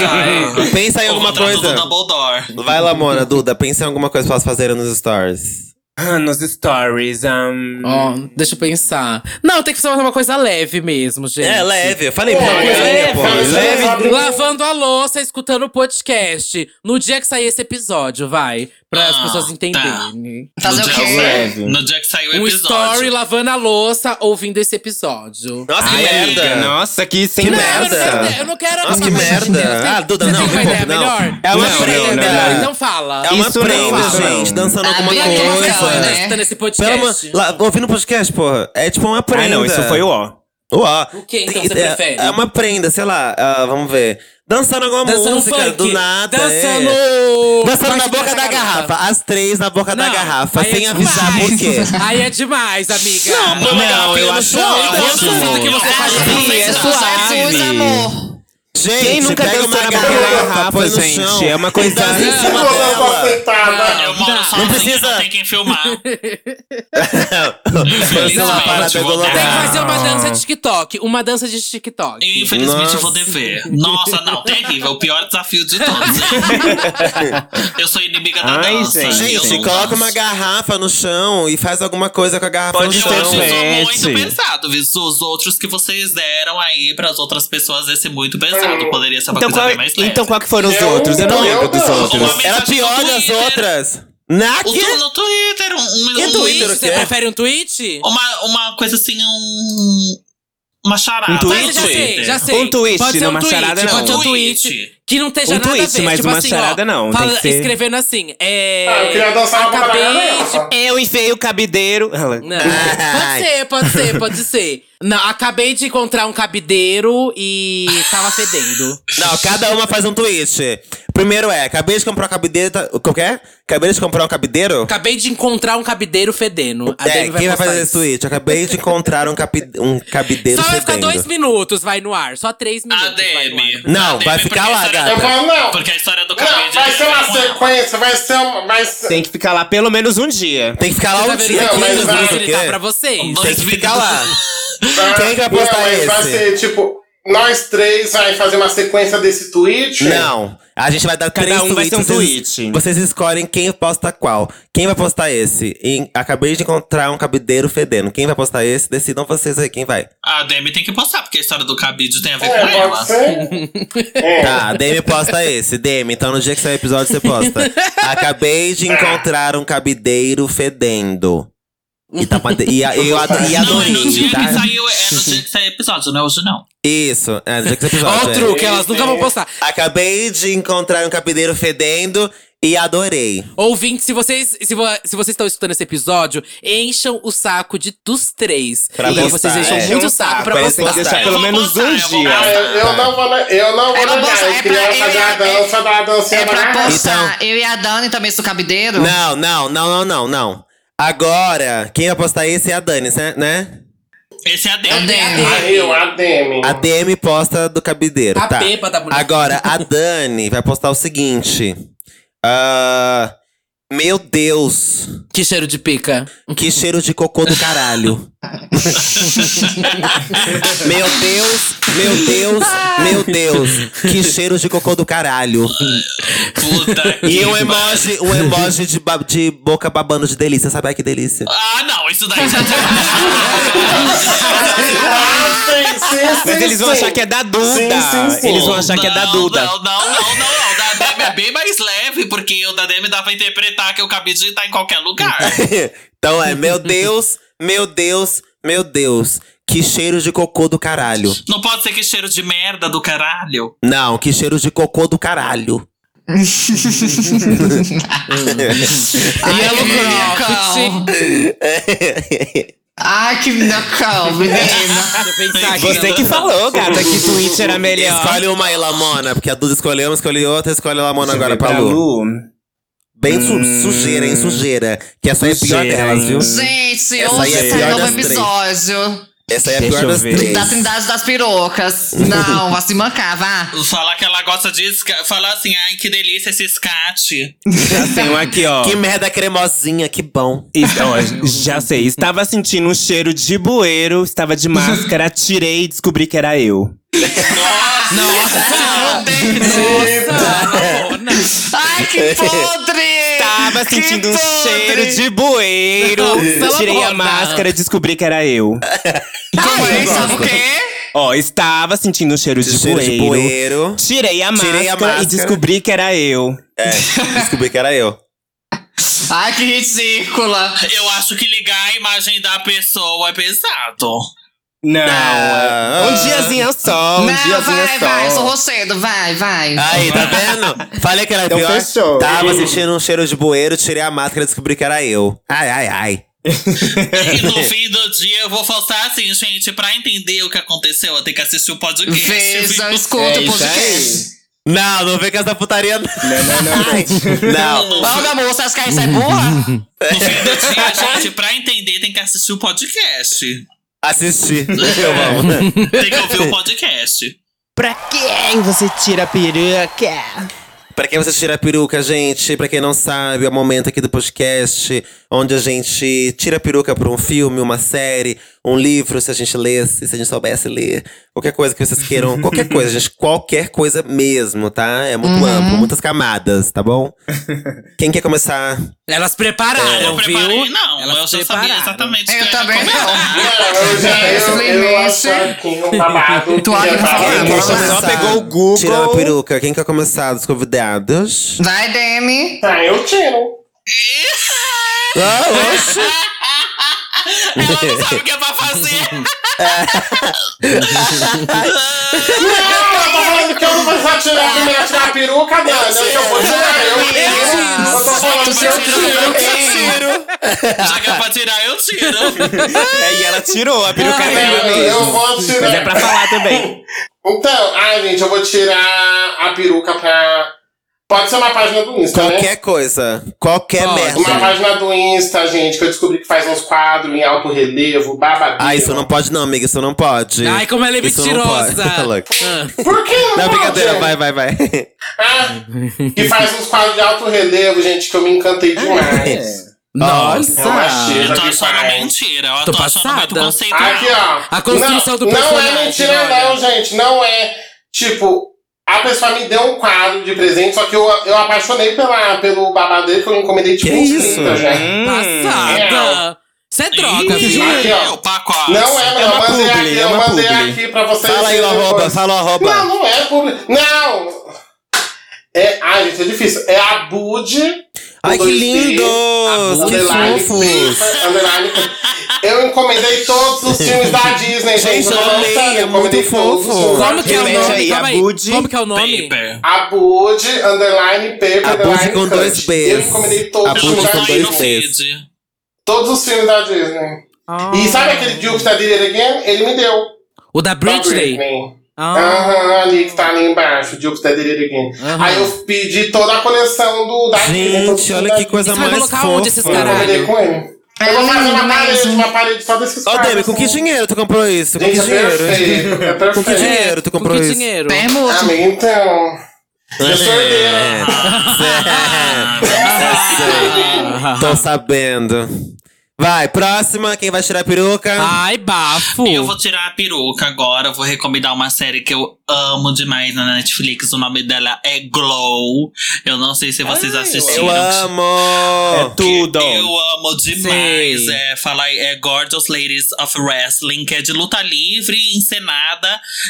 vai. mudou, Pensa em Tem alguma alguma coisa. do Dumbledore. Vai lá, Mona, Duda. Pensa em alguma coisa pra elas fazerem nos stories. Ah, nos stories. Um... Ó, deixa eu pensar. Não, tem que fazer uma coisa leve mesmo, gente. É, leve. Eu falei pra Leve, ela, pô. leve. Leve. Lavando a louça, escutando o podcast. No dia que sair esse episódio, vai. Pra as Ah, pessoas tá. entenderem. Fazer no, o dia, quê? Leve. no dia que sair o Um episódio. story lavando a louça, ouvindo esse episódio. Nossa, que Ai, amiga, merda. nossa, que sem Que Não, merda. Eu não merda. quero, eu não quero Nossa, que Mas, merda. gente, você- Ah, Duda, você não, tem me uma poupa, ideia não. melhor? É uma Você Não, tem não, uma ideia não, melhor? não. Então fala. É uma Isso não prenda, fala. gente, dançando Tá Ah, alguma bem, Tem uma legal, pessoa, coisa. né? Tá nesse Pelo amor- podcast. lá, ouvindo podcast, porra. É tipo uma prenda. Ah, não, isso foi o ó. Uó. O que, então, você é, prefere? É uma prenda, sei lá. ah, vamos ver. Dançando alguma Dançando música, funk. do nada. Dançando. Baixo é. Dançando na boca da garrafa. As três na boca da Não, garrafa, aí é sem avisar demais. por quê. Aí é demais, amiga. Então, Não, pô, Não, eu acho Eu duvido que ótimo. você assim, faça Sim, é isso. suave. Jesus, amor. Gente, Quem nunca pega dançou uma na boca garrafa, da garrafa, põe no gente? chão. Então, assim, É uma coisa- Dança em cima Não, não, não, dela. aceitada. Eu moro Não. sozinha, não é precisa. tem quem filmar. Dança lá, Infelizmente, parada vou do ter- Tem que lugar. fazer uma dança de TikTok. Uma dança de TikTok. Eu, infelizmente, Nossa. vou dever. Nossa, não, terrível. O pior desafio de todos. eu sou inimiga da Ai, dança. gente. eu um Gente, não coloca danço. uma garrafa no chão e faz alguma coisa com a garrafa Eu no Pode acho ser chão. também. isso pet. muito pesado, Visu. Os outros que vocês deram aí pras outras pessoas, esse é muito pesado. Poderia ser uma Então coisa qual, bem mais leve. então qual que foram os Eu- outros? Eu não eu lembro dos não. outros. Uma Era mensagem é pior no das Twitter. outras. O Naki? tu- no Twitter, um, um, E um Twitter, tweet, Você quê? prefere um tweet? uma, uma coisa assim, um. Uma charada. Um tweet? Mas eu já sei, já sei. Um tweet, pode ser não um uma tweet, charada, não. Pode ser um Um tweet. tweet. Que não esteja Um nada a tweet, ver. mas tipo uma assim, charada, ó, não, tem fala- que ser- Escrevendo assim, é... Ah, eu queria dançar uma acabei boca da de- garrafa. Eu enfei o cabideiro. Não. Ai. Pode ser, pode ser, pode ser. Não, acabei de encontrar um cabideiro e tava fedendo. Não, cada uma faz um tweet. Primeiro é, acabei de comprar uma cabideira. Qual que é? Acabei de comprar um cabideiro? Acabei de encontrar um cabideiro fedendo. A É, Dani quem vai postar fazer esse isso. tweet? Acabei de encontrar um, capi- um cabideiro Só vai ficar fedendo. dois minutos, vai no ar. Só três A minutos. vai no DM. ar. Não, A DM, vai ficar porque lá, a história- Eu gata. falo, não. Porque a história do cabelo Não, vai ser uma sequência, vai ser uma. Vai ser... Tem que ficar lá pelo menos um dia. Tem que ficar lá Você tá um vendo dia. Não, que mas eu quinze vou vai- dias, o facilitar quê? pra vocês? Tem que ficar lá. Ah, Quem que vai postar não, mas Vai esse? ser tipo, nós três vai fazer uma sequência desse tweet. Não, a gente vai dar Cada três um vai tweets. ter um vocês, tweet. Vocês escolhem quem posta qual. Quem vai postar esse? Em- acabei de encontrar um cabideiro fedendo. Quem vai postar esse? Decidam vocês aí quem vai. A DM tem que postar, porque a história do cabide tem a ver É, com ela. pode ser. É. Tá, DM posta esse. DM, então no dia que sair o episódio você posta. Acabei de encontrar um cabideiro fedendo. E, tá uma de- e, a- eu ado- e Não, é no adorei, dia que tá? saiu, é no dia que saiu o episódio, não é hoje não. Isso, é no dia que sair o episódio. Ó o é. truque, elas nunca vão postar. Acabei de encontrar um cabideiro fedendo e adorei. Ouvintes, se vocês, se, vo- se vocês estão escutando esse episódio, encham o saco de, dos três. Pra Então postar, vocês deixam é. muito Um saco pra parece que postar. tem que deixar Eu pelo vou menos postar, um eu vou dia. Ah, eu, eu não vou, ne- eu não vou É uma negar. bolsa, Eu é queria pra- fazer a é- dança da dancinha É da pra garrafa. postar. Eu e a Dani também sou cabideiro. Então- Não, não, não, não, não, não. Agora, quem vai postar esse é a Dani, né? né? Esse é a Demi. É a Demi. A eu, a Demi. A DM posta do cabideiro, A tá? Hum. bêbada, mulher. Agora, a Dani vai postar o seguinte. Ah, meu Deus, Que cheiro de pica. que cheiro de cocô do caralho. meu Deus, meu Deus, meu Deus, que cheiro de cocô do caralho. Puta que E um pariu. emoji, um emoji de, ba- de boca babando de delícia. Sabe ai que delícia? Ah, não, isso daí já tá. Ah, sim, sim, sim, Mas eles vão sim. achar que é da Duda. Sim, sim, sim. Eles vão achar que é da Duda. Não, não, não, não, não. O da Demi é bem mais leve, porque o da Demi dá pra interpretar que o cabide tá em qualquer lugar. então é, meu Deus, meu Deus, meu Deus. Que cheiro de cocô do caralho. Não pode ser que cheiro de merda do caralho. Não, que cheiro de cocô do caralho. é Yellow Croft. Ai, que menina calma, menina. Deixa eu pensar aqui. Você que falou, gata, que Twitch era melhor. Escolhe uma aí, Lamona, porque a Duda escolheu uma, escolheu outra, escolhe a um Lamona Deixa eu agora ver, pra Lu. Lu. Bem su- sujeira, hein, sujeira. Que essa aí é a pior Sujeira, delas, hein. viu? Gente, Essa aí hoje é a é pior sai novo das três. episódio Essa aí é a Deixa pior eu das ver. três. Uhum. da Trindade das Pirocas. Não, vai se mancar, vá. Falar que ela gosta de. esca- Falar assim, ai, que delícia esse escate. Já tem um aqui, ó. Que merda cremosinha, que bom. Isso, então, ó, já sei. Estava sentindo um cheiro de bueiro, estava de máscara, tirei e descobri que era eu. Ai, que podre! Estava Que sentindo um podre! cheiro de bueiro, pelo tirei amor a da- máscara e descobri que era eu. Como é? eu Sabe o gosto. quê? Ó, estava sentindo um cheiro de, cheiro de bueiro, poeiro. Tirei a, Tirei a máscara máscara. e descobri que era eu. É, descobri que era eu. Ai, que ridícula! Eu acho que ligar a imagem da pessoa é pesado. Não. Ah, é um ah. diazinho só, um Não, diazinho vai, só. vai, sou rocedo, vai, vai. Aí, tá vendo? Falei que era Então pior. fechou. Tava sentindo um cheiro de bueiro, tirei a máscara e descobri que era eu. Ai, ai, ai. E no fim do dia eu vou faltar assim, gente, pra entender o que aconteceu, eu tenho que assistir o podcast. Vejam, viu? escuta É o isso podcast. Não, não vem com essa putaria, não. Não, não, não. não. Olha, moça, acho que aí sai burra. No fim do dia, gente, pra entender, tem que assistir o podcast. Assisti. Eu amo. Tem que ouvir o podcast. Pra quem você tira a peruca? Pra quem você tira a peruca, gente, pra quem não sabe, é o momento aqui do podcast onde a gente tira a peruca pra um filme, uma série, um livro, se a gente lesse, se a gente soubesse ler. Qualquer coisa que vocês queiram. Qualquer coisa, gente. Qualquer coisa mesmo, tá? É muito amplo, muitas camadas, tá bom? Quem quer começar? Elas Eu prepararam, preparei, viu? não. Elas eu já sabia prepararam. exatamente Eu o que também ia comentar. Eu já eu, eu acho aqui um babado. Tu olha e fala, Eu "Ah, tava- vamos lá." Só Engraçado. pegou o Google. Tirou a peruca. Quem quer começar dos convidados? Vai, Demi. Tá, eu tiro. Ah, oxe! Ela não sabe o que é pra fazer. Ela tá falando que eu não vou só tirar primeiro tirar a peruca, Dani. Eu que eu vou tirar, eu tiro. Eu tô falando que eu tiro. Já que é pra tirar, eu Tá tiro. É, e ela tirou a peruca dela Eu, eu mesmo. vou tirar. Mas é pra falar também. Então, ai, gente, eu vou tirar a peruca pra. Pode ser uma página do Insta, né? Qualquer coisa. Qualquer Uma merda. página do Insta, gente, que eu descobri que faz uns quadros em alto relevo, babadinho. Ah, isso não pode não, amiga. Isso não pode. Ai, como ela é Isso não pode. mentirosa. Louca. Ah. Por que não? Não, pode? brincadeira. Vai, vai, vai. Ah, que faz uns quadros de alto relevo, gente, que eu me encantei demais. Nossa. Eu achei. Eu tô Aqui achando vai. é mentira. Eu Tô tô, achando muito passada. conceitual. Aqui, ó. Então, A construção não, do Não é personagem, mentira, olha. não, gente. Não é. Tipo, a pessoa me deu um quadro de presente, só que eu, eu apaixonei pela, pelo babado dele, que eu encomendei tipo Que uns isso? 30 já. Hum. Passada. Você é droga, Hum. Ih, viu? Aqui, ó. o pacote. Não é, não. É eu uma mandei publi, aqui, é eu uma mandei publi. aqui pra vocês. Fala aí, verem arroba. depois. Fala o Não, arroba. não é publi. Não! É, ai, gente, é difícil. É a Bud. Ai, com que dois T, é lindos. Que underline, fofos. underline. Eu encomendei todos os filmes da Disney, Gente, gente. eu tô amei, lançando, é encomendei muito todos os fofo. filmes. Como que é o Repete nome? aí, Calma aí. Abud. Como que é o nome? Paper. Abud, underline, paper, Abud underline, com cut. dois Bs. Eu encomendei todos, os Abud filmes com da dois Aí no Disney. Bs. Ah. feed. todos os filmes da Disney. E sabe aquele Duke da Disney Again? Ele me deu. O da da Britney? Ah. Aham, ali que tá ali embaixo, Duke da Disney Again. Aham. Aí eu pedi toda a coleção do da Disney. todos os Gente, filmes olha da que Disney. coisa Você vai mais colocar onde esses fofa. Eu caralho? encomendei com ele. É eu vou fazer lindo uma parede, mesmo. uma parede só desses Ó, quadros, Demi, com que assim. dinheiro tu comprou isso? Com Gente, que é dinheiro? perfeito. É perfeito. Com que dinheiro tu comprou Com que isso? dinheiro? Permuta. Amiga, então. Eu sou herdeira. É. Tô sabendo. Vai, próxima. Quem vai tirar a peruca? Ai, bafo. Eu vou tirar a peruca agora, vou recomendar uma série que eu amo demais na Netflix. O nome dela é Glow. Eu não sei se vocês assistiram. Eu É. amo! Tudo. Eu amo demais. Sei. É, falar é Gorgeous Ladies of Wrestling, que é de luta livre, encenada,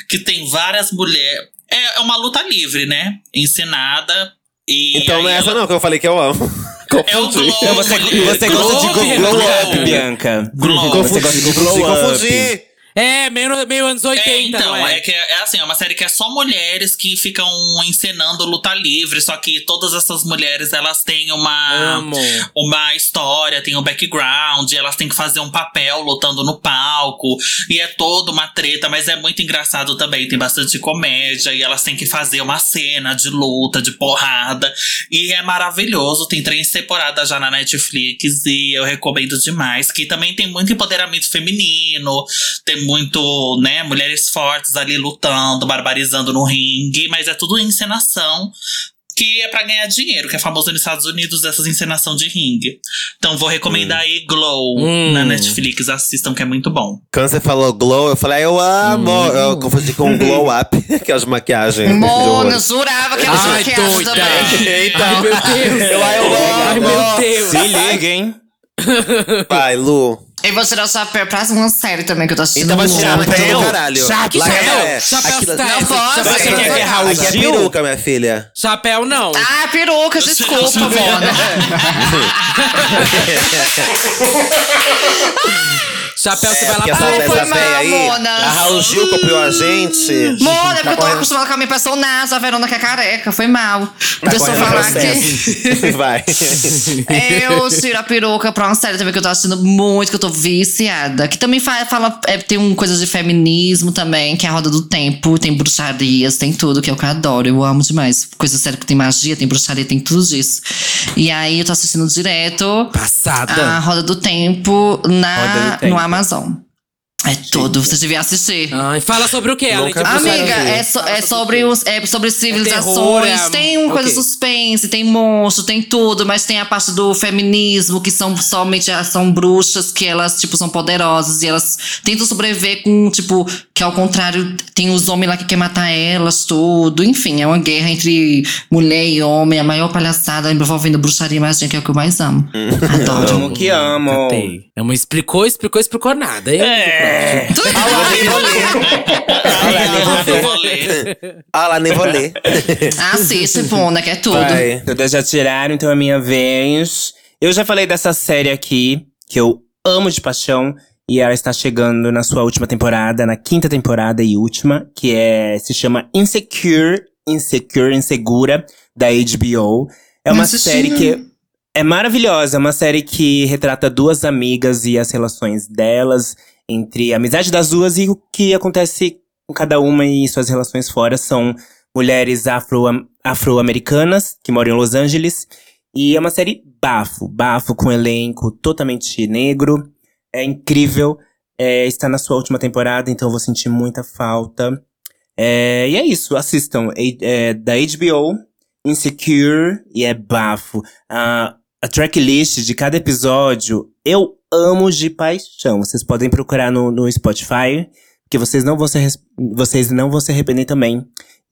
que tem várias mulheres. É, é uma luta livre, né? Encenada. E Então não é aí essa ela- não, que eu falei que eu amo. É o Glow. Então você, você gosta de Glow, go- glow up, Glow. Bianca. Glow. Você gosta de glow Se up. confundi! É, meio, meio anos 80, É, então, não é? é que é é assim, é uma série que é só mulheres que ficam encenando luta livre, só que todas essas mulheres, elas têm uma Amo. uma história, tem um background, elas têm que fazer um papel lutando no palco, e é toda uma treta, mas é muito engraçado também, tem bastante comédia, e elas têm que fazer uma cena de luta, de porrada, e é maravilhoso, tem três temporadas já na Netflix, e eu recomendo demais, que também tem muito empoderamento feminino, tem muito, né, mulheres fortes ali lutando, barbarizando no ringue, mas é tudo encenação, que é pra ganhar dinheiro, que é famoso nos Estados Unidos essas encenação de ringue. Então vou recomendar aí Glow Hum. na Netflix, assistam que é muito bom. Quando você falou glow, eu falei, "Ah, eu amo! Eu confundi com glow up, que é as maquiagens. de Mona, eu horror. jurava que era Ai, maquiagem doida. também. Eita! Ai, meu Deus. Eu, eu Ai, amo! meu Deus. Se liga, hein? Vai, Lu. Eu vou tirar o chapéu pra uma série também que eu tô assistindo. Então vai muito. tirar chapéu, caralho. Chapéu. Lá é- Chapéu aquilo- tá Não essa. pode. Chapéu- Você Aqui quer é, ver Raul aqui é Gil? peruca, minha filha. Chapéu não. Ah, peruca, desculpa, Mona. Chapéu você vai lá É, Porque essa, pra foi essa véia mal, aí, Mona. a Raul Gil copiou a gente. Mona, é porque eu tô correndo- acostumada com a minha personagem, a Verona que é careca, foi mal. tá Deixa eu correndo falar aqui. processo. Vai. Eu tiro a peruca pra uma série também que eu tô assistindo muito, que eu tô viciada. Que também fa- fala, é, tem um coisa de feminismo também, que é a Roda do Tempo. Tem bruxarias, tem tudo, que é o que eu adoro. Eu amo demais. Coisa séria que tem magia, tem bruxaria, tem tudo disso. E aí eu tô assistindo direto a Ah. Passada. Roda do Tempo, na, Então. Roda do Tempo. no Amazon. É tudo, você devia assistir. Ai, fala sobre o Tipo, que, além de Nunca abusar Amiga, de- é, so- é sobre, os, é terror, sobre civilizações. é- Tem uma coisa ok. suspense, tem monstro, tem tudo, mas tem a parte do feminismo, que são somente elas são bruxas, que elas, tipo, são poderosas e elas tentam sobreviver com, tipo, que ao contrário, tem os homens lá que querem matar elas, tudo. Enfim, é uma guerra entre mulher e homem, a maior palhaçada envolvendo bruxaria e magia, que é o que eu mais amo. Adoro. Amo que amo. Tem. É uma explicou, explicou, explicou nada. hein? É. Eu vou ler. Ah lá, nem vou ler. Assiste, Pona, que é tudo. Vai. Todas já tiraram, então é minha vez. Eu já falei dessa série aqui, que eu amo de paixão. E ela está chegando na sua última temporada, na quinta temporada e última, que é se chama Insecure, Insecure, Insegura, da HBO. É uma assisti, série não. que é maravilhosa, é uma série que retrata duas amigas e as relações delas, entre a amizade das duas e o que acontece com cada uma e suas relações fora. São mulheres afro- afro-americanas que moram em Los Angeles. E é uma série bafo, bafo, com elenco totalmente negro. É incrível. É, está na sua última temporada, então eu vou sentir muita falta. É, e é isso, assistam. É, é da HBO, Insecure, e é bafo. A, a tracklist de cada episódio eu amo de paixão. Vocês podem procurar no, no Spotify, que vocês não, vão se, arres- vocês não vão se arrepender também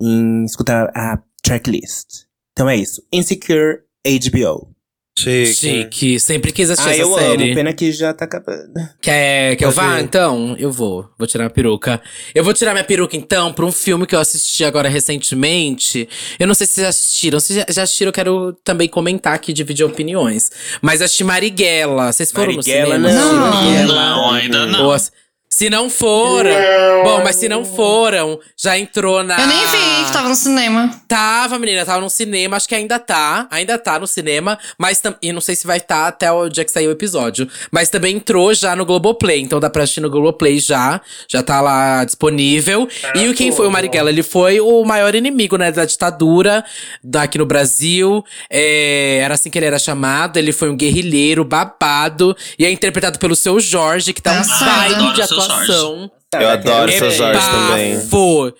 em escutar a tracklist. Então é isso. Insecure HBO. Chique. Chique, sempre quis assistir Ah, essa eu série. amo. Pena que já tá acabando. Quer que eu Pode vá? ir. Então, eu vou. Vou tirar a peruca. Eu vou tirar minha peruca, então, pra um filme que eu assisti agora recentemente. Eu não sei se vocês assistiram. Se já- já assistiram, eu quero também comentar aqui, dividir opiniões. Mas assisti Marighella. Vocês foram Marighella, no cinema? não. assistir Não. Marighella? Não, ainda não. Ou ass- Se não foram. Não. Bom, mas se não foram, já entrou na. Eu nem vi tá que tava no cinema. Tava, menina, tava no cinema, acho que ainda tá. Ainda tá no cinema, mas tam- e não sei se vai tá até o dia que sair o episódio. Mas também entrou já no Globoplay, então dá pra assistir no Globoplay já. Já tá lá disponível. e o quem foi o Marighella? Ele foi o maior inimigo, né, da ditadura daqui no Brasil. É, era assim que ele era chamado. Ele foi um guerrilheiro babado. E é interpretado pelo seu Jorge, que tá um Passada. baile de Adoro Seu Jorge. atuação. Eu Tá, adoro É seu Jorge bafo. também.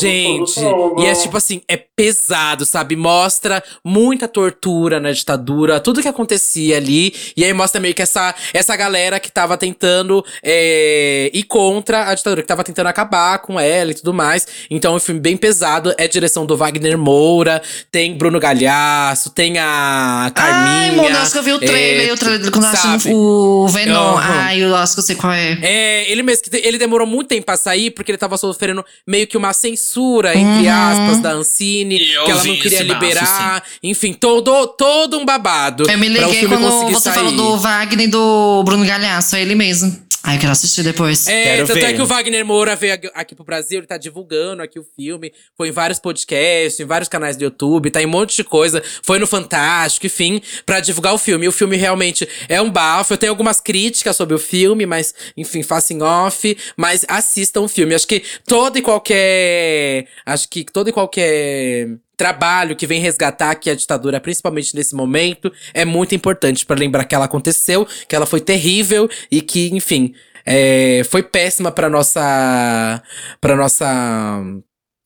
Gente, e é tipo assim, é pesado, sabe? Mostra muita tortura na ditadura, tudo que acontecia ali. E aí mostra meio que essa, essa galera que tava tentando é, ir contra a ditadura, que tava tentando acabar com ela e tudo mais. Então é um filme bem pesado, é direção do Wagner Moura, tem Bruno Galhaço, tem a Carminha. Ai, mano, eu acho que eu vi o trailer. é, o trailer quando eu assisti sabe? o Venom. Aham. Ai, eu acho que eu sei qual é. É, ele mesmo que de- ele demorou muito tempo pra sair, porque ele tava sofrendo meio que uma censura, entre Uhum. aspas, da Ancine, E eu que ela vi não queria esse bafo, liberar. Enfim, todo, todo um babado. Eu me pra o liguei filme quando conseguir você sair. falou do Wagner e do Bruno Galhaço. É ele mesmo. Ai, eu quero assistir depois. É, Quero tanto é ver. que o Wagner Moura veio aqui- aqui pro Brasil, ele tá divulgando aqui o filme, foi em vários podcasts, em vários canais do YouTube, tá em um monte de coisa, foi no Fantástico, enfim, pra divulgar o filme. E o filme realmente é um bafo. Eu tenho algumas críticas sobre o filme, mas, enfim, faça em off, mas assistam o filme. Acho que todo e qualquer. Acho que todo e qualquer. Trabalho que vem resgatar aqui a ditadura, principalmente nesse momento, é muito importante pra lembrar que ela aconteceu, que ela foi terrível e que, enfim, é, foi péssima pra nossa. pra nossa.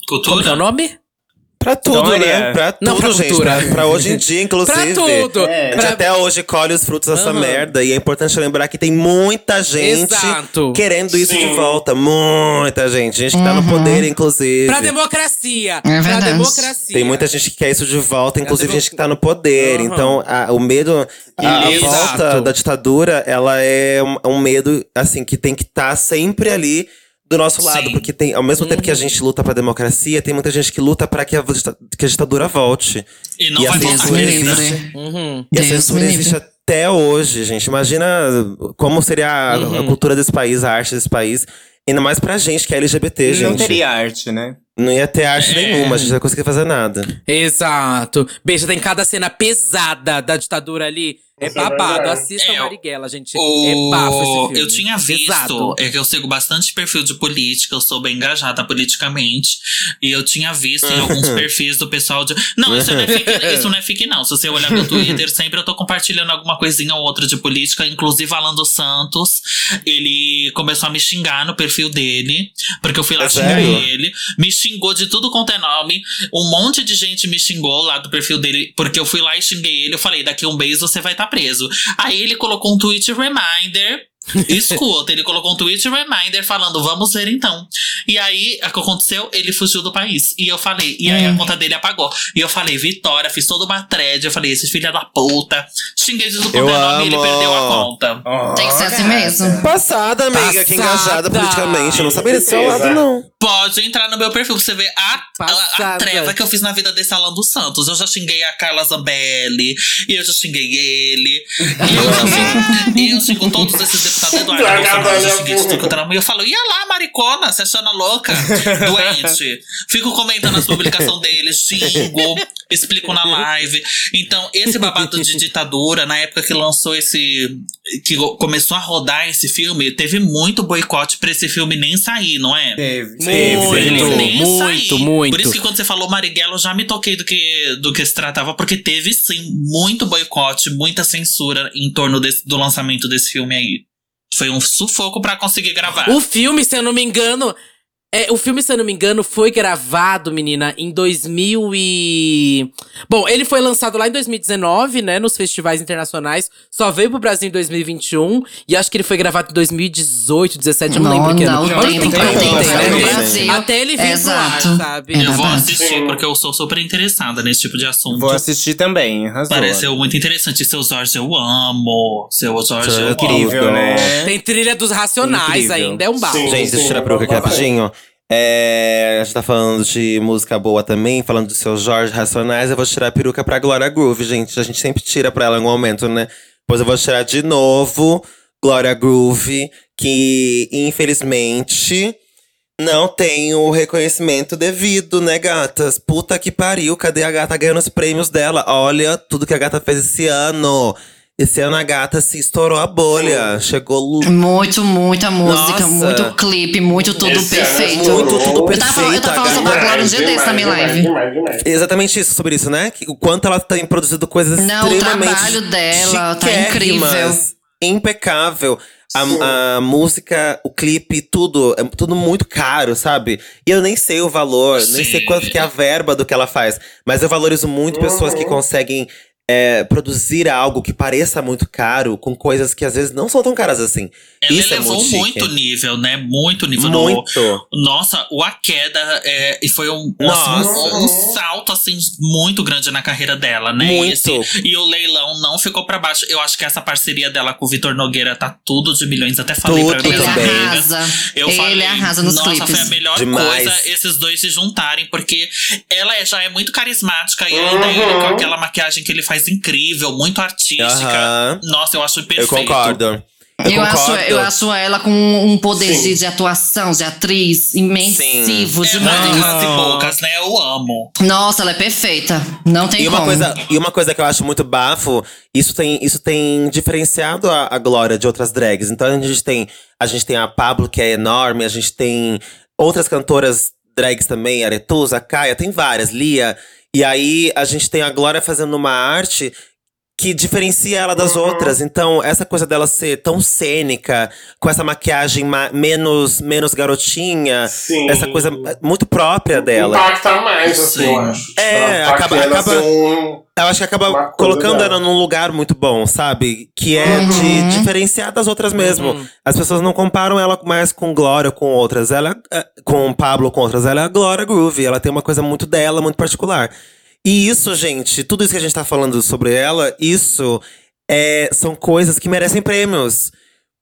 Como que é o Cultura? nome? Pra tudo, Então, né? olha, Pra tudo, não, pra gente. cultura. Pra, pra hoje em dia, inclusive. Pra tudo! A É. gente Pra- até hoje colhe os frutos dessa Aham. merda. E é importante lembrar que tem muita gente Exato. querendo isso Sim. de volta. Muita gente. Gente que tá no poder, inclusive. Pra democracia! pra verdade. democracia! Tem muita gente que quer isso de volta, inclusive devo- gente que tá no poder. é. Aham. Então, a- o medo, a, a Exato. volta da ditadura, ela é um, é um medo, assim, que tem que estar sempre ali do nosso lado. Sim. Porque tem, ao mesmo tempo que a gente luta pra democracia, tem muita gente que luta pra que a, dita- que a ditadura volte. E não E vai a Deus voltar. me existe. livre. Uhum. E a Deus censura me livre. existe até hoje, gente. Imagina como seria a, a cultura desse país, a arte desse país. Ainda mais pra gente que é LGBT, gente. Não teria arte, né? Não ia ter arte nenhuma, a gente não ia conseguir fazer nada. Exato. Beijo, tem cada cena pesada da ditadura ali. É Isso é babado. verdade. Assista É, o Marighella, gente. O- É bafo esse filme. Eu tinha visto, Pesado. é que eu sigo bastante perfil de política, eu sou bem engajada politicamente. E eu tinha visto em alguns perfis do pessoal de. Não, isso não é fique, isso não, é fique, não. Se você olhar meu Twitter, sempre eu tô compartilhando alguma coisinha ou outra de política. Inclusive, Alan dos Santos, ele começou a me xingar no perfil dele, porque eu fui lá É xingar sério? ele. Me xingou de tudo quanto é nome. Um monte de gente me xingou lá do perfil dele, porque eu fui lá e xinguei ele. Eu falei, daqui a um mês você vai estar preso. Aí ele colocou um tweet reminder. Escuta, ele colocou um tweet reminder falando, vamos ver então. E aí, o que aconteceu? Ele fugiu do país. E eu falei, e Hum. aí a conta dele apagou. E eu falei, Vitória, fiz toda uma thread. Eu falei, esse filho da puta. Xinguei de tudo quanto Eu é nome e ele amo. perdeu a conta. Tem que ser assim mesmo. Passada, amiga, que Passada. engajada politicamente. Eu não sabia desse seu lado, Exato. não. Pode entrar no meu perfil pra você ver a, a, a Passada. treva que eu fiz na vida desse Alan dos Santos. Eu já xinguei a Carla Zambelli, e eu já xinguei ele. E eu já xinguei, eu xingo todos esses deputados Eduardo Traga Bolsonaro, eu já valeu. xinguei de tudo que eu tava- E eu falo, ia lá, maricona, se achando louca, doente. Fico comentando as publicações dele, xingo, explico na live. Então, esse babado de ditadura, na época que lançou esse. que começou a rodar esse filme, teve muito boicote pra esse filme nem sair, não é? Teve. Muito, Nem muito, saí. muito. Por isso que quando você falou Marighella, eu já me toquei do que, do que se tratava, porque teve sim muito boicote, muita censura em torno desse- do lançamento desse filme aí. Foi um sufoco pra conseguir gravar. Uh, O filme, se eu não me engano. É, o filme, se eu não me engano, foi gravado, menina, em 2000 e... Bom, ele foi lançado lá em 2019, né, nos festivais internacionais. Só veio pro Brasil em 2021. E acho que ele foi gravado em 2018, 17, eu não, lembro que não, ano. o Olha o tempo, tempão o que tempo, tem, era né? no Sim. Brasil. Até ele vir Exato. pro ar, sabe? É. eu vou babado. assistir, porque eu sou super interessada nesse tipo de assunto. Vou assistir também, arrasou. Pareceu muito interessante. Seu Jorge, eu amo. Seu Jorge, Seu eu incrível, amo. né? Tem trilha dos Racionais Incrível. ainda, é um bafo. Sim. Gente, deixa eu tirar a peruca aqui rapidinho. É, a gente tá falando de música boa também, falando do seu Jorge Racionais. Eu vou tirar a peruca pra Glória Groove, gente. A gente sempre tira pra ela em algum momento, né? Depois eu vou tirar de novo Gloria Groove, que infelizmente não tem o reconhecimento devido, né, gatas? Puta que pariu, cadê a gata ganhando os prêmios dela? Olha tudo que a gata fez esse ano. Esse ano a gata se estourou a bolha. Chegou lu- Muito, muita música, Nossa. muito clipe, muito tudo Esse ano é perfeito. muito tudo eu tava falando, eu tava falando perfeito, sobre a Glória um dia Demais, desse na minha demais, live. Demais, demais. Exatamente isso, sobre isso, né? Que O quanto ela tem produzido coisas Não, o extremamente. trabalho dela tá chiquérrimas, incrível. Impecável. A, a música, o clipe, tudo. É tudo muito caro, sabe? E eu nem sei o valor, nem Sim. Uhum. sei quanto que é a verba do que ela faz. Mas eu valorizo muito pessoas que conseguem é, produzir algo que pareça muito caro com coisas que às vezes não são tão caras assim. Ela isso elevou é muito, chique. muito nível, né? Muito nível. no- Muito. Nossa, o A Queda é, e foi um, um, assim, Nossa. um- um salto assim muito grande na carreira dela, né? Muito. E, assim, e o leilão não ficou pra baixo. Eu acho que essa parceria dela com o Vitor Nogueira tá tudo de milhões. Até falei pra Tudo minhas Ele também. amigas. arrasa. Eu Ele falei, arrasa nos nossa, foi a clipes. melhor Demais. coisa esses dois se juntarem, porque ela é- já é muito carismática e ainda Uhum. ele com aquela maquiagem que ele faz incrível, muito artística. Aham. Nossa, eu acho Eu perfeito. concordo. Eu, Eu acho, concordo. eu acho ela com um poder Sim. de, de atuação, de atriz, imensivo É demais. músicas e bocas, né? Eu amo. Nossa, ela é perfeita. Não tem E uma, como. coisa, e uma coisa que eu acho muito bafo, isso tem, isso tem diferenciado a, a Glória de outras drags. Então a gente tem a gente tem a Pablo, que é enorme, a gente tem outras cantoras drags também, Aretusa, Caia, tem várias, Lia. E aí a gente tem a Glória fazendo uma arte que diferencia ela das outras. Então, essa coisa dela ser tão cênica, com essa maquiagem ma- menos, menos garotinha, Sim. essa coisa eh, muito própria dela. Impacta mais, assim, Sim. eu acho. É, Tá acaba- criando, acaba- assim, um- Eu acho que Uma acaba coisa colocando dela. ela num lugar muito bom, sabe? Que é de diferenciar das outras mesmo. As pessoas não comparam ela mais com Glória ou com outras. Ela, é, com o Pablo ou com outras. Ela é a Glória Groove. Ela tem uma coisa muito dela, muito particular. E isso, gente, tudo isso que a gente tá falando sobre ela, isso é, são coisas que merecem prêmios.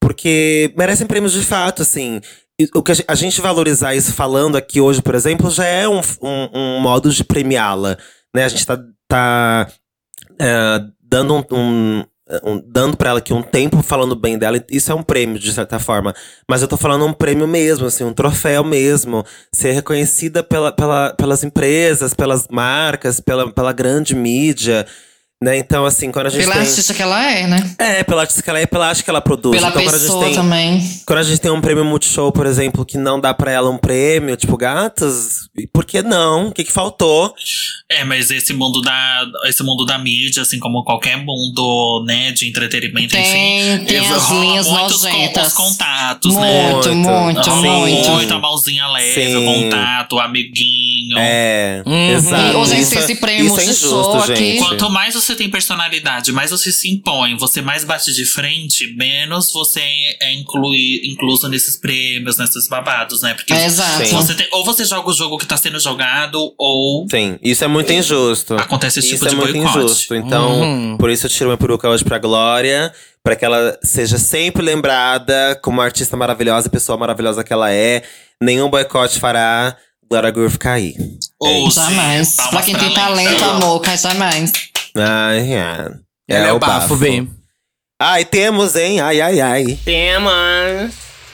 Porque merecem prêmios de fato, assim. E O que a gen- a gente valorizar isso falando aqui hoje, por exemplo, já é um, f- um, um modo de premiá-la. Né? A gente tá, tá é, dando um. um- um- dando pra ela aqui um tempo falando bem dela, e isso é um prêmio, de certa forma. Mas eu tô falando um prêmio mesmo, assim, um troféu mesmo. Ser reconhecida pela, pela, pelas empresas, pelas marcas, pela, pela grande mídia. Né? Então, assim, quando a gente Pela tem. artista que ela é, né? É, pela artista que ela é, pela arte que ela produz. Pela então, quando a gente pessoa tem- também. quando a gente tem um prêmio Multishow, por exemplo, que não dá pra ela um prêmio, tipo, gatas, e por que não? O que, que faltou? É, mas esse mundo da esse mundo da mídia, assim como qualquer mundo, né, de entretenimento, enfim, Tem, tem eles as rolam linhas muitos con- nojentas. os contatos, né? Muito, né? muito, Rola muito. a mãozinha leve, o Sim. contato, o amiguinho. É, Uhum. exato. E hoje Isso esse é- prêmio isso é Multishow injusto, aqui. gente. Quanto mais você tem personalidade, mais você se impõe, você mais bate de frente, menos você é inclui, incluso nesses prêmios, nesses babados, né? Porque É, Exato. Sim. você tem, ou você joga o jogo que tá sendo jogado, ou Sim, isso é muito injusto. acontece esse isso tipo é de muito boicote. injusto. Então, por isso eu tiro minha peruca hoje pra Glória, pra que ela seja sempre lembrada como a artista maravilhosa, a pessoa maravilhosa que ela é. Nenhum boicote fará Glória Groove cair. Ou Jamais. palmas Pra quem tem Leila. talento, amor, cai jamais. Ai, é. É, um Ela o bafo, B. Ai, temos, hein? Ai, ai, ai. Temos.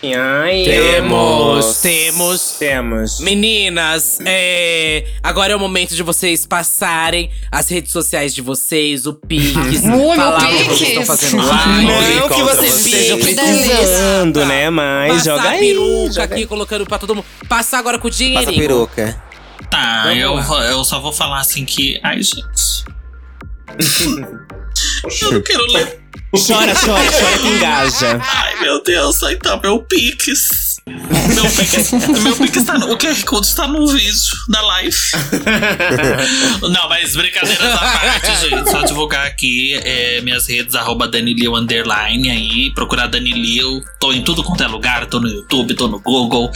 E aí? Temos, temos. Temos. Meninas, é, agora é o momento de vocês passarem as redes sociais de vocês, o Pix, Ui, meu falar o que Pix. vocês estão fazendo Não. Uhum. live. Olhe Não que tá contra vocês vocês. estejam Que precisando, né? Mas Passar joga a aí. peruca joga aí. aqui, colocando pra todo mundo. Passar agora com o Passa a dinheirinho. peruca. Tá, Vamos eu, lá. vou- eu só vou falar assim que. Ai, gente. eu não quero ler. Chora, chora, chora que engaja. Ai, meu Deus, então, meu Pix. Meu Pix, meu Pix tá no, o QR Code está no vídeo da live. Não, mas brincadeiras à parte, gente. Só divulgar aqui é, minhas redes, arroba Danilio Underline aí. Procurar Danilio. Tô em tudo quanto é lugar. Tô no YouTube, tô no Google,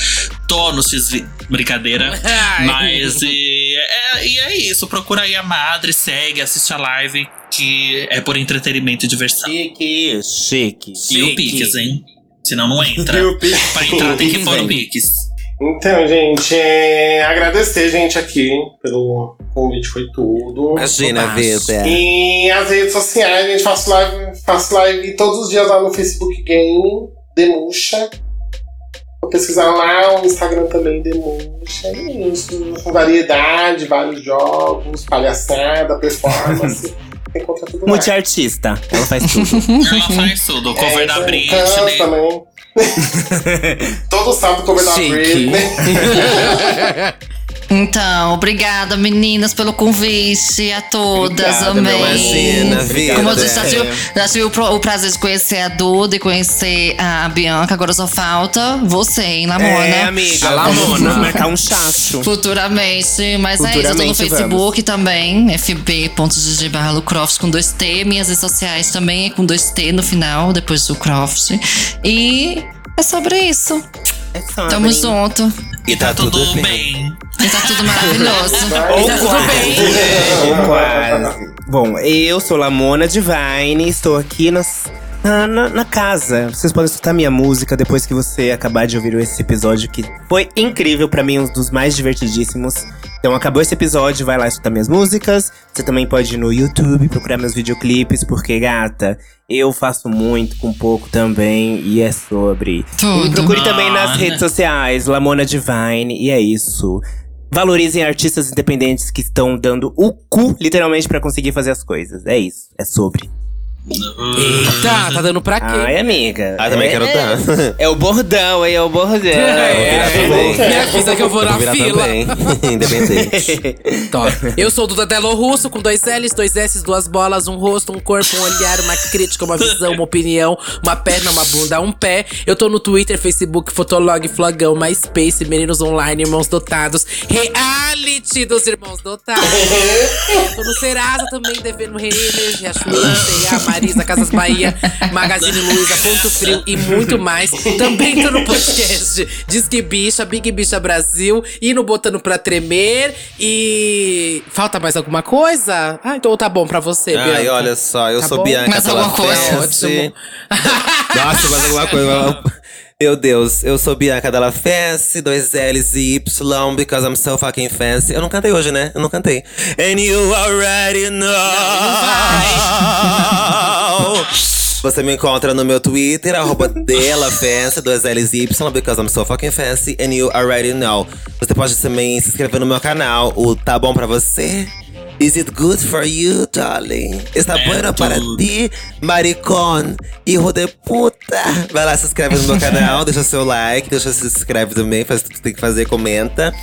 tô no XV. Brincadeira. Ai. Mas e é, e é isso. Procura aí a madre, segue, assiste a live, que é por entretenimento e diversão. Chique, chique. E o Pix, hein? Senão não entra. E o Pix. pra entrar tem que pôr o Pix. Então, gente, é, agradecer, gente, aqui pelo convite, foi tudo. Imagina, Vita. E as redes sociais, gente, faço live, faço live todos os dias lá no Facebook Game, Demuxa. Vou pesquisar lá, o Instagram também, Demuxa. E é isso, com variedade, vários jogos, palhaçada, performance. Encontra tudo lá. Multiartista. Ela faz tudo. Ela faz tudo. O cover É, da então, Britney. canto também. Todo sábado cover da Chique. Britney. Então, obrigada, meninas, pelo convite. A todas, Obrigado, amei. meu Imagina, Vita. Como eu disse, já tive, É. já tive o, pro- o prazer de conhecer a Duda e conhecer a Bianca. Agora só falta você, hein, Lamona? É, amiga. A vamos- Lamona. Vamos marcar um chacho. Futuramente, mas é isso, eu tô no Futuramente, Facebook também, fb.gg barra Lucroft com 2T, minhas redes sociais também é com 2T no final, depois do Croft. E é sobre isso. É só, Tamo né? junto. E tá Tudo, tudo bem. bem. E tá tudo maravilhoso. Ou é quase. Quase. Bom, eu sou Lamona Divine, estou aqui nas- na, na, na casa. Vocês podem escutar minha música depois que você acabar de ouvir esse episódio, que foi incrível pra mim, um dos mais divertidíssimos. Então acabou esse episódio, vai lá escutar minhas músicas. Você também pode ir no YouTube procurar meus videoclipes, porque, gata, eu faço muito com pouco também, e é sobre. E Tudo. né? procure também nas Mana. redes sociais, Lamona Divine, e é isso. Valorizem artistas independentes que estão dando o cu, literalmente, pra conseguir fazer as coisas. É isso, é sobre. Eita, tá dando pra quê? Ai, amiga. Ah, também é, quero dar. É o bordão, hein? É o bordão. É, Vou virar também. me avisa que eu vou na virar fila. também. tá Independente. Top. Eu sou o Duda Delo Russo, com dois L's, dois S's, duas bolas, um rosto, um corpo, um olhar, uma crítica, uma visão, uma opinião, uma perna, uma bunda, um pé. Eu tô no Twitter, Facebook, Fotolog, Flagão, MySpace, Meninos Online, Irmãos Dotados, Reality dos Irmãos Dotados. Eu tô no Serasa também, devendo Renner, Riachuelo, C&A, Marisa, Casas Bahia, Magazine Luiza, Ponto Frio e muito mais. Também tô no podcast Disque Bicha, Big Bicha Brasil e no Botando Pra Tremer. E falta mais alguma coisa? Ah, então tá bom pra você, Ai, Bianca. olha só, eu Tá sou bom? Bianca. Mais alguma Dallafeste. coisa? Ótimo. Nossa, mais alguma coisa. Meu Deus, eu sou Bianca Della Fence, dois L's e Y, because I'm so fucking fancy. Eu não cantei hoje, né? Eu não cantei. And you already know. Você me encontra no meu Twitter, arroba Della Fancy, dois L's e Y, because I'm so fucking fancy, and you already know. Você pode também se inscrever no meu canal, o Tá Bom Pra Você. Is it good for you, darling? Está É bueno para tudo. ti, maricón, hijo de puta. Vai lá, se inscreve no meu canal, deixa seu like, deixa se inscreve também, faz tudo que tem que fazer, comenta.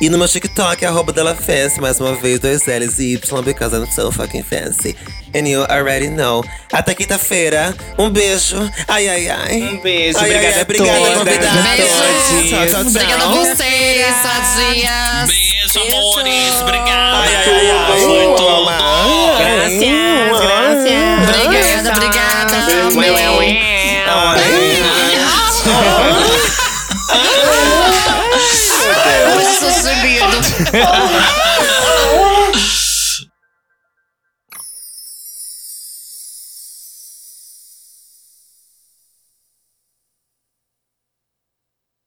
E no meu TikTok, arroba Della Fancy, mais uma vez, dois L's e Y, because I'm so fucking fancy. And you already know. Até quinta-feira. Um beijo. Ai, ai, ai. Um beijo, Ai, obrigada ai, a ai, obrigada, todas, convidada. Beijo. Tchau, tchau, tchau. Obrigada a vocês, sadias. Beijo, amores. Obrigada. Ai, ai, ai. Foi Ai, tudo. ai, ai. Gracias, gracias. Obrigada, obrigada. Ah! amei. Ai, Jesus, lindo.